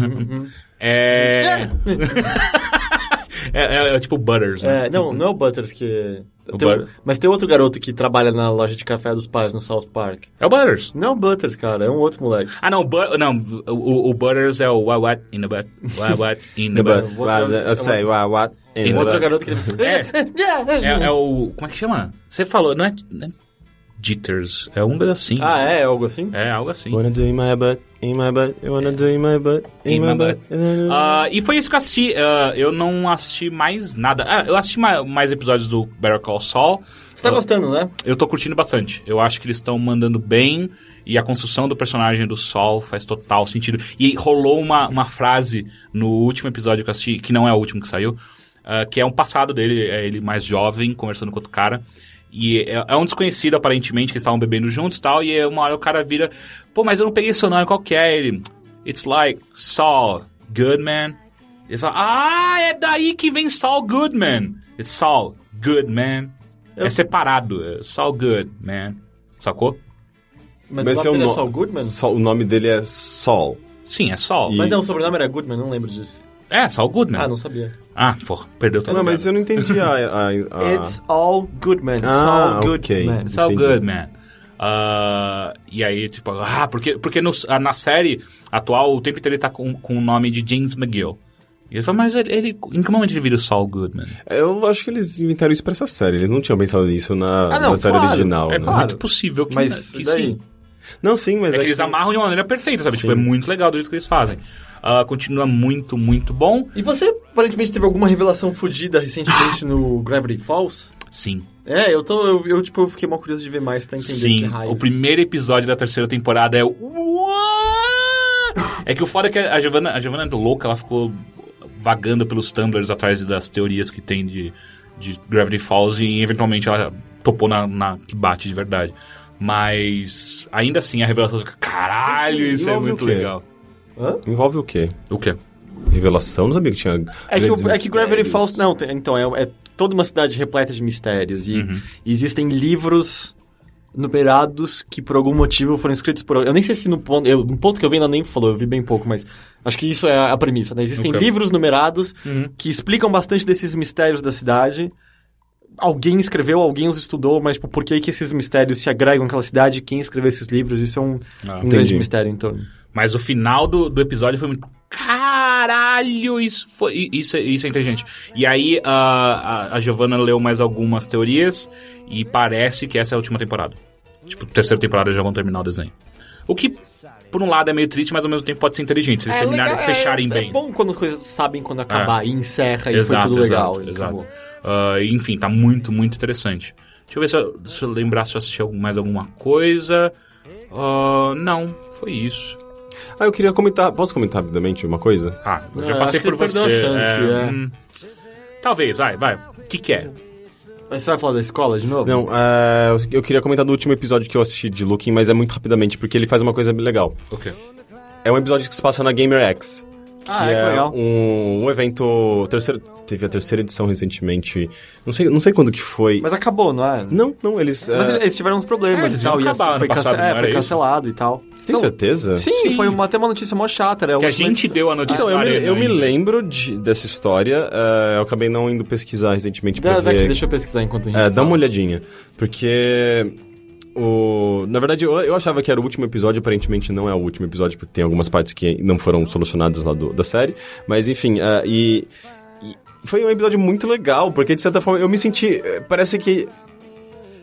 A: Uhum.
B: é... é, é- é tipo Butters, né?
A: É, não, não é o Butters que...
B: O
A: Tem um-
B: Butter-
A: Mas tem outro garoto que trabalha na loja de café dos pais no South Park.
B: É o Butters.
A: Não é o Butters, cara, é um outro moleque.
B: Ah, não, o Bu- não o, o Butters é o what, what in the butt, what, what in the butt.
A: But- what-
C: eu sei, what, what in
B: É,
A: Um
C: the-
A: outro garoto que ele...
B: É. É, é o. Como é que chama? Você falou, não é. Não é jitters, é um pedacinho.
A: Ah, é? É algo assim?
B: É, algo assim.
C: Wanna do in my butt, in my butt, you wanna do in my butt, in, my, butt.
B: Ah, e foi isso que eu assisti. Ah, eu não assisti mais nada. Ah, eu assisti ma- mais episódios do Better Call Saul.
A: Você tá gostando, né?
B: Eu tô curtindo bastante. Eu acho que eles estão mandando bem e a construção do personagem do Sol faz total sentido. E rolou uma, uma frase no último episódio que eu assisti, que não é o último que saiu, ah, que é um passado dele, é ele mais jovem, conversando com outro cara. E é, é um desconhecido, aparentemente, que eles estavam bebendo juntos e tal. E aí uma hora o cara vira: Pô, mas eu não peguei seu nome, qual que é? Ele: It's like Saul Goodman. Ele fala, ah, é daí que vem Saul Goodman. É Saul Goodman. É separado. é Saul Goodman. né? Sacou?
A: Mas, o nome dele é Saul Goodman?
C: Sol- o nome dele é Sol.
B: Sim, é Saul.
C: E-
A: Mas não, o sobrenome era Goodman, não lembro disso.
B: É, Saul Goodman.
A: Ah, não sabia.
B: Ah, porra, perdeu toda
C: Não,
B: a
C: mas
B: piada.
C: eu não entendi a... a, a-
A: It's all Goodman.
C: Ah,
A: Saul
C: ok.
A: Goodman.
B: Saul
C: entendi.
B: Goodman. Ah, e aí, tipo, ah, porque, porque no- ah, na série atual o tempo inteiro ele tá com, com o nome de James McGill. E ele fala, mas ele, ele- em que momento ele vira o Saul
C: É
B: Goodman?
C: Eu acho que eles inventaram isso pra essa série. Eles não tinham pensado nisso na,
A: Ah, não,
C: na série
A: claro.
C: original.
B: é
C: né?
A: claro.
B: muito possível que,
A: Mas
B: que
A: daí?
B: sim.
C: Não, sim, mas...
B: É que
C: que-
B: eles amarram de uma maneira perfeita, sabe? Tipo, é muito legal do jeito que eles fazem. Ah, continua muito, muito bom.
A: E você aparentemente teve alguma revelação fodida recentemente no Gravity Falls?
B: Sim.
A: É, eu tô. Eu, eu, tipo, eu fiquei mal curioso de ver mais pra entender que
B: Sim.
A: raio.
B: O primeiro episódio da terceira temporada é o. É que o foda é que a Giovanna, a Giovanna é louca, ela ficou vagando pelos tumblers atrás das teorias que tem de, de Gravity Falls e eventualmente ela topou na, na que bate de verdade. Mas ainda assim a revelação fica, caralho,
C: Assim,
B: isso é
C: envolve o
B: muito
C: quê?
B: legal.
A: Hã?
C: Envolve o quê?
B: O quê?
C: Revelação? Não sabia que tinha
A: É que,
C: grandes
A: o- é que Gravity
C: mistérios.
A: Falls. Não, tem- então, é, é toda uma cidade repleta de mistérios. E
C: Uhum.
A: existem livros numerados que por algum motivo foram escritos por. Eu nem sei se no ponto. Eu, no ponto que eu vi ainda nem falou, eu vi bem pouco, mas. Acho que isso é a a premissa, né? Existem
B: Ok.
A: livros numerados
C: Uhum.
A: que explicam bastante desses mistérios da cidade. Alguém escreveu, alguém os estudou, mas tipo, por que, que esses mistérios se agregam àquela cidade? Quem escreveu esses livros? Isso é um,
C: Tá.
B: Ah.
A: um grande
C: Entendi.
A: mistério em torno.
B: Mas o final do, do episódio foi muito. Caralho, isso foi. i- Isso, é- isso é inteligente. E aí a, a, a Giovanna leu mais algumas teorias e parece que essa é a última temporada. Tipo, terceira temporada já vão terminar o desenho. O que, por um lado, é meio triste, mas ao mesmo tempo pode ser inteligente. Se eles terminarem
A: É legal,
B: e fecharem
A: é,
B: bem. É.
A: É bom quando as coisas sabem quando acabar e encerra e
B: exato,
A: foi tudo legal.
B: exato,
A: e
B: exato.
A: acabou.
B: Ah, enfim, tá muito, muito interessante. Deixa eu ver se eu, se eu lembrar se eu assisti algum- mais alguma coisa. Ah, não, foi isso.
C: Ah, eu queria comentar... Posso comentar rapidamente uma coisa?
B: Ah, eu já
C: É,
A: Ah,
B: passei
A: acho que
B: por
A: ele perdeu a
B: você.
A: chance, é.
B: hum. Talvez, vai, vai. O que, que é?
A: Mas você vai falar da escola de novo?
C: Não, é, eu queria comentar do último episódio que eu assisti de Looking, mas é muito rapidamente, porque ele faz uma coisa bem legal.
B: Ok.
C: É um episódio que se passa na GamerX. Que
A: Ah, é, que
C: é
A: legal.
C: Um, um evento. Terceiro, teve a terceira edição recentemente. Não sei, não sei quando que foi.
A: Mas acabou, não é?
C: não, não, eles.
A: Mas
C: é,
A: eles tiveram uns problemas
B: É, eles
A: e tal. E
B: iam
A: assim,
B: acabar ano
A: foi, cance-
B: passado, não
A: é,
B: era
A: foi
B: isso?
A: cancelado e tal. Então,
C: Você tem certeza?
A: Sim,
B: Sim.
A: foi uma, até uma notícia mó chata. Era
B: Que a
A: última
B: gente
A: edição.
B: deu a notícia né?
C: Então, eu
B: pra
C: me,
B: Arena
C: eu me
B: ainda.
C: lembro de- dessa história. é, eu acabei não indo pesquisar recentemente pra
A: Dá, dá aqui,
C: ver
A: deixa eu pesquisar enquanto a gente
C: É, dá
A: fala.
C: uma olhadinha. Porque. O... Na verdade, eu, eu achava que era o último episódio, aparentemente não é o último episódio, porque tem algumas partes que não foram solucionadas lá do- da série. Mas enfim, é, e, e Foi um episódio muito legal, porque de certa forma eu me senti. é, Parece que.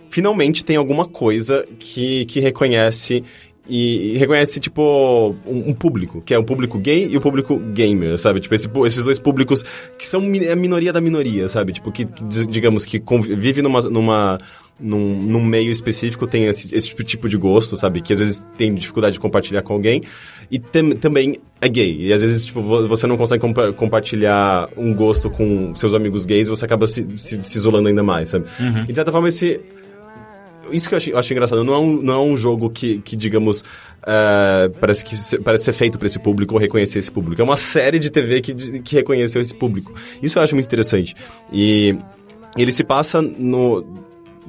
C: Finalmente tem alguma coisa que, que reconhece. E e reconhece, tipo, um, um público, que é o público gay e o público gamer, sabe? Tipo, esse pu- esses dois públicos que são mi- é a minoria da minoria, sabe? Tipo, que, que diz- digamos, que conv- vive numa. numa num, num meio específico tem esse, esse tipo, tipo de gosto, sabe? Que às vezes tem dificuldade de compartilhar com alguém. E tam- também é gay. E às vezes, tipo, vo- você não consegue compa- compartilhar um gosto com seus amigos gays e você acaba se, se, se isolando ainda mais, sabe? E de certa forma, esse, isso que eu acho, eu acho engraçado. Não é um, não é um jogo que, que digamos, é, parece, que, se- parece ser feito pra esse público ou reconhecer esse público. É uma série de TV que, diz- que reconheceu esse público. Isso eu acho muito interessante. E ele se passa no.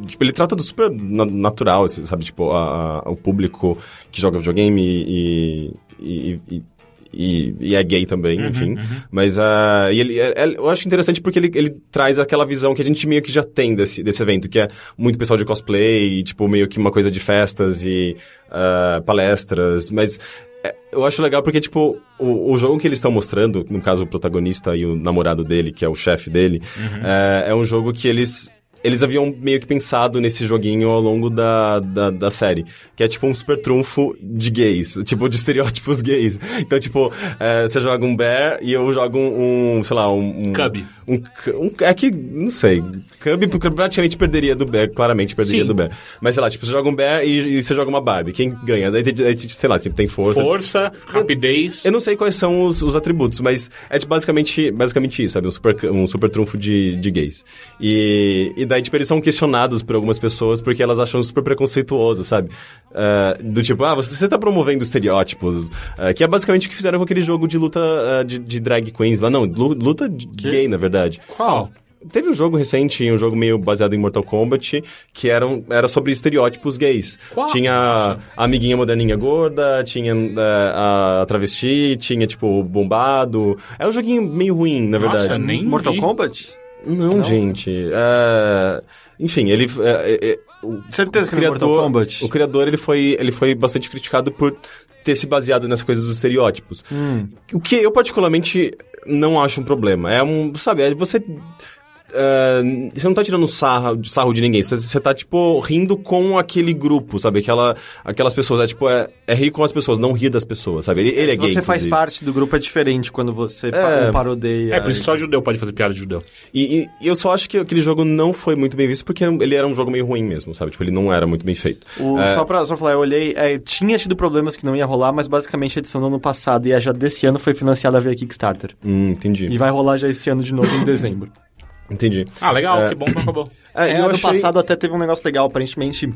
C: Tipo, ele trata do super na- natural, assim, sabe? Tipo, a- a- o público que joga videogame e. e, e- e- e é gay também,
B: Uhum,
C: enfim. Mas ah, e ele, é- é- eu acho interessante porque ele, ele traz aquela visão que a gente meio que já tem desse, desse evento, que é muito pessoal de cosplay, e, tipo, meio que uma coisa de festas e ah, palestras, mas é, eu acho legal porque, tipo, o, o jogo que eles estão mostrando, no caso o protagonista e o namorado dele, que é o chefe dele, é, é um jogo que eles. Eles haviam meio que pensado nesse joguinho ao longo da, da, da série. Que é tipo um super trunfo de gays. Tipo, de estereótipos gays. Então, tipo, é, você joga um bear e eu jogo um, um, sei lá, um... um
B: Cub.
C: Um, cu- um, é que, não sei. Cub porque praticamente perderia do bear. Claramente perderia
B: Sim.
C: do bear. Mas, sei lá, tipo, você joga um bear e, e você joga uma Barbie. Quem ganha? Daí, tem- daí, sei lá, tipo, tem força.
B: Força, rapidez.
C: Eu não sei quais são os, os atributos, mas é tipo, basicamente, basicamente isso, sabe? Um super, um super trunfo de, de gays. E, e daí, tipo, eles são questionados por algumas pessoas porque elas acham super preconceituoso, sabe? Ah, do tipo, ah, você, você tá promovendo estereótipos, ah, que é basicamente o que fizeram com aquele jogo de luta ah, de, de drag queens lá. Não, lu- luta de gay, na verdade.
A: Qual?
C: Teve um jogo recente, um jogo meio baseado em Mortal Kombat, que era, um- era sobre estereótipos gays.
B: Qual?
C: Tinha a amiguinha moderninha gorda, tinha eh, a travesti, tinha, tipo, o bombado. É um joguinho meio ruim, na É verdade.
B: Nossa, nem
A: Mortal
B: vi.
A: Kombat?
C: Não, gente. é, Enfim, ele... é, é, o
A: Certeza que não é Mortal Kombat.
C: O criador, ele foi, ele foi bastante criticado por ter se baseado nessas coisas dos estereótipos.
A: Hum.
C: O que eu particularmente não acho um problema. É um. Sabe, é você. ah, você não tá tirando sarro, sarro de ninguém, você, você tá, tipo, rindo com aquele grupo, sabe? Aquela, aquelas pessoas, é tipo, é, é rir com as pessoas, não rir das pessoas, sabe? Ele, ele é
A: Se
C: gay,
A: você faz
C: inclusive.
A: parte do grupo é diferente quando você pa- um parodeia.
B: É, por isso só judeu pode fazer piada de judeu.
C: E, e- e eu só acho que aquele jogo não foi muito bem visto, porque ele era um jogo meio ruim mesmo, sabe? Tipo, ele não era muito bem feito.
A: O-
C: É.
A: Só pra só pra falar, eu olhei, é, tinha tido problemas que não ia rolar, mas basicamente a edição do ano passado e a já desse ano foi financiada via Kickstarter.
C: Hum, entendi.
A: E vai rolar já esse ano de novo em dezembro.
C: Entendi.
B: Ah, legal, que bom que acabou.
C: É,
A: É,
C: eu
A: ano
C: achei-
A: passado até teve um negócio legal, aparentemente.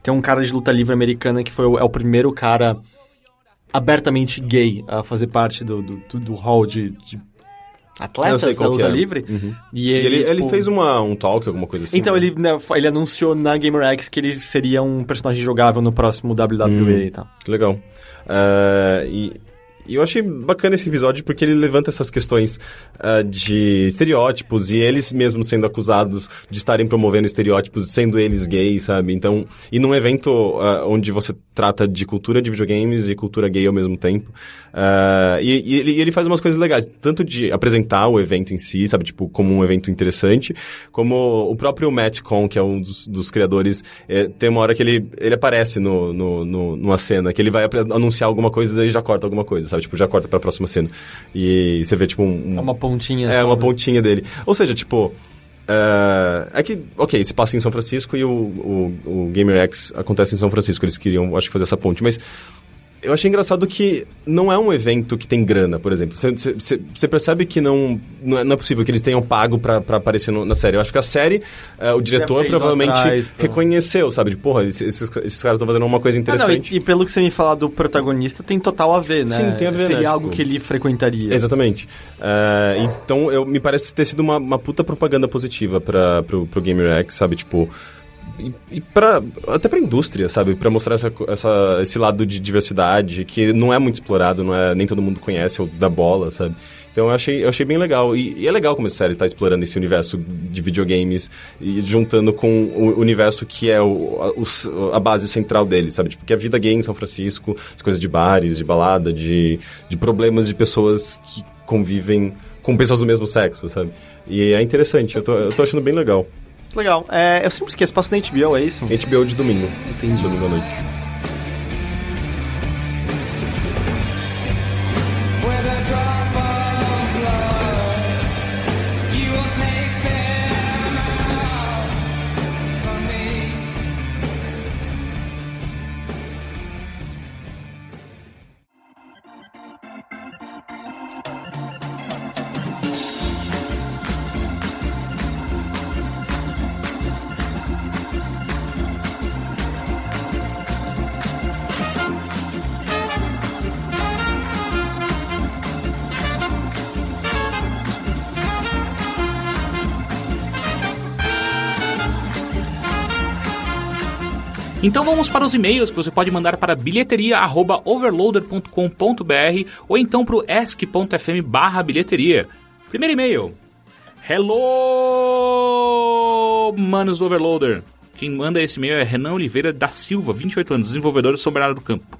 A: Tem um cara de luta livre americana que foi o, é o primeiro cara abertamente gay a fazer parte do, do, do- do hall de, de
C: Eu
A: atletas
C: sei
A: da
C: qual que
A: luta
C: é.
A: livre.
C: Uhum.
A: E
C: E
A: ele,
C: ele, ele
A: tipo,
C: fez uma, um talk, alguma coisa assim.
A: Então,
C: né?
A: ele, né, ele anunciou na GamerX que ele seria um personagem jogável no próximo WWE
C: Hum.
A: e tal.
C: Que legal. Ah, e, e eu achei bacana esse episódio porque ele levanta essas questões ah, de estereótipos e eles mesmos sendo acusados de estarem promovendo estereótipos, sendo eles gays, sabe? Então, e num evento ah, onde você trata de cultura de videogames e cultura gay ao mesmo tempo. ah, e, e ele, e ele faz umas coisas legais, tanto de apresentar o evento em si, sabe? Tipo, como um evento interessante, como o próprio Matt Con, que é um dos, dos criadores, eh, tem uma hora que ele, ele aparece no, no, no- numa cena, que ele vai apre- anunciar alguma coisa e daí já corta alguma coisa, sabe? Tipo, já corta pra próxima cena. E você vê, tipo, um... um-
A: É uma pontinha.
C: é,
A: só,
C: uma
A: né?
C: pontinha dele. Ou seja, tipo. É, é que, ok, se passa em São Francisco e o, o, o Gamer X acontece em São Francisco. Eles queriam, acho que, fazer essa ponte. Mas eu achei engraçado que não é um evento que tem grana, por exemplo. Você percebe que não, não, é, não é possível que eles tenham pago pra, pra aparecer no- na série. Eu acho que a série, eh, o diretor
A: ter ido
C: provavelmente
A: atrás, prova-
C: reconheceu, sabe? De porra, esses, esses- esses caras estão fazendo uma coisa
A: Ah, não, e,
C: interessante.
A: e pelo que você me fala do protagonista, tem total a ver, né?
C: Sim, tem a ver,
A: Seria
C: né,
A: algo
C: tipo-
A: que ele frequentaria.
C: Exatamente. Eh, então, eu, me parece ter sido uma, uma puta propaganda positiva pra, pro, pro Game Rex, sabe? Tipo. E, e pra, até pra indústria, sabe? Pra mostrar essa, co- essa- esse lado de diversidade que não é muito explorado, não é, nem todo mundo conhece ou dá bola, sabe? Então eu achei, eu achei bem legal. E, e é legal como essa série tá explorando esse universo de videogames e juntando com o universo que é o, a, o s- a base central dele, sabe? Tipo, que é a vida gay em São Francisco, as coisas de bares, de balada, de, de problemas de pessoas que convivem com pessoas do mesmo sexo, sabe? E é interessante, eu tô, eu tô achando bem legal.
A: Legal. É, eu sempre esqueço, passa na HBO, é isso?
C: HBO de domingo. Entendi. Domingo à noite.
B: Então vamos para os e-mails que você pode mandar para bilheteria@overloader.com.br ou então para o ask.fm barra bilheteria. Primeiro e-mail. Hello, manos do Overloader. Quem manda esse e-mail é Renan Oliveira da Silva, 28 anos, desenvolvedor de São Bernardo do Campo.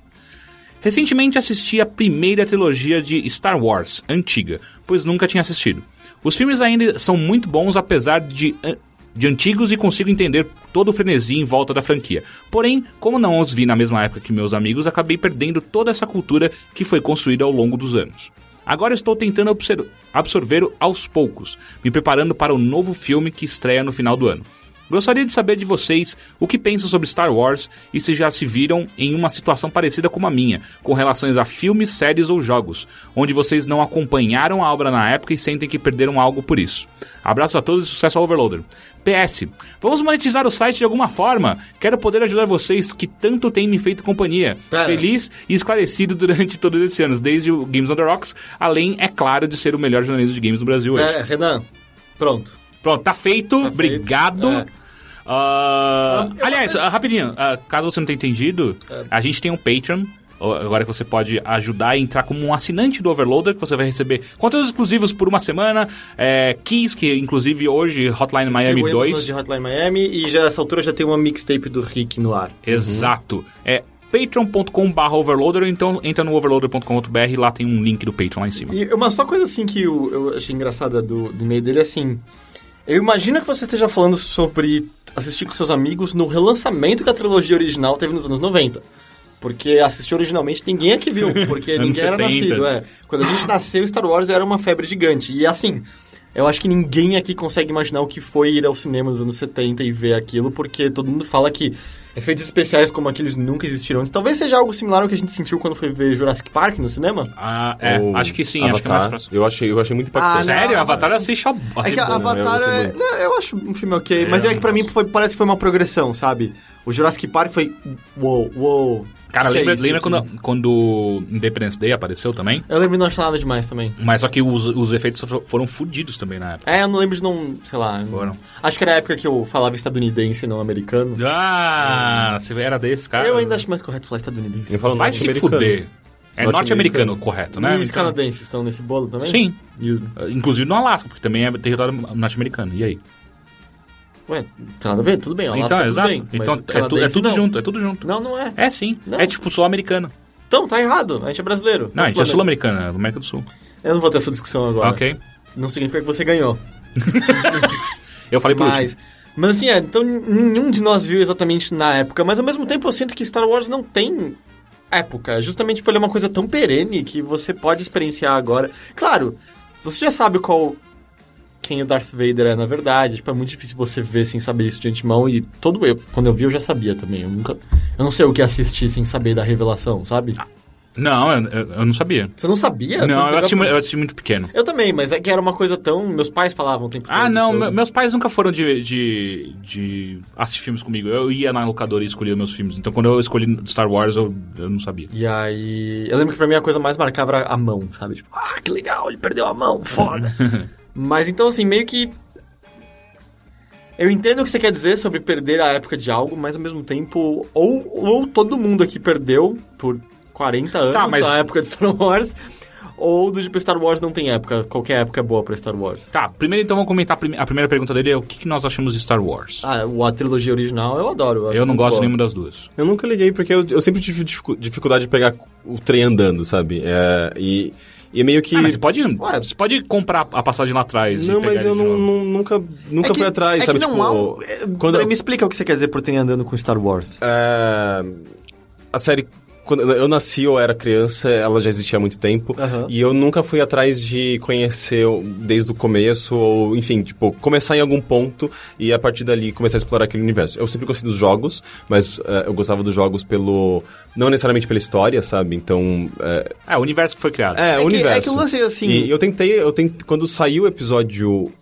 B: Recentemente assisti a primeira trilogia de Star Wars, antiga, pois nunca tinha assistido. Os filmes ainda são muito bons, apesar de, an- de antigos, e consigo entender todo o frenesi em volta da franquia. Porém, como não os vi na mesma época que meus amigos, acabei perdendo toda essa cultura que foi construída ao longo dos anos. Agora estou tentando absor- absorver aos poucos, me preparando para o novo filme que estreia no final do ano. Gostaria de saber de vocês o que pensam sobre Star Wars e se já se viram em uma situação parecida com a minha, com relações a filmes, séries ou jogos, onde vocês não acompanharam a obra na época e sentem que perderam algo por isso. Abraço a todos e sucesso ao Overloader. PS, vamos monetizar o site de alguma forma? Quero poder ajudar vocês que tanto têm me feito companhia.
A: Pera.
B: Feliz e esclarecido durante todos esses anos, desde o Games on the Rocks, além, é claro, de ser o melhor jornalista de games do Brasil hoje.
A: É, Renan, pronto.
B: Pronto, tá feito. Obrigado.
A: É.
B: Ah, aliás, ah, rapidinho, ah, caso você não tenha entendido,
A: É.
B: a gente tem um Patreon. ó, Agora que você pode ajudar a entrar como um assinante do Overloader, que você vai receber conteúdos exclusivos por uma semana, é, keys, que inclusive hoje Hotline Miami
A: Distribuímos nos
B: 2.
A: de Hotline Miami e já nessa altura já tem uma mixtape do Rick no ar.
B: Uhum. Exato. É patreon.com.br overloader, ou então entra no overloader.com.br lá tem um link do Patreon lá em cima.
A: E uma só coisa assim que eu, eu achei engraçada do, do e-mail dele é assim. Eu imagino que você esteja falando sobre assistir com seus amigos no relançamento que a trilogia original teve nos anos 90. Porque assistir originalmente ninguém aqui viu, porque
B: Anos
A: ninguém era
B: 70.
A: nascido. É. Quando a gente nasceu, Star Wars era uma febre gigante. E assim, eu acho que ninguém aqui consegue imaginar o que foi ir ao cinema nos anos 70 e ver aquilo, porque todo mundo fala que efeitos especiais como aqueles nunca existiram antes. Talvez seja algo similar ao que a gente sentiu quando foi ver Jurassic Park no cinema.
B: Ah, é,
C: Ou
B: acho que sim, acho que é mais
C: Avatar.
B: próximo.
C: Eu achei, eu achei muito
A: Ah,
C: impactante.
A: não.
B: Sério? Avatar assiste a...
A: É que
B: assiste-
A: Avatar
C: eu
A: é.
C: gostei
A: não, eu acho um filme ok, mas
B: eu
A: é que pra mim foi- parece que foi uma progressão, sabe? O Jurassic Park foi. Uou, uou.
B: Cara,
A: que que é
B: lembra,
A: isso
B: lembra
A: aqui?
B: quando, quando Independence Day apareceu também?
A: Eu lembro de não achar nada demais também.
B: Mas só que os, os efeitos foram- foram fodidos também na época.
A: É, eu não lembro de não. sei lá.
B: Foram.
A: Acho que era a época que eu falava estadunidense e não americano.
B: Ah, você era desse, cara.
A: Hum. eu ainda acho mais correto falar estadunidense.
C: Eu falo
B: Vai se
C: norte-americano.
B: fuder. É norte-americano,
C: Norte-americano.
B: correto,
A: e
B: né?
A: os
B: Então-
A: canadenses estão nesse bolo também?
B: Sim.
A: E o-
B: Inclusive no Alasca, porque também é território norte-americano. E aí?
A: Ué, tá nada a ver? Tudo bem. Alaska,
B: então,
A: tudo
B: exato.
A: bem. mas
B: então é, tu- é
A: canadense
B: tudo
A: não.
B: junto, é tudo junto.
A: Não, não é.
B: É sim.
A: Não.
B: É tipo sul-americano.
A: Então, tá errado. A gente é brasileiro.
B: Não, a gente é sul-americano, é América do Sul.
A: Eu não vou ter essa discussão agora.
B: Ok.
A: Não significa que você ganhou.
B: Eu falei por
A: Mas, mas assim, é, então n- nenhum de nós viu exatamente na época, mas ao mesmo tempo eu sinto que Star Wars não tem época, justamente por ele é uma coisa tão perene que você pode experienciar agora. Claro, você já sabe qual quem o Darth Vader é na verdade, tipo, é muito difícil você ver sem saber isso de antemão e todo eu, quando eu vi eu já sabia também, eu nunca, eu não sei o que assistir sem saber da revelação, sabe?
B: Não, eu, eu- eu não sabia.
A: Você não sabia?
B: Ah.
A: Quando
B: não,
A: É, você
B: eu assisti, mu-
A: era-
B: eu assisti muito pequeno.
A: Eu também, mas é que era uma coisa tão. Meus pais falavam o tempo
B: Ah,
A: todo então
B: não,
A: sobre.
B: me- meus pais nunca foram de, de, de assistir filmes comigo. Eu ia na locadora e escolhia meus filmes. Então, quando eu escolhi Star Wars, eu, eu não sabia.
A: E aí. Eu lembro que pra mim a coisa mais marcava era a mão, sabe? Tipo, ah, que legal, ele perdeu a mão, foda. Mas então, assim, meio que. Eu entendo o que você quer dizer sobre perder a época de algo, mas ao mesmo tempo, ou, ou todo mundo aqui perdeu por 40 anos
B: Tá, mas-
A: a época de Star Wars, ou do tipo Star Wars não tem época, qualquer época é boa pra Star Wars.
B: Tá, primeiro então vamos comentar a, prime- a primeira pergunta dele é o que, que nós achamos de Star Wars.
A: Ah, o- a trilogia original eu adoro. acho
B: eu não
A: muito
B: gosto
A: boa.
B: nenhuma das duas.
C: Eu nunca liguei, porque eu, eu sempre tive dificu- dificuldade de pegar o trem andando, sabe? É, e, e meio que.
B: Ah, mas você pode,
A: Ué.
B: você pode comprar a passagem lá atrás. e
C: não,
B: pegar
C: mas
B: ele
C: eu
B: de
C: não,
B: novo.
C: não- nunca, nunca
A: É que-
C: fui atrás,
A: é
C: sabe?
A: que não
C: tipo,
A: há um- é,
C: quando-
A: Me explica o que você quer dizer por ter andando com Star Wars.
C: É, a série. Quando eu nasci ou era criança, ela já existia há muito tempo.
A: Aham.
C: E eu nunca fui atrás de conhecer o- desde o começo, ou enfim, tipo, começar em algum ponto e a partir dali começar a explorar aquele universo. Eu sempre gostei dos jogos, mas é, eu gostava dos jogos pelo. Não necessariamente pela história, sabe? Então. É,
B: É, o universo que foi criado.
C: é, o
A: que-
C: universo.
A: é que o lance é assim-
C: E eu tentei, eu tentei. Quando saiu o episódio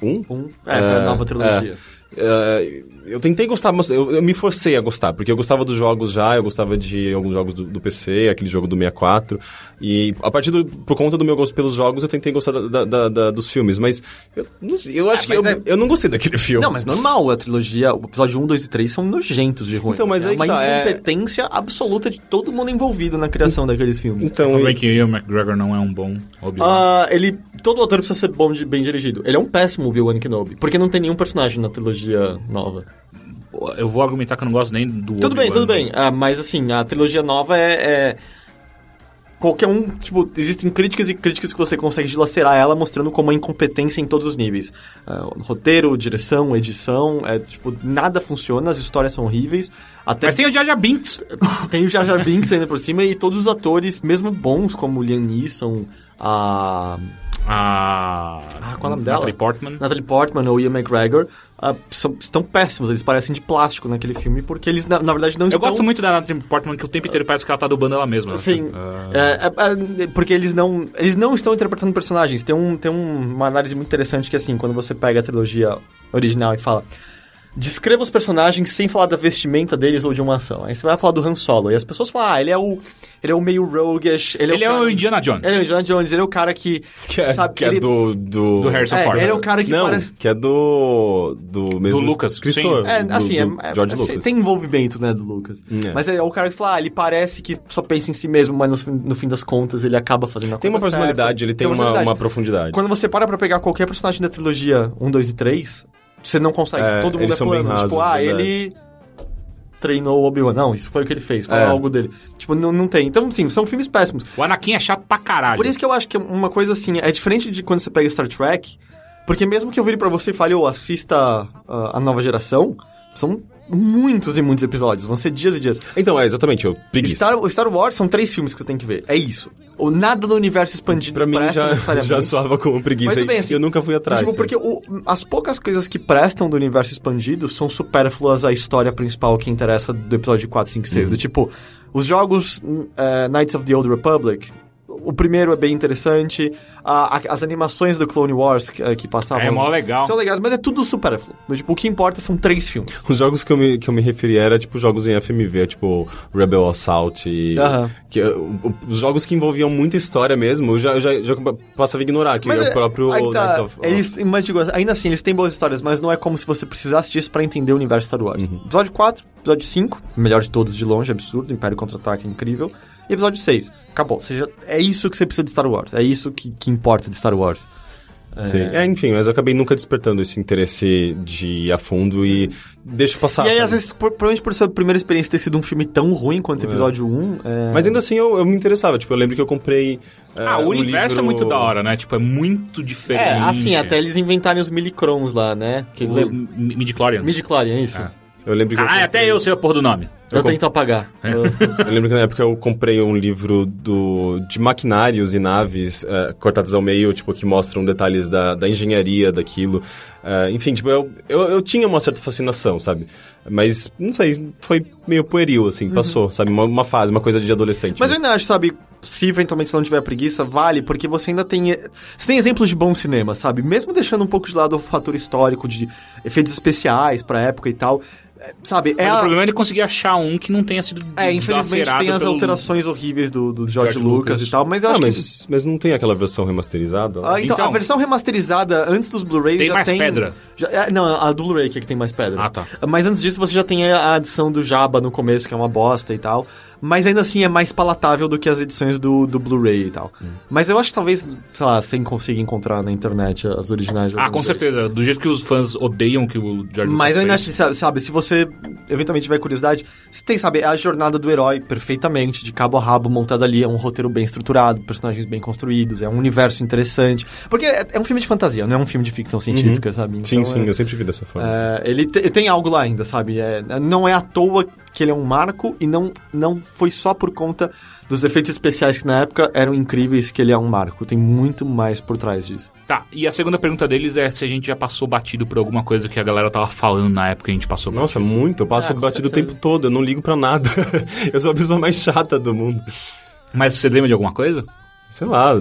C: 1,
A: Um, é, foi a
C: É,
A: nova trilogia.
C: é, eu tentei gostar, mas eu, eu me forcei a gostar, porque eu gostava dos jogos já, eu gostava de alguns jogos do, do PC, aquele jogo do 64, e a partir do, por conta do meu gosto pelos jogos, eu tentei gostar da- da- da- da- dos filmes, mas eu, não sei, eu acho
A: Ah,
C: que
A: mas
C: eu,
A: é-
C: eu não gostei daquele filme.
A: Não, mas normal, a trilogia, o episódio 1, 2 e 3 são nojentos de ruim.
C: Então, mas
A: é
C: aí
A: uma
C: que tá, é-
A: incompetência absoluta de todo mundo envolvido na criação daqueles filmes.
C: Então,
B: Foi
C: e-
B: bem é que o Ian McGregor não é um bom Obi-Wan.
A: um Ah, ele. Todo ator precisa ser bom de, bem dirigido. Ele é um péssimo Obi-Wan Kenobi, porque não tem nenhum personagem na trilogia nova.
B: Eu vou argumentar que eu não gosto nem do
A: Tudo bem,
B: Obi-Wan. né?
A: tudo bem. Ah, mas assim, a trilogia nova é. é- Qualquer um, tipo, existem críticas e críticas que você consegue dilacerar ela mostrando como a incompetência em todos os níveis. Ah, roteiro, direção, edição, é, tipo, nada funciona, as histórias são horríveis. Até
B: Mas tem o Jar Jar Binks.
A: Tem o Jar Jar Binks ainda por cima e todos os atores, mesmo bons, como Liam Neeson, a
B: Ah,
A: qual é o nome dela?
B: Natalie Portman.
A: Natalie Portman ou Ian McGregor, ah, são- estão péssimos. Eles parecem de plástico naquele filme porque eles, na, na verdade, não
B: Eu
A: estão...
B: gosto muito da Natalie Portman, que o tempo inteiro parece que ela tá dubando ela mesma.
A: Sim,
B: Ah.
A: é, é, é, porque eles não, eles não estão interpretando personagens. Tem, um, tem um- uma análise muito interessante que, assim, quando você pega a trilogia original e fala... Descreva os personagens sem falar da vestimenta deles ou de uma ação. Aí você vai falar do Han Solo. E as pessoas falam, ah, ele é o... Ele é o meio roguish. Ele é
B: Ele é
A: cara-
B: o Indiana Jones.
A: Ele é o Indiana Jones, ele é o cara que.
C: que é,
A: sabe,
C: que é
A: ele-
C: do, do...
B: Do Harrison
A: É,
B: Ford.
A: ele é o cara que
C: não,
A: parece.
C: que é do... Do mesmo...
B: Lucas,
C: escritor,
B: sim.
A: É,
C: do-
A: assim,
C: do
A: é, é-
C: George
A: é-
C: Lucas.
A: tem envolvimento, né, do Lucas.
C: É.
A: Mas é o cara que fala, ah, ele parece que só pensa em si mesmo, mas no, fim- no fim das contas ele acaba fazendo a
C: Tem uma
A: coisa certa.
C: personalidade, ele tem, uma,
A: personalidade.
C: uma profundidade.
A: Quando você para pra pegar qualquer personagem da trilogia 1, 2 e 3, você não consegue.
C: É,
A: Todo mundo
C: eles
A: é
C: são bem
A: plano. tipo,
C: rasos,
A: ah,
C: verdade.
A: ele treinou o Obi-Wan. Não, isso foi o que ele fez, foi
C: É.
A: algo dele. Tipo, não, não tem. Então, sim, são filmes péssimos.
B: O Anakin é chato pra caralho.
A: Por isso que eu acho que é uma coisa assim, é diferente de quando você pega Star Trek, porque mesmo que eu vire pra você e fale, eu assista ah, a nova geração, são muitos e muitos episódios, vão ser dias e dias.
C: Então, é, exatamente, eu preguiça.
A: Star, o Star Wars são três filmes que você tem que ver, é isso. O nada do universo expandido
C: Pra mim
A: presta
C: já,
A: necessariamente.
C: já soava como preguiça.
A: Mas tudo
C: e
A: bem, assim,
C: eu nunca fui atrás.
A: Tipo,
C: sabe?
A: porque o- as poucas coisas que prestam do universo expandido são supérfluas à história principal que interessa do episódio 4, 5 e 6. Do
B: Uhum.
A: tipo, os jogos hum, é, Knights of the Old Republic. O primeiro é bem interessante. a- a- as animações do Clone Wars que, eh, que passavam.
B: É mó legal.
A: São legais, mas é tudo supérfluo. Do Tipo, o que importa são três filmes.
C: Os jogos que eu me, que eu me referi era, tipo, jogos em FMV, tipo Rebel Assault e...
A: Aham.
C: que, o- o- os jogos que envolviam muita história mesmo, eu já, eu já, já passava a ignorar, que
A: mas
C: é o próprio
A: aí que tá,
C: Knights of...
A: eles, mas digo, ainda assim, eles têm boas histórias, mas não é como se você precisasse disso pra entender o universo Star Wars. Episódio 4, episódio 5, melhor de todos de longe, absurdo, Império Contra-Ataque é incrível. E episódio 6, acabou. Ou seja, é isso que você precisa de Star Wars, é isso que, que importa de Star Wars.
C: Sim. É, enfim, mas eu acabei nunca despertando esse interesse de ir a fundo e deixo passar.
A: e aí,
C: sabe?
A: às vezes, por, provavelmente por sua primeira experiência ter sido um filme tão ruim quanto o episódio 1, é...
C: Mas ainda assim eu, eu me interessava, tipo, eu lembro que eu comprei... é,
B: Ah, o
C: um
B: universo
C: livro-
B: é muito da hora, né? Tipo, é muito diferente.
A: É, assim, até eles inventarem os milicrons lá, né? Que
B: O
A: lembra...
B: Midi Clorian.
A: Midichlorian, é isso?
B: Ah. é,
C: Eu lembro que eu
B: Caralho, até eu sei a porra do nome.
A: Eu, tento apagar. Eu-
C: Eu lembro que na época eu comprei um livro do, de maquinários e naves eh, cortadas ao meio, tipo, que mostram detalhes da, da engenharia daquilo. Eh, enfim, tipo, eu, eu, eu tinha uma certa fascinação, sabe? Mas, não sei, foi meio pueril, assim, passou, sabe? Uma, uma fase, uma coisa de adolescente.
A: Uhum. Mas eu ainda acho, sabe, se eventualmente se não tiver preguiça, vale, porque você ainda tem. Você tem exemplos de bom cinema, sabe? Mesmo deixando um pouco de lado o fator histórico de efeitos especiais pra época e tal. é, Sabe, é
B: Mas o
A: a-
B: problema é ele conseguir achar um que não tenha sido
A: É, infelizmente
B: dilacerado
A: tem as
B: pelo-
A: alterações horríveis do, do George,
B: George
A: Lucas,
B: Lucas.
A: e tal, mas eu
C: Ah,
A: acho que.
C: mas, mas não tem aquela versão remasterizada? lá?
A: Ah, então,
B: Então.
A: a versão remasterizada antes dos Blu-rays
B: Tem
A: já
B: mais
A: tem...
B: pedra.
A: já- é, não, a do Blu-ray que é que tem mais pedra.
B: Ah, tá.
A: Mas antes disso você já tem a a adição do Jabba no começo, que é uma bosta e tal. Mas ainda assim é mais palatável do que as edições do, do Blu-ray e tal.
C: Hum.
A: Mas eu acho que talvez, sei lá, sem consiga encontrar na internet as originais. de
B: Ah,
A: algum
B: com
A: jeito.
B: certeza. Do jeito que os fãs odeiam que o George
A: Mas
B: Lucas
A: eu ainda
B: fez.
A: acho, sa- sabe, se você eventualmente tiver curiosidade, você tem, sabe, é a jornada do herói perfeitamente, de cabo a rabo, montada ali, é um roteiro bem estruturado, personagens bem construídos, é um universo interessante. Porque é, é um filme de fantasia, não é um filme de ficção científica, sabe?
C: Uhum. Sim,
A: Então,
C: sim,
A: é-
C: eu sempre vi dessa forma.
A: é, ele te- tem algo lá ainda, sabe? É, não é à toa que ele é um marco e não, não foi só por conta dos efeitos especiais que na época eram incríveis que ele é um marco. Tem muito mais por trás disso.
B: Tá, e a segunda pergunta deles é se a gente já passou batido por alguma coisa que a galera tava falando na época que a gente passou batido.
C: Nossa, muito. Eu passo
A: Ah, com
C: batido o
A: certeza.
C: tempo todo, eu não ligo pra nada. eu sou a pessoa mais chata do mundo.
B: Mas você lembra de alguma coisa?
C: Sei lá.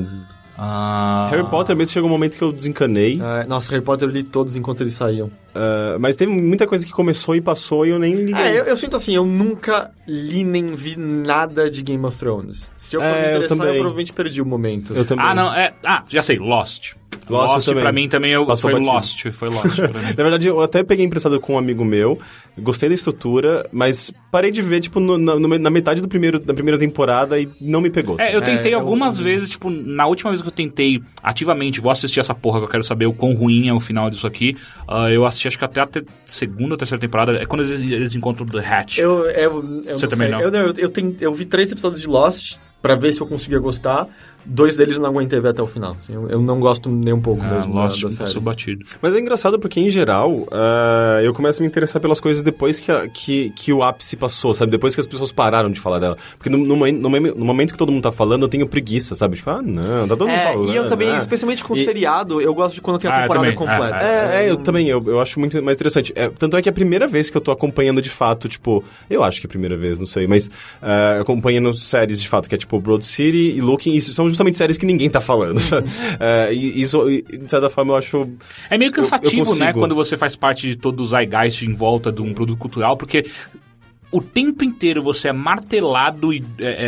B: Ah...
C: Harry Potter mesmo chegou um momento que eu desencanei.
A: É, nossa, Harry Potter eu li todos enquanto eles saíam.
C: Ah, mas teve muita coisa que começou e passou e eu nem liguei.
A: É, eu, eu sinto assim, eu nunca li nem vi nada de Game of Thrones. Se eu for
C: É,
A: me
C: eu
A: interessar, eu,
C: também.
A: provavelmente perdi o momento.
C: Eu também.
B: Ah, não, é... Ah, já sei, Lost. Lost,
C: Lost também.
B: pra mim também eu...
C: Passou
B: foi
C: batido.
B: Lost, foi Lost pra mim.
C: Na verdade, eu até peguei emprestado com um amigo meu, gostei da estrutura, mas parei de ver, tipo, no- na, no- na metade do primeiro, da primeira temporada e não me pegou.
B: É, eu tentei
A: eu-
B: algumas vezes, tipo, na última vez que eu tentei ativamente, vou assistir essa porra que eu quero saber o quão ruim é o final disso aqui, ah, eu assisti acho que até a te- segunda ou terceira temporada, é quando eles, eles encontram o The Hatch.
A: Eu, eu, eu
B: Você também
A: sei.
B: não?
A: Eu, eu, eu, ten- eu vi três episódios de Lost pra ver se eu conseguia gostar. Dois deles eu não aguentei ver até o final. assim, eu, eu não gosto nem um pouco
B: Ah,
A: mesmo da-
B: Lost
A: da,
B: passou
A: série.
B: batido.
C: Mas é engraçado porque, em geral, ah, eu começo a me interessar pelas coisas depois que, a- que, que o ápice passou, sabe? Depois que as pessoas pararam de falar dela. Porque no, no, mo- no mo- no momento que todo mundo tá falando, eu tenho preguiça, sabe? Tipo, ah, não, tá todo mundo
A: É,
C: falando.
A: e eu também,
C: ah.
A: especialmente com
C: E-
A: seriado, eu gosto de quando tem a
B: né? Ah, eu
A: temporada
B: também.
A: completa.
B: Ah, ah,
C: É, é, eu também, eu, eu acho muito mais interessante. É, tanto é que a primeira vez que eu tô acompanhando de fato, tipo, eu acho que é a primeira vez, não sei, mas é, acompanhando séries de fato, que é tipo Broad City e Looking, e são justamente séries que ninguém tá falando, sabe? É, e isso, e, de certa forma, eu acho.
B: É meio
C: Eu- eu
B: cansativo,
C: consigo.
B: né, quando você faz parte de todo o zeitgeist em volta de um produto cultural, porque o tempo inteiro você é martelado e é, é,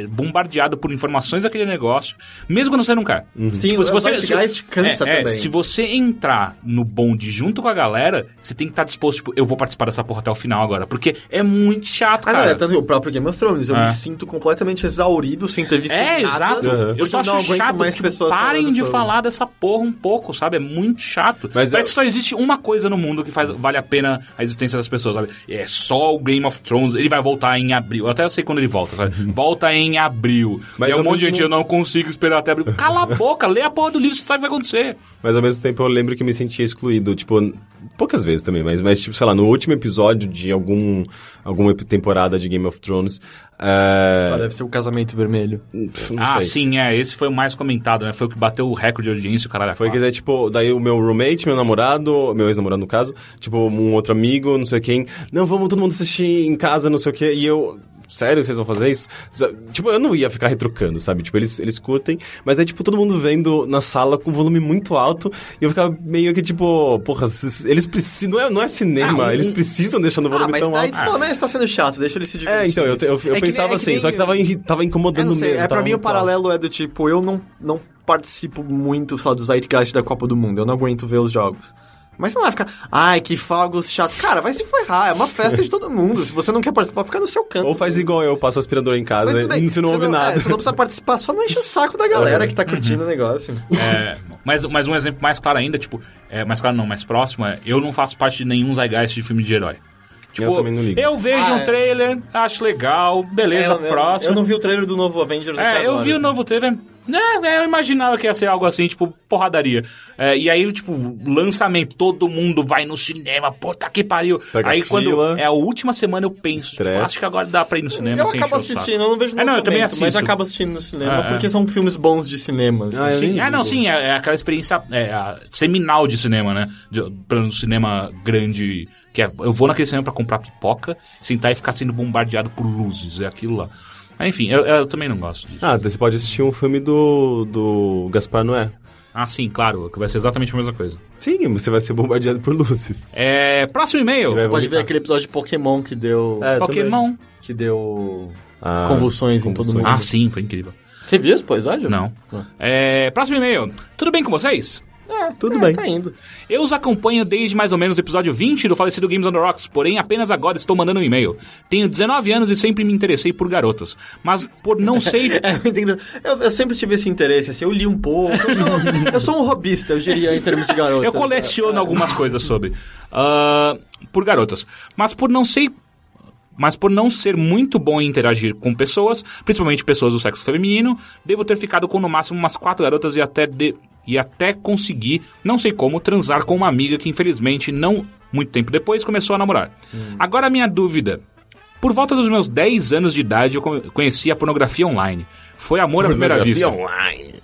B: é, é, bombardeado por informações daquele negócio, mesmo quando você não quer.
C: Uhum.
A: Sim, o Zeitgeist cansa
B: é, é,
A: também.
B: se você entrar no bonde junto com a galera, você tem que estar disposto, tipo, eu vou participar dessa porra até o final agora, porque é muito chato,
A: Ah,
B: cara.
A: não, é tanto que o próprio Game of Thrones. Eu
B: É.
A: me sinto completamente exaurido sem ter visto nada.
B: É, exato.
C: Uhum.
B: Eu só
A: Eu não
B: acho
A: aguento
B: chato
A: mais
B: que tipo,
A: pessoas
B: parem
A: falando
B: de
A: sobre.
B: falar dessa porra um pouco, sabe? É muito chato.
C: Mas é
B: Parece
C: eu-
B: que só existe uma coisa no mundo que faz, vale a pena a existência das pessoas, sabe? É só o Game of Thrones. Ele vai voltar em abril. Eu até sei quando ele volta, sabe? Volta em abril.
C: Uhum. Mas
B: e é um
C: ao
B: monte de
C: mesmo-
B: gente, eu não consigo esperar até abril. Cala a boca, lê a porra do livro, você sabe o que vai acontecer.
C: Mas ao mesmo tempo eu lembro que eu me sentia excluído, tipo, n- poucas vezes também, mas, mas tipo, sei lá, no último episódio de algum, alguma ep- temporada de Game of Thrones.
A: Ah,
C: É,
A: deve ser o casamento vermelho.
C: pf, não
B: ah,
C: sei.
B: sim, é. Esse foi o mais comentado, né? Foi o que bateu o recorde de audiência, o caralho. a
C: Foi que
B: quatro.
C: daí, tipo, daí o meu roommate, meu namorado, meu ex-namorado no caso, tipo, um outro amigo, não sei quem, não, vamos todo mundo assistir em casa, não sei o quê, e eu. Sério, vocês vão fazer isso? Sa- Tipo, eu não ia ficar retrucando, sabe? Tipo, eles, eles curtem, mas é tipo todo mundo vendo na sala com volume muito alto e eu ficava meio que tipo, porra, s- eles precisam. Não é, não é cinema,
B: Ah, um-
C: eles precisam deixar no
A: Ah,
C: volume
A: mas
C: tão
A: daí
C: alto.
A: tu fala, mas tá sendo chato, deixa ele se divertir.
C: É, então, eu, eu, eu
A: É que
C: pensava
A: nem- é que
C: assim,
A: nem-
C: só que tava, irri- tava
A: É,
C: incomodando
A: não sei,
C: mesmo.
A: é, pra
C: tava
A: mim o
C: muito alto.
A: paralelo é do tipo, eu não, não participo muito, sei lá, do Zeitgeist da Copa do Mundo, eu não aguento ver os jogos. Mas você não vai ficar, ai, que fogos chatos. Cara, vai se ferrar, é uma festa de todo mundo. Se você não quer participar, fica no seu canto.
C: Ou faz igual eu, passo aspirador em
A: Mas
C: casa
A: tudo bem,
C: e você não ouve
A: é,
C: nada.
A: você não precisa participar, só não enche o saco da galera que tá curtindo o negócio.
B: É, mas, mas um exemplo mais claro ainda, tipo, é, mais claro não, mais próximo, é eu não faço parte de nenhum zeitgeist de filme de herói. Tipo,
C: também não ligo.
B: eu vejo
A: Ah,
B: um
A: é.
B: trailer, acho legal, beleza,
A: É, eu, eu-
B: próximo.
A: Eu não vi o trailer do novo Avengers até
B: é, eu
A: agora,
B: vi o
A: assim.
B: novo trailer, É, é, eu imaginava que ia ser algo assim, tipo, porradaria. É, e aí, tipo, lançamento, todo mundo vai no cinema, puta que pariu.
C: Pega
B: aí
C: a
B: quando
C: fila.
B: é a última semana eu penso, tipo,
C: Estresse.
B: acho que agora dá pra ir no cinema
A: eu
B: sem
A: acabo
B: encher o saco.
A: assistindo, eu não vejo
B: É, não, eu também
A: lançamento, Mas
B: assisto.
A: acabo assistindo no cinema,
B: É, é.
A: porque são filmes bons de cinema. assim.
C: Ah, eu
B: Sim,
C: nem
B: ah, não,
C: digo.
B: sim, é, é aquela experiência é, a seminal de cinema, né? De, pelo menos cinema grande. Que é, eu vou naquele cinema pra comprar pipoca, sentar e ficar sendo bombardeado por luzes, é aquilo lá. Mas, enfim, eu, eu também não gosto disso.
C: Ah, daí você pode assistir um filme do, do Gaspar Noé.
B: Ah, sim, claro, que vai ser exatamente a mesma coisa.
C: Sim, você vai ser bombardeado por luzes.
B: É, próximo e-mail.
C: Vai-
A: Pode ver
C: vomitar.
A: aquele episódio de Pokémon que deu.
C: É,
B: Pokémon.
A: Que deu.
C: Ah,
A: convulsões em todo mundo.
B: Ah, sim, foi incrível.
A: Você viu esse episódio?
B: Não.
A: Ah.
B: É, próximo e-mail. Tudo bem com vocês?
A: É,
C: Tudo
A: é,
C: bem.
A: Tá indo.
B: Eu os acompanho desde mais ou menos o episódio 20 do falecido Games on the Rocks, porém apenas agora estou mandando um e-mail. Tenho 19 anos e sempre me interessei por garotas, mas por não sei...
A: É, eu, entendo. Eu- eu sempre tive esse interesse, assim, eu li um pouco. Eu sou, eu sou um robista, eu diria, em termos de garotas. É.
B: Eu coleciono algumas coisas sobre. Ah, por garotas. Mas por não sei. Mas por não ser muito bom em interagir com pessoas, principalmente pessoas do sexo feminino, devo ter ficado com no máximo umas quatro garotas e até, de- e até conseguir, não sei como, transar com uma amiga que infelizmente não muito tempo depois começou a namorar. Agora a minha dúvida. Por volta dos meus 10 anos de idade, eu co- conheci a pornografia online. Foi amor à primeira vista.
C: online.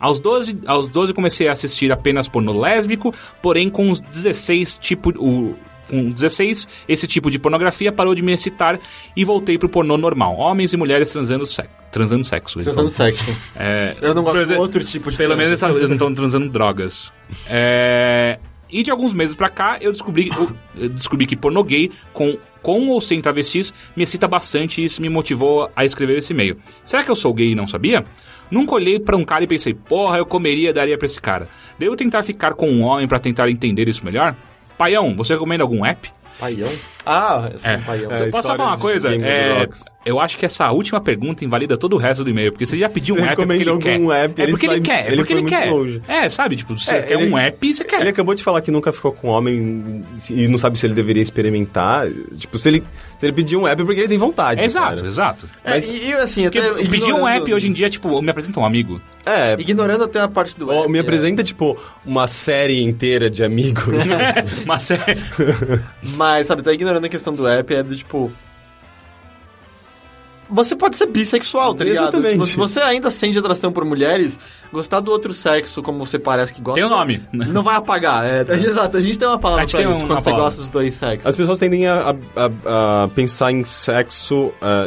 B: Aos 12, aos 12 comecei a assistir apenas porno lésbico, porém com os 16 tipo o com 16, esse tipo de pornografia parou de me excitar e voltei pro pornô normal. Homens e mulheres transando sexo. Transando sexo. ele
A: Transando sexo.
B: É,
A: Eu não gosto de
B: Pelo-
A: outro tipo de
B: pelo
A: transa.
B: menos essa- eles não estão transando drogas. É, e de alguns meses pra cá, eu descobri, eu- eu descobri que pornô gay, com, com ou sem travestis, me excita bastante e isso me motivou a escrever esse e-mail. Será que eu sou gay e não sabia? Nunca olhei pra um cara e pensei, porra, eu comeria e daria pra esse cara. Devo tentar ficar com um homem pra tentar entender isso melhor? Paião, você recomenda algum app?
A: um Paião? Ah, esse
B: É.
A: paião.
C: É.
B: Posso só falar uma
C: histórias de
B: coisa?
C: Games
B: É,
C: of Rocks.
B: eu acho que essa última pergunta invalida todo o resto do e-mail, porque você já pediu
C: Você
B: um app é porque ele
C: recomendou
B: quer.
C: algum app,
B: é
C: ele
B: porque ele,
C: foi-
B: quer, é
C: ele
B: porque
C: foi
B: ele
C: muito
B: quer.
C: longe.
B: É, sabe, tipo, você
C: É,
B: quer
C: ele-
B: um app, você quer.
C: Ele acabou de falar que nunca ficou com homem e não sabe se ele deveria experimentar. Tipo, se ele, se ele pedir um app é porque ele tem vontade.
B: É, exato,
C: cara.
B: exato.
A: É, e, e, assim,
B: Porque
A: até
B: pedir um
A: ignorando-
B: app hoje em dia, tipo, me apresenta um amigo.
C: É.
A: Ignorando até a parte do
C: ó,
A: app,
C: me
A: é.
C: apresenta, tipo, uma série inteira de amigos.
B: Mas é.
A: Mas, sabe, tá ignorando a questão do app, é do tipo. Você pode ser bissexual, tá ligado?
C: Exatamente.
A: Tipo, se você ainda sente atração por mulheres, gostar do outro sexo como você parece que gosta. é
B: Tem o nome.
A: Não vai apagar. É, exato, a gente tem uma
B: Né? A
A: palavra
B: gente
A: pra
B: tem um
A: isso
B: uma
A: quando você
B: palavra.
A: gosta dos dois sexos.
C: As pessoas tendem a, a- a- a pensar em sexo, ah,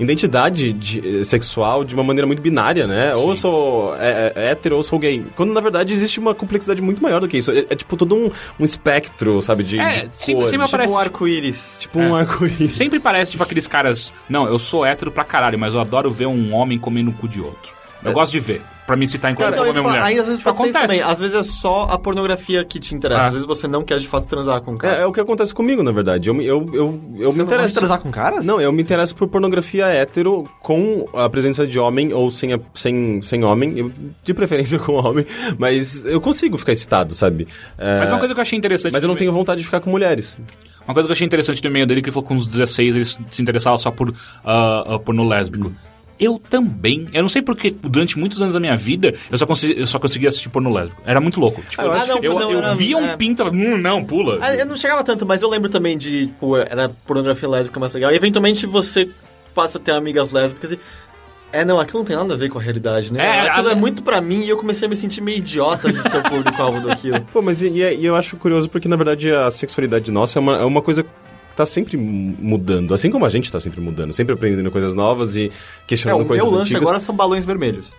C: em identidade de- eh, sexual de uma maneira muito binária, né? Ou eu sou é, é, hétero ou eu sou gay. Quando na verdade existe uma complexidade muito maior do que isso. É, é tipo todo um, um espectro, sabe? De,
B: É,
C: de
B: sempre-
C: cores.
B: sempre
A: tipo
B: parece- É.
A: um arco-íris.
C: Tipo um arco-íris.
B: Sempre parece, tipo, aqueles caras. Não, eu sou hétero pra caralho, mas eu adoro ver um homem comendo o cu de outro.
C: É.
B: Eu gosto de ver. Pra me citar enquanto
A: Então,
B: eu
A: isso
B: como minha
A: fa-
B: mulher.
A: ainda às vezes
B: Tipo,
A: pode ser isso
B: acontece.
A: também. Às vezes é só a pornografia que te interessa.
B: Ah.
A: Às vezes você não quer de fato transar com o cara.
C: É, é o que acontece comigo, na verdade. Eu, me- eu, eu, eu
A: você
C: me
A: não gosta de
C: interesso.
A: transar com caras?
C: Não, eu me interesso por pornografia hétero com a presença de homem ou sem, a- sem, sem homem, eu- de preferência com homem, mas eu consigo ficar excitado, sabe? É,
B: Mas uma coisa que eu achei interessante.
C: mas eu não
B: também-
C: tenho vontade de ficar com mulheres.
B: Uma coisa que eu achei interessante no e-mail dele, é que ele falou que com uns 16 ele se interessava só por ah, ah, pornô lésbico. Eu também. Eu não sei porque durante muitos anos da minha vida eu só consegui, eu só conseguia assistir pornô lésbico. Era muito louco. Tipo,
A: Ah, eu
B: eu,
A: acho que-
B: eu,
A: não,
B: eu
A: era-
B: via um
A: é.
B: pinto, eu falava, hum, não, pula.
A: Ah, Eu não chegava tanto, mas eu lembro também de, tipo, era pornografia lésbica mais legal. E eventualmente você passa a ter amigas lésbicas e. É, não, aquilo não tem nada a ver com a realidade, né?
B: É,
A: aquilo
B: a-
A: é muito pra mim e eu comecei a me sentir meio idiota de ser o público-alvo daquilo.
C: Pô, mas e, e- e eu acho curioso porque, na verdade, a sexualidade nossa é uma, é uma coisa que tá sempre mu- mudando. Assim como a gente tá sempre mudando, sempre aprendendo coisas novas e
A: É,
C: questionando
A: o meu
C: coisas
A: lance
C: antigas. Tipo,
A: agora é tipo assim, são balões vermelhos.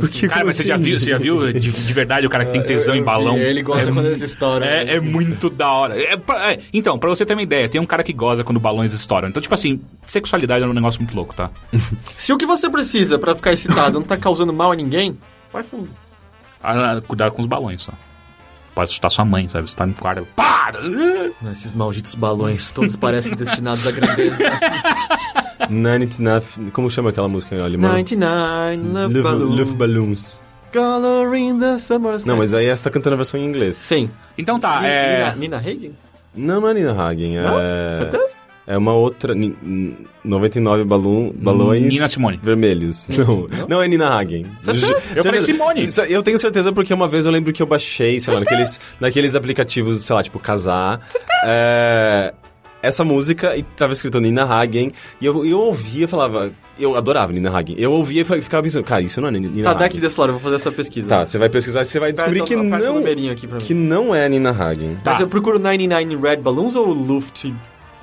C: Porque,
B: Cara, mas você já viu, você já viu de, de verdade o cara que
A: Ah,
B: tem tesão em balão?
A: E ele gosta
B: é,
A: quando eles estouram. né?
B: é, é muito da hora. É pra- é, então, pra você ter uma ideia, tem um cara que goza quando balões estouram. Então, tipo assim, sexualidade é um negócio muito louco, tá?
A: Se o que você precisa pra ficar excitado não tá causando mal a ninguém, vai fundo.
B: Ah, cuidado com os balões, só. Pode assustar sua mãe, sabe? Você tá no quarto. Para!
A: Esses malditos balões, todos parecem destinados à grandeza.
C: Nine Como chama aquela música em alemão?
A: 99 Love
C: Luft-
A: Balloons.
C: Luftballons.
A: Coloring the summer sky.
C: Não, mas aí essa tá cantando a versão em inglês.
A: Sim.
B: Então tá,
A: Nina,
B: é.
A: Nina Hagen?
C: Não, não é Nina Hagen, é...
A: Certeza?
C: É uma outra. ni- n- 99 balão, balões.
B: Nina Simone.
C: Vermelhos. Não, não é Nina Hagen.
B: Certeza. tá Eu falei Simone. tá-
C: Isso- Eu tenho certeza porque uma vez eu lembro que eu baixei, sei lá, naqueles, naqueles aplicativos, sei lá, tipo Casar. é, essa música e tava escrito Nina Hagen. E eu, eu ouvia e falava. Eu adorava Nina Hagen. Eu ouvia e fa- ficava pensando, cara, isso não é Nina Nina
A: Tá,
C: Hagen.
A: dá aqui desse lado, eu vou fazer essa pesquisa.
C: Tá, você vai pesquisar e você vai descobrir
A: Aperta-
C: que
A: aperta o
C: não,
A: numerinho aqui pra mim.
C: que não é Nina Hagen.
A: Mas eu procuro 99 Red Balloons ou Luft?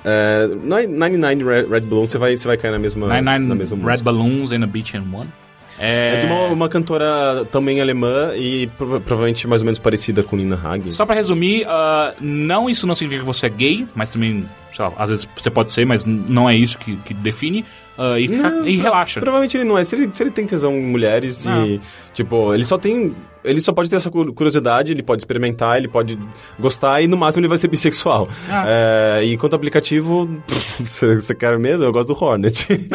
C: É, 99 Red, Red Balloon, você vai, você vai cair na mesma,
B: Nine
C: na
B: Nine
C: mesma
B: Red
C: música.
B: Balloons and a Beach and One. É,
C: É de uma, uma cantora também alemã e prova- provavelmente mais ou menos parecida com Nina Hagen.
B: Só pra resumir, ah, não isso não significa que você é gay, mas também, sei lá, às vezes você pode ser, mas n- não é isso que, que define. ah, e, fica-
C: Não,
B: e relaxa.
C: Provavelmente ele não é. Se ele, se ele tem tesão em mulheres e. Tipo, ele só tem. Ele só pode ter essa cu- curiosidade, ele pode experimentar, ele pode gostar e no máximo ele vai ser bissexual.
B: Ah.
C: É, e quanto ao aplicativo, você você quer mesmo? Eu gosto do Hornet.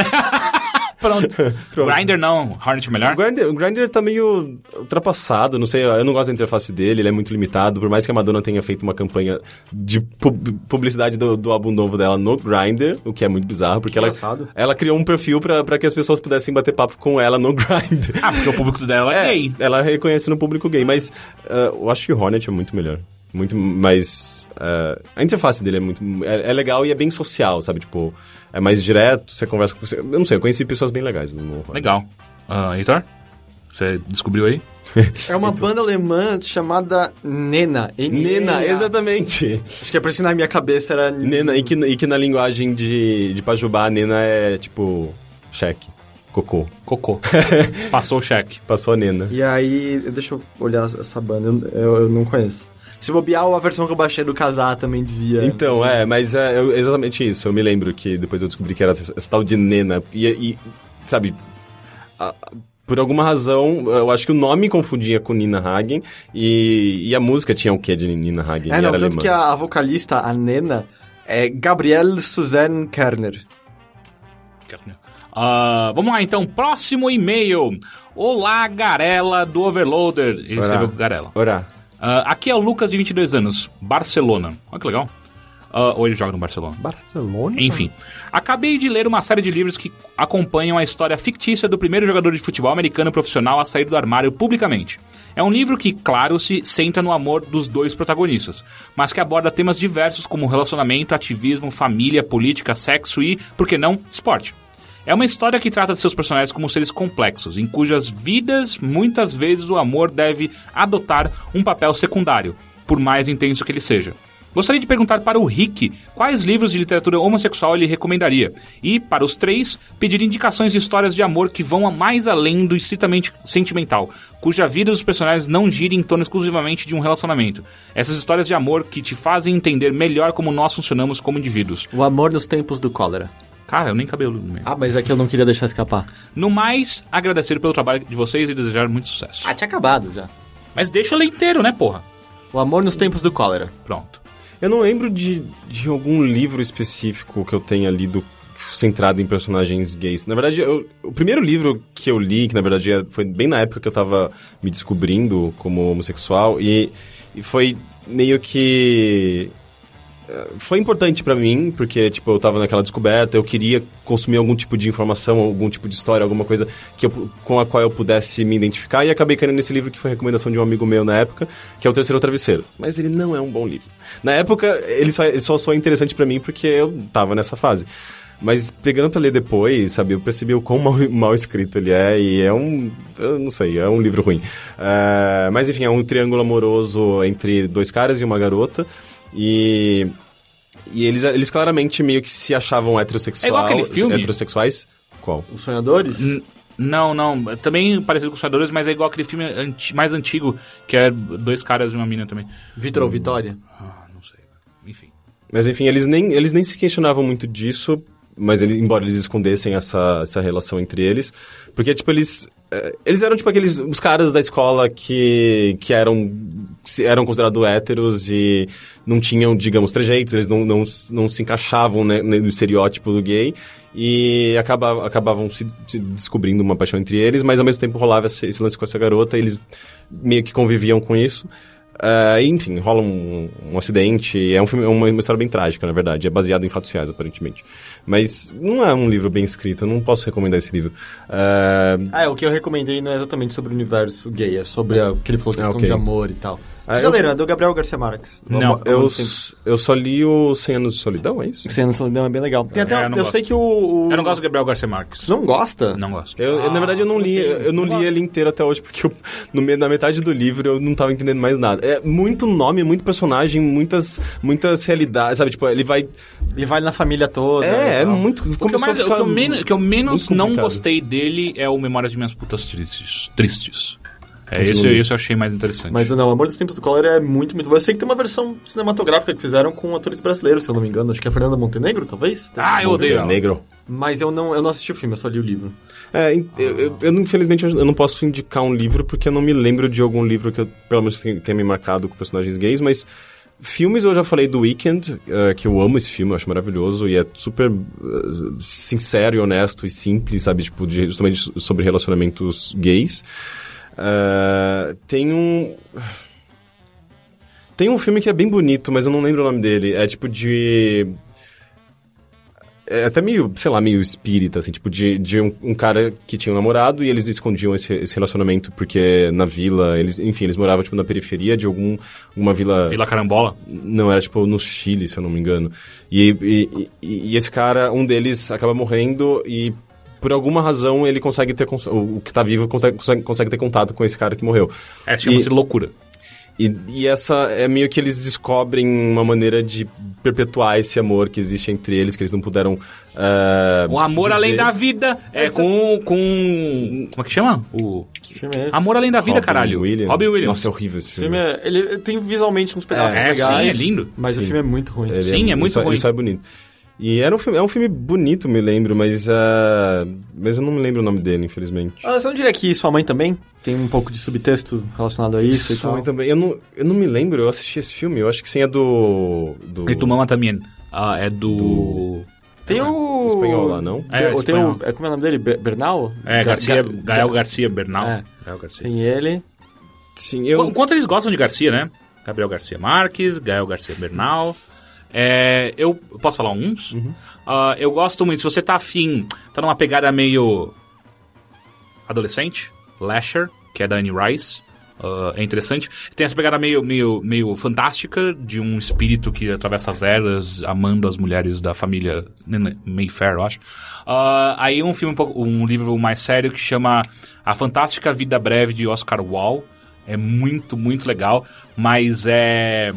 B: Pronto. Grindr não, Hornet melhor.
C: O Grindr, o Grindr tá meio ultrapassado, não sei, eu não gosto da interface dele, ele é muito limitado, por mais que a Madonna tenha feito uma campanha de pub- publicidade do, do álbum novo dela no Grindr, o que é muito bizarro, porque ela,
A: engraçado.
C: ela criou um perfil pra pra que as pessoas pudessem bater papo com ela no Grindr.
B: Ah, porque o público dela é, gay.
C: Ela reconhece no público gay, mas ah, eu acho que o Hornet é muito melhor. Muito mais. ah, a interface dele é muito. É, é legal e é bem social, sabe? Tipo, é mais direto, você conversa com. Eu não sei, eu conheci pessoas bem legais no Hornet.
B: Legal. Ah, Heitor? Você descobriu aí?
A: É uma banda alemã chamada Nena.
C: Nena, exatamente.
A: Acho que é por isso que na minha cabeça era...
C: Nena, e que,
A: Uhum.
C: e que na linguagem de, de Pajubá, Nena é tipo. cheque. Cocô.
B: Cocô. Passou o cheque.
C: Passou a Nena.
A: E aí, deixa eu olhar essa banda, eu, eu- eu não conheço. Se bobear, a versão que eu baixei do Casar também dizia...
C: Então, é, mas é eu- exatamente isso. Eu me lembro que depois eu descobri que era essa, essa tal de Nena. E, e, sabe, a- por alguma razão, eu acho que o nome confundia com Nina Hagen. E, e a música tinha o quê de Nina Hagen?
A: É,
C: E
A: não,
C: era
A: tanto
C: alemã.
A: que a, a vocalista, a Nena, é Gabrielle Suzanne Kerner.
B: Ah, vamos lá então, próximo e-mail. Olá, Garela do Overloader. Ele escreveu Garela.
C: Ora.
B: Ah, aqui é o Lucas, de 22 anos, Barcelona. Olha que legal. Ah, ou ele joga no Barcelona.
A: Barcelona?
B: Enfim, acabei de ler uma série de livros que acompanham a história fictícia do primeiro jogador de futebol americano profissional a sair do armário publicamente. É um livro que, claro, se senta no amor dos dois protagonistas, mas que aborda temas diversos como relacionamento, ativismo, família, política, sexo e, por que não, esporte. É uma história que trata de seus personagens como seres complexos, em cujas vidas muitas vezes o amor deve adotar um papel secundário, por mais intenso que ele seja. Gostaria de perguntar para o Rick quais livros de literatura homossexual ele recomendaria. E, para os três, pedir indicações de histórias de amor que vão a mais além do estritamente sentimental, cuja vida dos personagens não gira em torno exclusivamente de um relacionamento. Essas histórias de amor que te fazem entender melhor como nós funcionamos como indivíduos.
A: O amor nos tempos do cólera.
B: Cara, eu nem cabelo né? no meio.
A: Ah, mas é que eu não queria deixar escapar.
B: No mais, agradecer pelo trabalho de vocês e desejar muito sucesso.
A: Ah, tinha acabado já.
B: Mas deixa eu ler inteiro, né, porra?
A: O amor nos tempos do cólera.
B: Pronto.
C: Eu não lembro de, de algum livro específico que eu tenha lido centrado em personagens gays. Na verdade, eu- o primeiro livro que eu li, que na verdade é- foi bem na época que eu tava me descobrindo como homossexual, e, e foi meio que foi importante pra mim, porque, tipo, eu tava naquela descoberta, eu queria consumir algum tipo de informação, algum tipo de história, alguma coisa que eu- com a qual eu pudesse me identificar, e acabei caindo nesse livro que foi recomendação de um amigo meu na época, que é o Terceiro Travesseiro. Mas ele não é um bom livro. Na época, ele só, ele só soou interessante pra mim porque eu tava nessa fase. Mas pegando pra ler depois, sabe, eu percebi o quão mal, mal escrito ele é, e é um. Eu não sei, é um livro ruim. Eh, mas enfim, é um triângulo amoroso entre dois caras e uma garota. E e eles, eles claramente meio que se achavam heterossexuais.
B: É igual aquele filme.
C: Heterossexuais? Qual?
A: Os sonhadores?
C: Hum.
B: N- Não, não. Também parecido com os Sonhadores, mas é igual aquele filme anti- mais antigo, que é dois caras e uma mina também.
A: Vitor ou Vitória?
B: Ah, não sei. Enfim.
C: Mas enfim, eles nem, eles nem se questionavam muito disso, mas ele, embora eles escondessem essa, essa relação entre eles. Porque, tipo, eles. eh, Eles eram, tipo, aqueles. Os caras da escola que, que eram. se- eram considerados héteros e não tinham, digamos, trejeitos, eles não, não, s- não se encaixavam né, no estereótipo do gay e acaba, acabavam se, se descobrindo uma paixão entre eles, mas ao mesmo tempo rolava esse, esse lance com essa garota, eles meio que conviviam com isso. Ah, É, enfim, rola um, um acidente. É um filme, é uma, uma história bem trágica, na verdade. É baseado em fatos reais, aparentemente. Mas não é um livro bem escrito, eu não posso recomendar esse livro. É,
A: Ah, é, o que eu recomendei não é exatamente sobre o universo gay, é sobre a, que ele falou questão
C: Ah, ok.
A: de amor e tal.
C: Ah,
A: Vocês já
C: eu-
A: leram? É do Gabriel Garcia Marques.
B: Não,
C: eu,
A: eu...
C: s- eu só li o 100 Anos de Solidão, é isso?
A: Sem solidão é bem legal. Tem até,
B: É, eu
A: eu
B: não
A: sei
B: gosto.
A: que o, o-
B: Eu não gosto do Gabriel Garcia Marques.
A: Você não gosta?
B: Não gosto.
C: Eu, eu, na verdade, eu não li, eu, eu Ah, não li ele inteiro até hoje, porque eu- no meio, na metade do livro eu não tava entendendo mais nada. É muito nome, muito personagem, muitas, muitas realidades, sabe? Tipo, ele vai.
A: Ele vai na família toda.
C: É,
A: e
C: é
A: tal.
C: muito.
B: O que, eu
C: começou a
B: mais- o que
C: ficar
B: eu menos, o que eu menos
C: muito
B: não
C: complicado.
B: gostei dele é o Memórias de Minhas Putas Tristes. Tristes. É,
C: Esse
B: esse,
C: não li.
B: esse eu achei mais interessante.
A: Mas não, Amor dos Tempos do Collor é muito, muito bom. Eu sei que tem uma versão cinematográfica que fizeram com atores brasileiros, se eu não me engano. Acho que é a Fernanda Montenegro, talvez? um
B: Ah, eu odeio. ela.
C: Negro.
A: Mas eu não, eu não assisti o filme, eu só li o livro.
C: É, in- eu, eu- eu não- infelizmente eu não posso indicar um livro porque eu não me lembro de algum livro que eu, pelo menos tenha tenha me marcado com personagens gays, mas filmes eu já falei do Weekend, eh, que eu amo esse filme, eu acho maravilhoso e é super eh, sincero e honesto e simples, sabe, tipo, de, justamente so- sobre relacionamentos gays. Eh, tem um tem um filme que é bem bonito, mas eu não lembro o nome dele. É tipo de é até meio, sei lá, meio espírita, assim, tipo, de, de um, um cara que tinha um namorado e eles escondiam esse, esse relacionamento porque na vila, eles, enfim, eles moravam, tipo, na periferia de algum, uma vila...
B: Vila Carambola.
C: Não, era, tipo, no Chile, se eu não me engano. E, e, e- e esse cara, um deles acaba morrendo e, por alguma razão, ele consegue ter... cons- O o que tá vivo consegue, consegue- consegue ter contato com esse cara que morreu.
B: É, chama-se
C: E-
B: Loucura.
C: E, e essa é meio que eles descobrem uma maneira de perpetuar esse amor que existe entre eles, que eles não puderam. ah,
B: O Amor
C: viver.
B: Além da Vida é com, com... Como é que chama? O...
A: Que filme é esse?
B: Amor Além da Vida,
C: Robin
B: caralho.
C: Williams.
B: Robin Williams.
C: Nossa, é horrível esse
A: Esse filme
C: filme.
A: é, ele tem visualmente uns pedaços
B: É, sim,
A: legais.
B: é lindo.
A: Mas o
C: Sim.
A: filme é muito ruim.
C: Ele
B: Sim, é muito
C: ele só,
B: ruim.
C: Ele só é bonito. E era um filme, é um filme bonito, me lembro, mas, ah, mas eu não me lembro o nome dele, infelizmente.
A: Ah, você não diria que sua mãe também tem um pouco de subtexto relacionado a isso Então, e
C: Sua
A: tal?
C: mãe também. Eu não, eu não me lembro, eu assisti esse filme, eu acho que sim, é do. do
B: E tu mama também. Ah, é do...
A: Tem o...
C: espanhol lá, é não?
B: É,
A: Tem- tem
B: espanhol.
A: o... é, como é o nome dele? Be- Bernal?
B: É, Garcia,
A: Ga-
B: Gael Garcia Bernal.
A: É.
B: Gael Garcia.
A: Tem ele.
C: Sim, eu.
B: Qu- Quanto eles gostam de Garcia, né? Gabriel Garcia Marques, Gael Garcia Bernal. É, eu posso falar uns? Ah, eu gosto muito. Se você tá afim, tá numa pegada meio adolescente, Lasher, que é da Anne Rice. ah, é interessante. Tem essa pegada meio, meio, meio fantástica de um espírito que atravessa as eras, amando as mulheres da família Nene- Mayfair, eu acho. Ah, aí um filme, um pouco- um livro mais sério que chama A Fantástica Vida Breve de Oscar Wilde. É muito, muito legal, mas é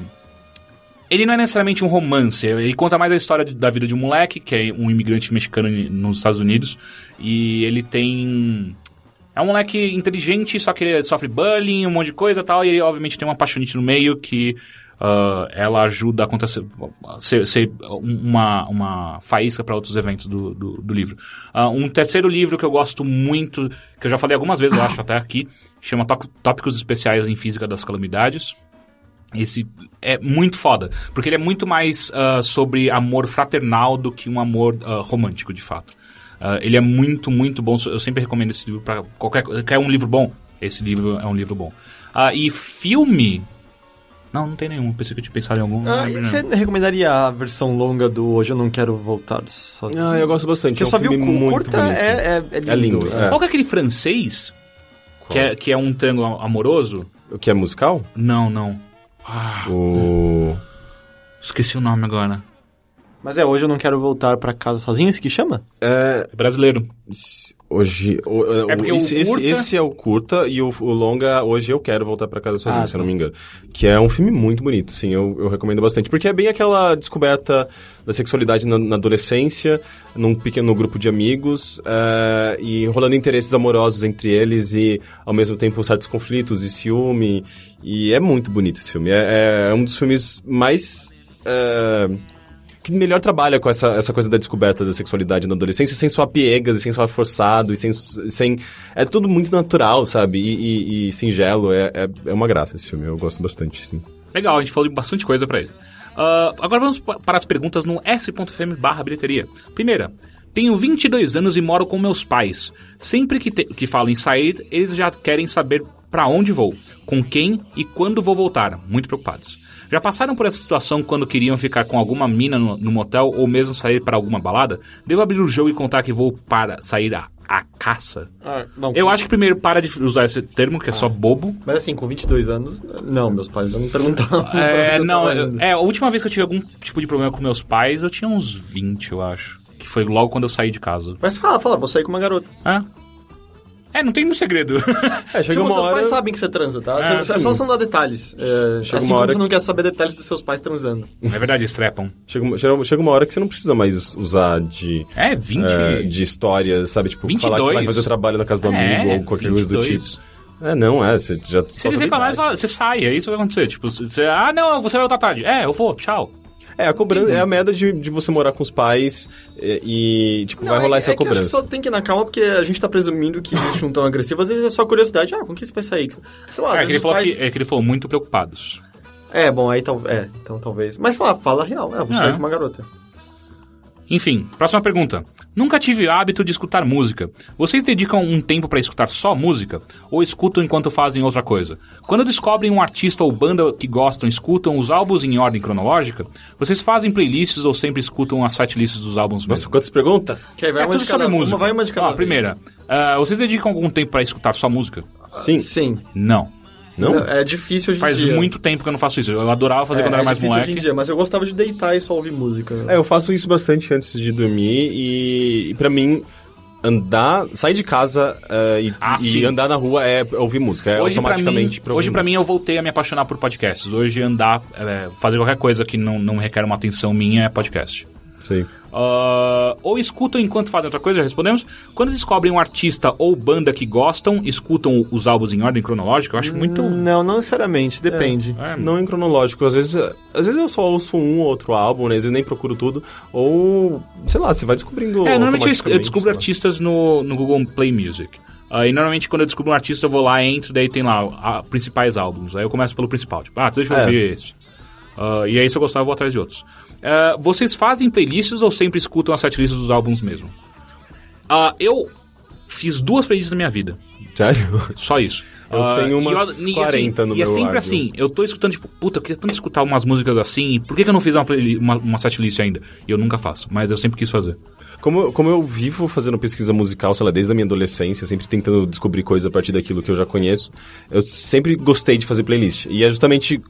B: ele não é necessariamente um romance, ele conta mais a história de- da vida de um moleque, que é um imigrante mexicano em- nos Estados Unidos, e ele tem. É um moleque inteligente, só que ele sofre bullying, um monte de coisa e tal, e ele obviamente tem uma apaixonante no meio que ah, ela ajuda a acontecer, a ser, ser uma, uma faísca para outros eventos do, do, do livro. Ah, um terceiro livro que eu gosto muito, que eu já falei algumas vezes, eu acho até aqui, chama Tó- Tópicos Especiais em Física das Calamidades. Esse é muito foda, porque ele é muito mais ah, sobre amor fraternal do que um amor ah, romântico, de fato. Ah, ele é muito, muito bom. Eu sempre recomendo esse livro pra qualquer. Quer um livro bom? Esse livro é um livro bom. Ah, e filme. Não, não tem nenhum. Pensei que eu tinha pensado em algum.
A: Ah,
B: não lembro,
A: e você
B: não.
A: recomendaria a versão longa do Hoje Eu Não Quero Voltar Sozinho?
C: Ah, eu gosto bastante.
A: Porque
C: é
A: eu
C: um
A: só vi o
C: filme
A: cu-
C: muito
A: curta,
C: bonito.
A: é, é,
C: É lindo, é.
B: Qual que é aquele francês? Que é, que é um tango amoroso?
C: O que é musical?
B: Não, não. Ah,
C: O.
B: esqueci o nome agora.
A: Mas é, Hoje Eu Não Quero Voltar Pra Casa Sozinho, esse que chama?
C: É,
B: É brasileiro.
C: s- hoje. o-
B: É porque o
C: esse, esse-
B: curta-
C: esse é o curta e o, o longa Hoje Eu Quero Voltar pra Casa Sozinho,
A: Ah,
C: se
A: tá.
C: eu não me engano. Que é um filme muito bonito, sim, eu, eu recomendo bastante. Porque é bem aquela descoberta da sexualidade na, na adolescência, num pequeno grupo de amigos, é, e rolando interesses amorosos entre eles e, ao mesmo tempo, certos conflitos e ciúme. E é muito bonito esse filme. É, é um dos filmes mais. é, que melhor trabalha com essa, essa coisa da descoberta da sexualidade na adolescência, sem soar piegas, e sem soar forçado, e sem, sem... É tudo muito natural, sabe? E, e- e singelo, é, é, é uma graça esse filme, eu gosto bastante, sim.
B: Legal, a gente falou de bastante coisa pra ele. Ah, agora vamos pa- para as perguntas no s.fm barra bilheteria. Primeira, tenho 22 anos e moro com meus pais. Sempre que, te- que falo em sair, eles já querem saber Pra onde vou? Com quem e quando vou voltar? Muito preocupados. Já passaram por essa situação quando queriam ficar com alguma mina no, no motel ou mesmo sair para alguma balada? Devo abrir o jogo e contar que vou para sair à, à caça?
A: Ah, não,
B: Eu acho que primeiro para de usar esse termo, que é só bobo.
A: Mas assim, com 22 anos, não, meus pais não perguntavam. pra
B: É,
A: onde eu
B: não,
A: tava
B: eu-
A: indo.
B: é, a última vez que eu tive algum tipo de problema com meus pais, eu tinha uns 20, eu acho. Que foi logo quando eu saí de casa.
A: Mas fala, fala, vou sair com uma garota.
B: É, é não tem muito segredo.
C: É,
A: Tipo,
C: chega uma
A: seus
C: hora...
A: pais sabem que você transa, tá?
B: É,
A: É, é só você não dar detalhes. É,
C: Chega
A: assim
C: uma
A: como
C: hora
A: você não quer saber detalhes dos seus pais transando.
B: é verdade, estrepam.
C: Chega uma, chega- chega uma hora que você não precisa mais usar de,
B: É, 20.
C: é, de histórias, sabe? Tipo, falar que vai
B: 22.
C: fazer trabalho na casa do
B: É,
C: amigo ou qualquer coisa do
B: 22.
C: tipo. É, não, é, você já...
B: Se eles reclamarem, você, fala- você sai, é isso que vai acontecer. Tipo, você, ah, não, você vai voltar tarde. É, eu vou, tchau.
C: É, a cobrança, é a merda de, de você morar com os pais é, e, tipo, vai
A: Não,
C: rolar
A: é,
C: essa
A: é que eu acho que
C: cobrança.
A: só tem que ir na calma, porque a gente tá presumindo que existe um tão agressivo. Às vezes é só curiosidade. Ah, com quem você vai sair? Sei lá, às
B: é, que ele
A: vezes
B: falou
A: os pais...
B: que, é que ele falou muito preocupados.
A: É, bom, aí talvez... É, então talvez... Mas sei lá, fala a real. É, vou sair
B: É.
A: com uma garota.
B: Enfim, próxima pergunta. Nunca tive hábito de escutar música. Vocês dedicam um tempo pra escutar só música? Ou escutam enquanto fazem outra coisa? Quando descobrem um artista ou banda que gostam, escutam os álbuns em ordem cronológica? Vocês fazem playlists ou sempre escutam as setlists dos álbuns mesmo?
C: Nossa, quantas perguntas?
A: Que aí vai
B: é
A: uma
B: tudo
A: de cada...
B: sobre música.
A: Uma vai uma de cada
B: Ó,
A: vez.
B: primeira. ah, vocês dedicam algum tempo pra escutar só música?
C: Sim.
A: Sim.
B: Não.
C: Não?
A: É difícil hoje em
B: Faz
A: dia.
B: muito tempo que eu não faço isso. Eu adorava fazer
A: é,
B: quando eu
A: é
B: era mais
A: difícil
B: moleque.
A: hoje em dia, mas eu gostava de deitar e só ouvir música.
C: É, eu faço isso bastante antes de dormir e, e para mim andar, sair de casa eh, e,
B: Ah,
C: e
B: sim.
C: andar na rua é ouvir música, é
B: hoje pra
C: automaticamente
B: mim,
C: pra ouvir
B: hoje para
C: música.
B: mim eu voltei a me apaixonar por podcasts. Hoje andar, é, fazer qualquer coisa que não, não requer uma atenção minha é podcast.
C: Sei.
B: Ah, ou escutam enquanto fazem outra coisa, já respondemos. Quando descobrem um artista ou banda que gostam, escutam os álbuns em ordem cronológica, eu acho muito.
A: É, Não, não necessariamente, depende.
B: É,
C: Não em cronológico, às vezes, às vezes eu só ouço um ou outro álbum, né? às vezes nem procuro tudo, ou sei lá, você vai descobrindo.
B: É, normalmente eu,
C: automaticamente, né?
B: eu descubro
C: sei lá.
B: artistas no, no Google Play Music. Ah, e normalmente quando eu descubro um artista, eu vou lá, entro, daí tem lá ah, principais álbuns. Aí eu começo pelo principal, tipo, ah, deixa eu
C: É.
B: ouvir esse. Ah, e aí se eu gostar, eu vou atrás de outros. Ah, vocês fazem playlists ou sempre escutam as setlists dos álbuns mesmo? Ah, eu fiz duas playlists na minha vida.
C: Sério?
B: Só isso.
C: Eu
B: Ah,
C: tenho
B: e
C: umas
B: e assim-
C: 40 no
B: E é
C: meu
B: sempre
C: álbum.
B: assim, eu tô escutando, tipo, puta, eu queria tanto escutar umas músicas assim, por que, que eu não fiz uma, playli- uma, uma setlist ainda? E eu nunca faço, mas eu sempre quis fazer.
C: Como, eu- como eu vivo fazendo pesquisa musical, sei lá, desde a minha adolescência, sempre tentando descobrir coisa a partir daquilo que eu já conheço, eu sempre gostei de fazer playlist. E é justamente.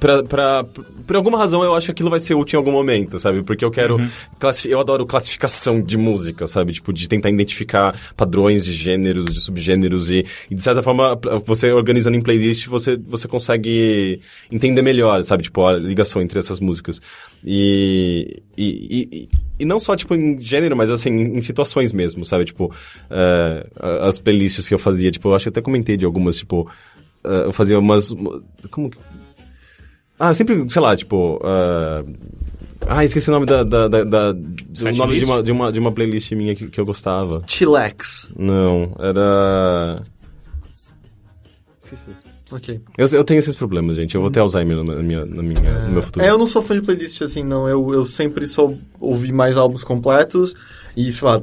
C: Pra, pra, por alguma razão eu acho que aquilo vai ser útil em algum momento, sabe? Porque eu quero. classi- Eu adoro classificação de música, sabe? Tipo, de tentar identificar padrões de gêneros, de subgêneros e, e de certa forma, pra- você organizando em playlist, você, você consegue entender melhor, sabe? Tipo, a ligação entre essas músicas. E, e, e, e não só, tipo, em gênero, mas assim, em em situações mesmo, sabe? Tipo, eh, a- as playlists que eu fazia, tipo, eu acho que até comentei de algumas, tipo, eh, eu fazia umas. Como que. Ah, sempre, sei lá, tipo. eh, Ah, esqueci o nome da. da, da, da- o
B: Setlist?
C: nome de uma, de, uma, de uma playlist minha que, que eu gostava.
A: Chilex.
C: Não, era. Esqueci.
A: Ok.
C: Eu, eu tenho esses problemas, gente. Eu vou ter Alzheimer na minha, na minha, no meu futuro.
A: É, eu não sou fã de playlist assim, não. Eu, eu sempre sou ouvi mais álbuns completos. E, sei lá,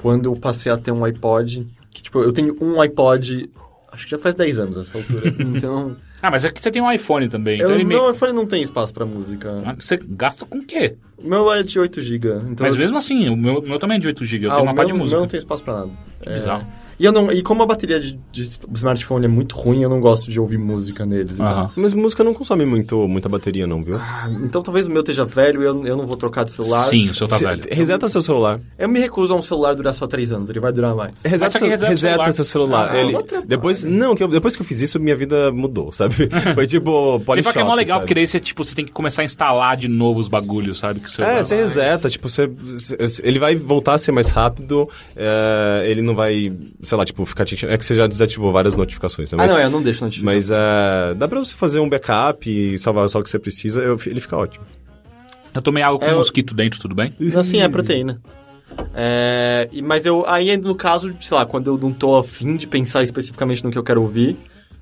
A: quando eu passei a ter um iPod, que tipo, eu tenho um iPod, acho que já faz 10 anos essa altura. então,
B: Ah, mas aqui você tem um iPhone também. Então
A: eu,
B: ele meio...
A: meu iPhone não tem espaço pra música.
B: Ah, Você gasta com o quê?
A: O meu é de 8 GB. Então
B: Mas
A: eu-
B: mesmo assim, o meu, o meu também é de 8GB. Eu
A: Ah,
B: tenho
A: o
B: uma pá de
A: meu- O meu
B: música.
A: não tem espaço pra nada. É,
B: Que bizarro.
A: E, eu não, e como a bateria de, de smartphone é muito ruim, eu não gosto de ouvir música neles. então-
B: Aham.
C: Mas música não consome muito, muita bateria, não, viu?
A: Ah, Então talvez o meu esteja velho e eu, eu não vou trocar de celular.
B: Sim, o seu tá
C: Se-
B: velho.
C: Reseta seu celular.
A: Eu me recuso a um celular durar só 3 anos, ele vai durar mais.
B: Mas só
C: Reseta,
B: que
C: seu,
B: reseta
C: reseta,
B: o celular.
C: seu celular.
A: Ah,
C: Ele-
A: não atrapalha.
C: depois, não, que eu- depois que eu fiz isso, minha vida mudou, sabe? Foi tipo,
B: Você
C: pode
B: fala que é mó legal, porque daí você, tipo, você tem que começar a instalar de novo os bagulhos, sabe? Que o celular-
C: É, você reseta, tipo, você, você- ele vai voltar a ser mais rápido, é, ele não vai, sei lá, tipo, ficar te enchendo- É que você já desativou várias notificações, né?
A: ah,
C: Mas,
A: não, é, eu não deixo notificação.
C: mas é, dá pra você fazer um backup e salvar só o que você precisa, eu- ele fica ótimo.
B: Eu tomei água com
A: É, eu-
B: mosquito dentro, tudo bem?
A: Assim, é proteína. É, e- mas eu, aí no caso, sei lá, quando eu não tô afim de pensar especificamente no que eu quero ouvir,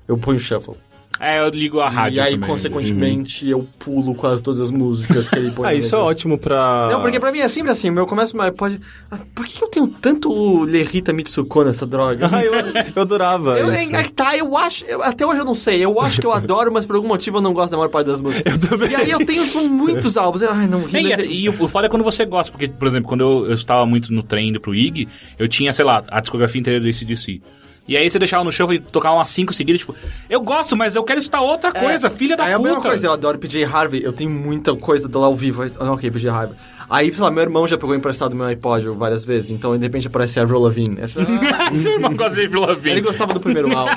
A: eu ponho shuffle.
B: É, eu ligo a rádio
A: e aí,
B: também.
A: consequentemente, eu pulo quase todas as músicas que ele põe.
C: Ah,
A: na
C: isso é
A: letra.
C: ótimo pra...
A: Não, porque pra mim é sempre assim. Eu começo meu iPod... Ah, Por que que eu tenho tanto Lerita Mitsuko nessa droga?
C: Ah, eu, eu adorava
A: Eu,
C: isso.
A: é que tá, eu acho. eu- até hoje eu não sei. Eu acho que eu adoro, mas por algum motivo eu não gosto da maior parte das músicas. Eu também. E aí eu tenho com muitos álbuns. eu- Ai, não.
B: Nem,
A: Hitler-
B: e, e o foda é quando você gosta, porque, por exemplo, quando eu, eu estava muito no trem indo pro IG, eu tinha, sei lá, a discografia inteira do ACDC. E aí você deixava no show e tocava umas cinco seguidas, tipo, eu gosto, mas eu quero escutar outra coisa, filha da
A: Aí é a
B: puta.
A: mesma coisa, eu adoro PJ Harvey, eu tenho muita coisa do lá ao vivo. Ah, Ok, PJ Harvey. Aí, sei lá, meu irmão já pegou emprestado meu iPod várias vezes, então de repente aparece Avril Lavigne. Essa-
B: Seu irmão gosta de Avril
A: Ele
B: Lavigne.
A: gostava do primeiro álbum.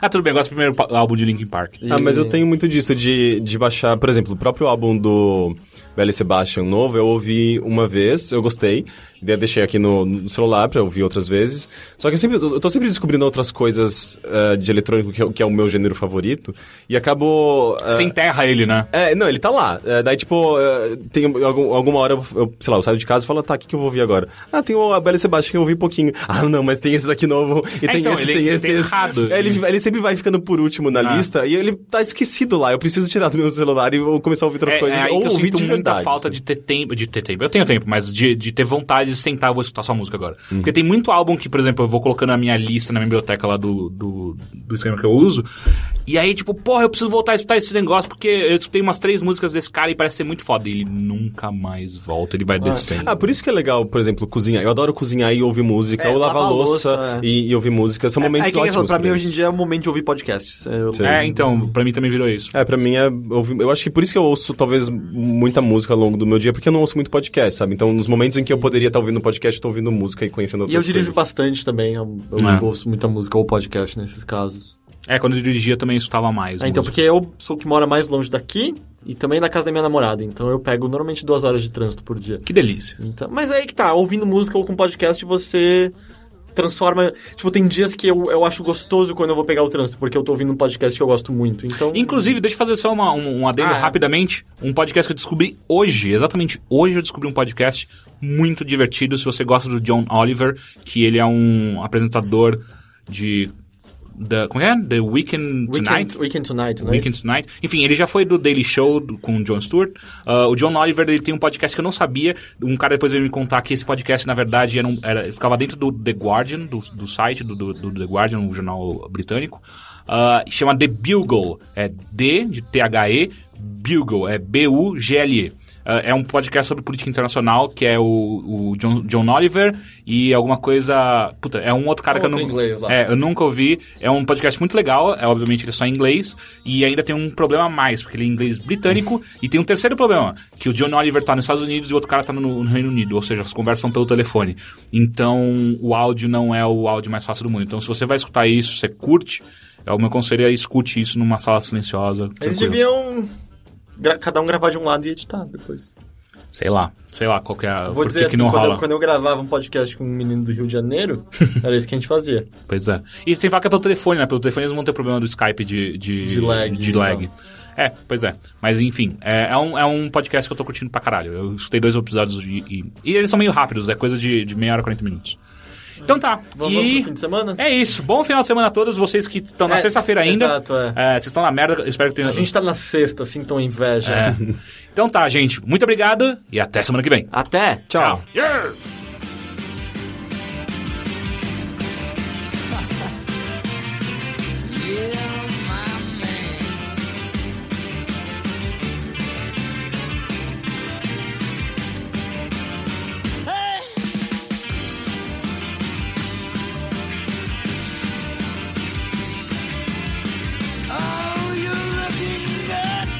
B: Ah, tudo bem, eu gosto do primeiro pa- álbum de Linkin Park.
A: E-
C: Ah, mas eu tenho muito disso, de, de baixar, por exemplo, o próprio álbum do Velho Sebastian novo, eu ouvi uma vez, eu gostei, daí eu deixei aqui no, no celular pra ouvir outras vezes. Só que eu, sempre, eu tô sempre descobrindo outras coisas eh, de eletrônico, que é, o- que é o meu gênero favorito, e acabou... eh,
B: Você enterra ele, né?
C: é, não, ele tá lá. É, daí, tipo, é, tem algum- alguma hora, eu, eu, sei lá, eu saio de casa e falo, tá, o que, que eu vou ouvir agora? Ah, tem o Abel e Sebastião que eu ouvi pouquinho. Ah, não, mas tem esse daqui novo, e
B: É,
C: tem
B: então,
C: esse,
B: ele-
C: tem
B: ele
C: esse,
B: tá
C: tem esse.
B: errado.
C: É, ele, ele sempre vai ficando por último na
B: Ah.
C: lista, e ele tá esquecido lá. Eu preciso tirar do meu celular e eu começar a ouvir outras
B: É,
C: coisas.
B: é aí
C: ou
B: que eu
C: ouvir
B: sinto
C: de
B: muita
C: verdade.
B: falta
C: assim.
B: de ter tempo, de ter tempo. Eu tenho tempo, mas de, de ter vontade de sentar, eu vou escutar sua música agora.
C: Uhum.
B: Porque tem muito álbum que, por exemplo, eu vou colocando na minha lista, na minha biblioteca lá do, do, do esquema que eu uso. E aí, tipo, porra, eu preciso voltar a escutar esse negócio, porque eu escutei umas três músicas desse cara e parece ser muito foda. E ele nunca mais volta, ele vai descendo.
C: Ah, por isso que é legal, por exemplo, cozinhar. Eu adoro cozinhar e ouvir música,
A: É,
C: ou lavar
A: lavar
C: louça,
A: louça, é.
C: e, e ouvir música. São momentos
A: Aí que ele
C: ótimos.
A: falou, pra
C: pra
A: mim
C: isso.
A: hoje em dia é o momento de ouvir podcasts. Eu-
C: Sim.
B: é, então, pra mim também virou isso.
C: É, pra mim é. Eu, ouvi- eu acho que por isso que eu ouço talvez muita música ao longo do meu dia, porque eu não ouço muito podcast, sabe? Então, nos momentos em que eu poderia estar ouvindo podcast, eu tô ouvindo música e
A: E
C: conhecendo outras
A: eu dirijo
C: coisas.
A: bastante também, eu, eu
B: É.
A: ouço muita música ou podcast nesses casos.
B: É, quando eu dirigia também eu escutava mais.
A: Ah, então, porque
B: música.
A: eu sou o que mora mais longe daqui e também da casa da minha namorada, então eu pego normalmente duas horas de trânsito por dia.
B: Que delícia.
A: Então, mas aí que tá, ouvindo música ou com podcast você transforma. Tipo, tem dias que eu, eu acho gostoso quando eu vou pegar o trânsito, porque eu tô ouvindo um podcast que eu gosto muito. Então.
B: Inclusive, deixa eu fazer só uma, um, um adendo
A: Ah, é.
B: rapidamente. Um podcast que eu descobri hoje, exatamente hoje eu descobri um podcast muito divertido. Se você gosta do John Oliver, que ele é um apresentador de. Da, como é? The Weekend Tonight?
A: Weekend, Weekend Tonight, né?
B: Weekend Tonight. Enfim, ele já foi do Daily Show do- com o Jon Stewart. Ah, o John Oliver ele tem um podcast que eu não sabia. Um cara depois veio me contar que esse podcast, na verdade, era um- era- ficava dentro do The Guardian, do, do site do, do- do The Guardian, um jornal britânico. Ah, chama The Bugle. É D de T-H-E, Bugle. É B-U-G-L-E. Ah, é um podcast sobre política internacional que é o, o John, John Oliver e alguma coisa. Puta, é um outro cara que eu não.
A: Outro inglês lá.
B: É, é, eu nunca ouvi. É um podcast muito legal. É, obviamente, ele é só em inglês. E ainda tem um problema a mais, porque ele é inglês britânico. e tem um terceiro problema, que o John Oliver tá nos Estados Unidos e o outro cara tá no, no Reino Unido. Ou seja, as conversas são pelo telefone. Então, o áudio não é o áudio mais fácil do mundo. Então, se você vai escutar isso, você curte, é, o meu conselho é escute isso numa sala silenciosa.
A: Eles
B: tranquilo.
A: deviam. gra- Cada um gravar de um lado e editar depois.
B: Sei lá. Sei lá qual que é... a-
A: Eu
B: Por
A: vou
B: que
A: dizer
B: que
A: assim,
B: não
A: quando,
B: rola?
A: eu, quando eu gravava um podcast com um menino do Rio de Janeiro, era isso que a gente fazia.
B: Pois é. E sem falar que é pelo telefone, né? Pelo telefone eles não vão ter problema do Skype de... De,
A: De lag,
B: de
A: então.
B: lag. É, pois é. Mas enfim, é, é um, é um podcast que eu tô curtindo pra caralho. Eu escutei dois episódios e... E, e eles são meio rápidos, é coisa de, de meia hora, 40 minutos. Então tá.
A: Vamos, vamos
B: e...
A: pro fim de semana?
B: É isso. Bom final de semana a todos. Vocês que estão na
A: É,
B: terça-feira ainda.
A: exato, é.
B: É, Vocês estão na merda. eu Espero que tenham...
A: A gente tá na sexta, assim, tão inveja.
B: Então tá, gente. Muito obrigado e até semana que vem.
A: Até!
C: Tchau.
B: Yeah!
D: Oh, you're looking good,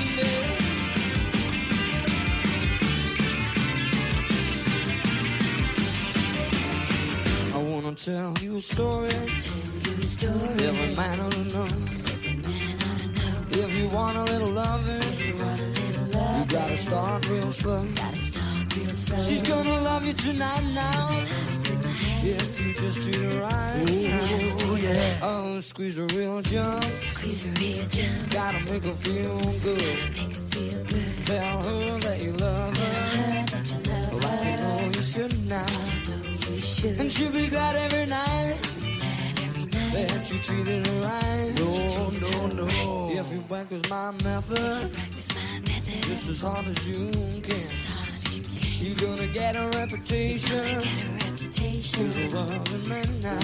D: baby. I wanna tell you a story. Every man ought to know. If you want a little loving, you gotta start real slow. She's gonna love you tonight now. If you just treat her right. Ooh, yeah. Oh, squeeze her real jump. Gotta make her feel good. Tell her that you love her. Like you know you should now. And she'll be glad every night. That you treated her right. No, no, no. practice my method
E: Practice my method
D: just as hard as you can.
E: as hard as you can.
D: You're gonna get a reputation.
E: Get a reputation.
D: It's a loving man now.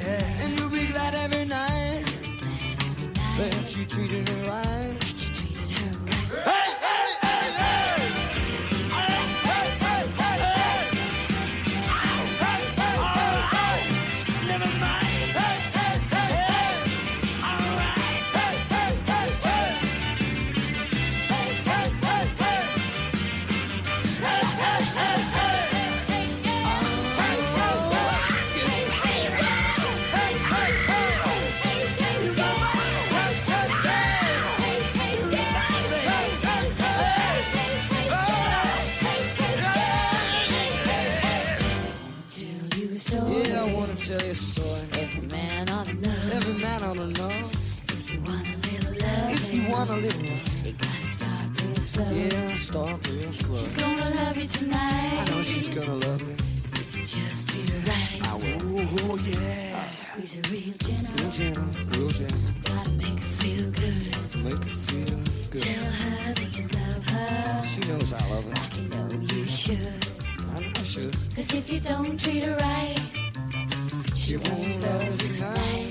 D: Yeah. And you'll be glad every night that you treated her right.
E: That you treated her right.
D: Yeah, I wanna tell you a story. Every man ought to know. If you want a little, love, yeah, start real slow. I know she's gonna love me.
E: Just treat her right.
D: Ooh, yeah.
E: Squeeze her real gentle.
D: Real gentle, real gentle.
E: Gotta make her feel good.
D: Make her feel good.
E: Tell her that you love her.
D: She knows I love her.
E: You know you should.
D: I know I should.
E: Cause if you don't treat her right,
D: She won't love you tonight.
E: right.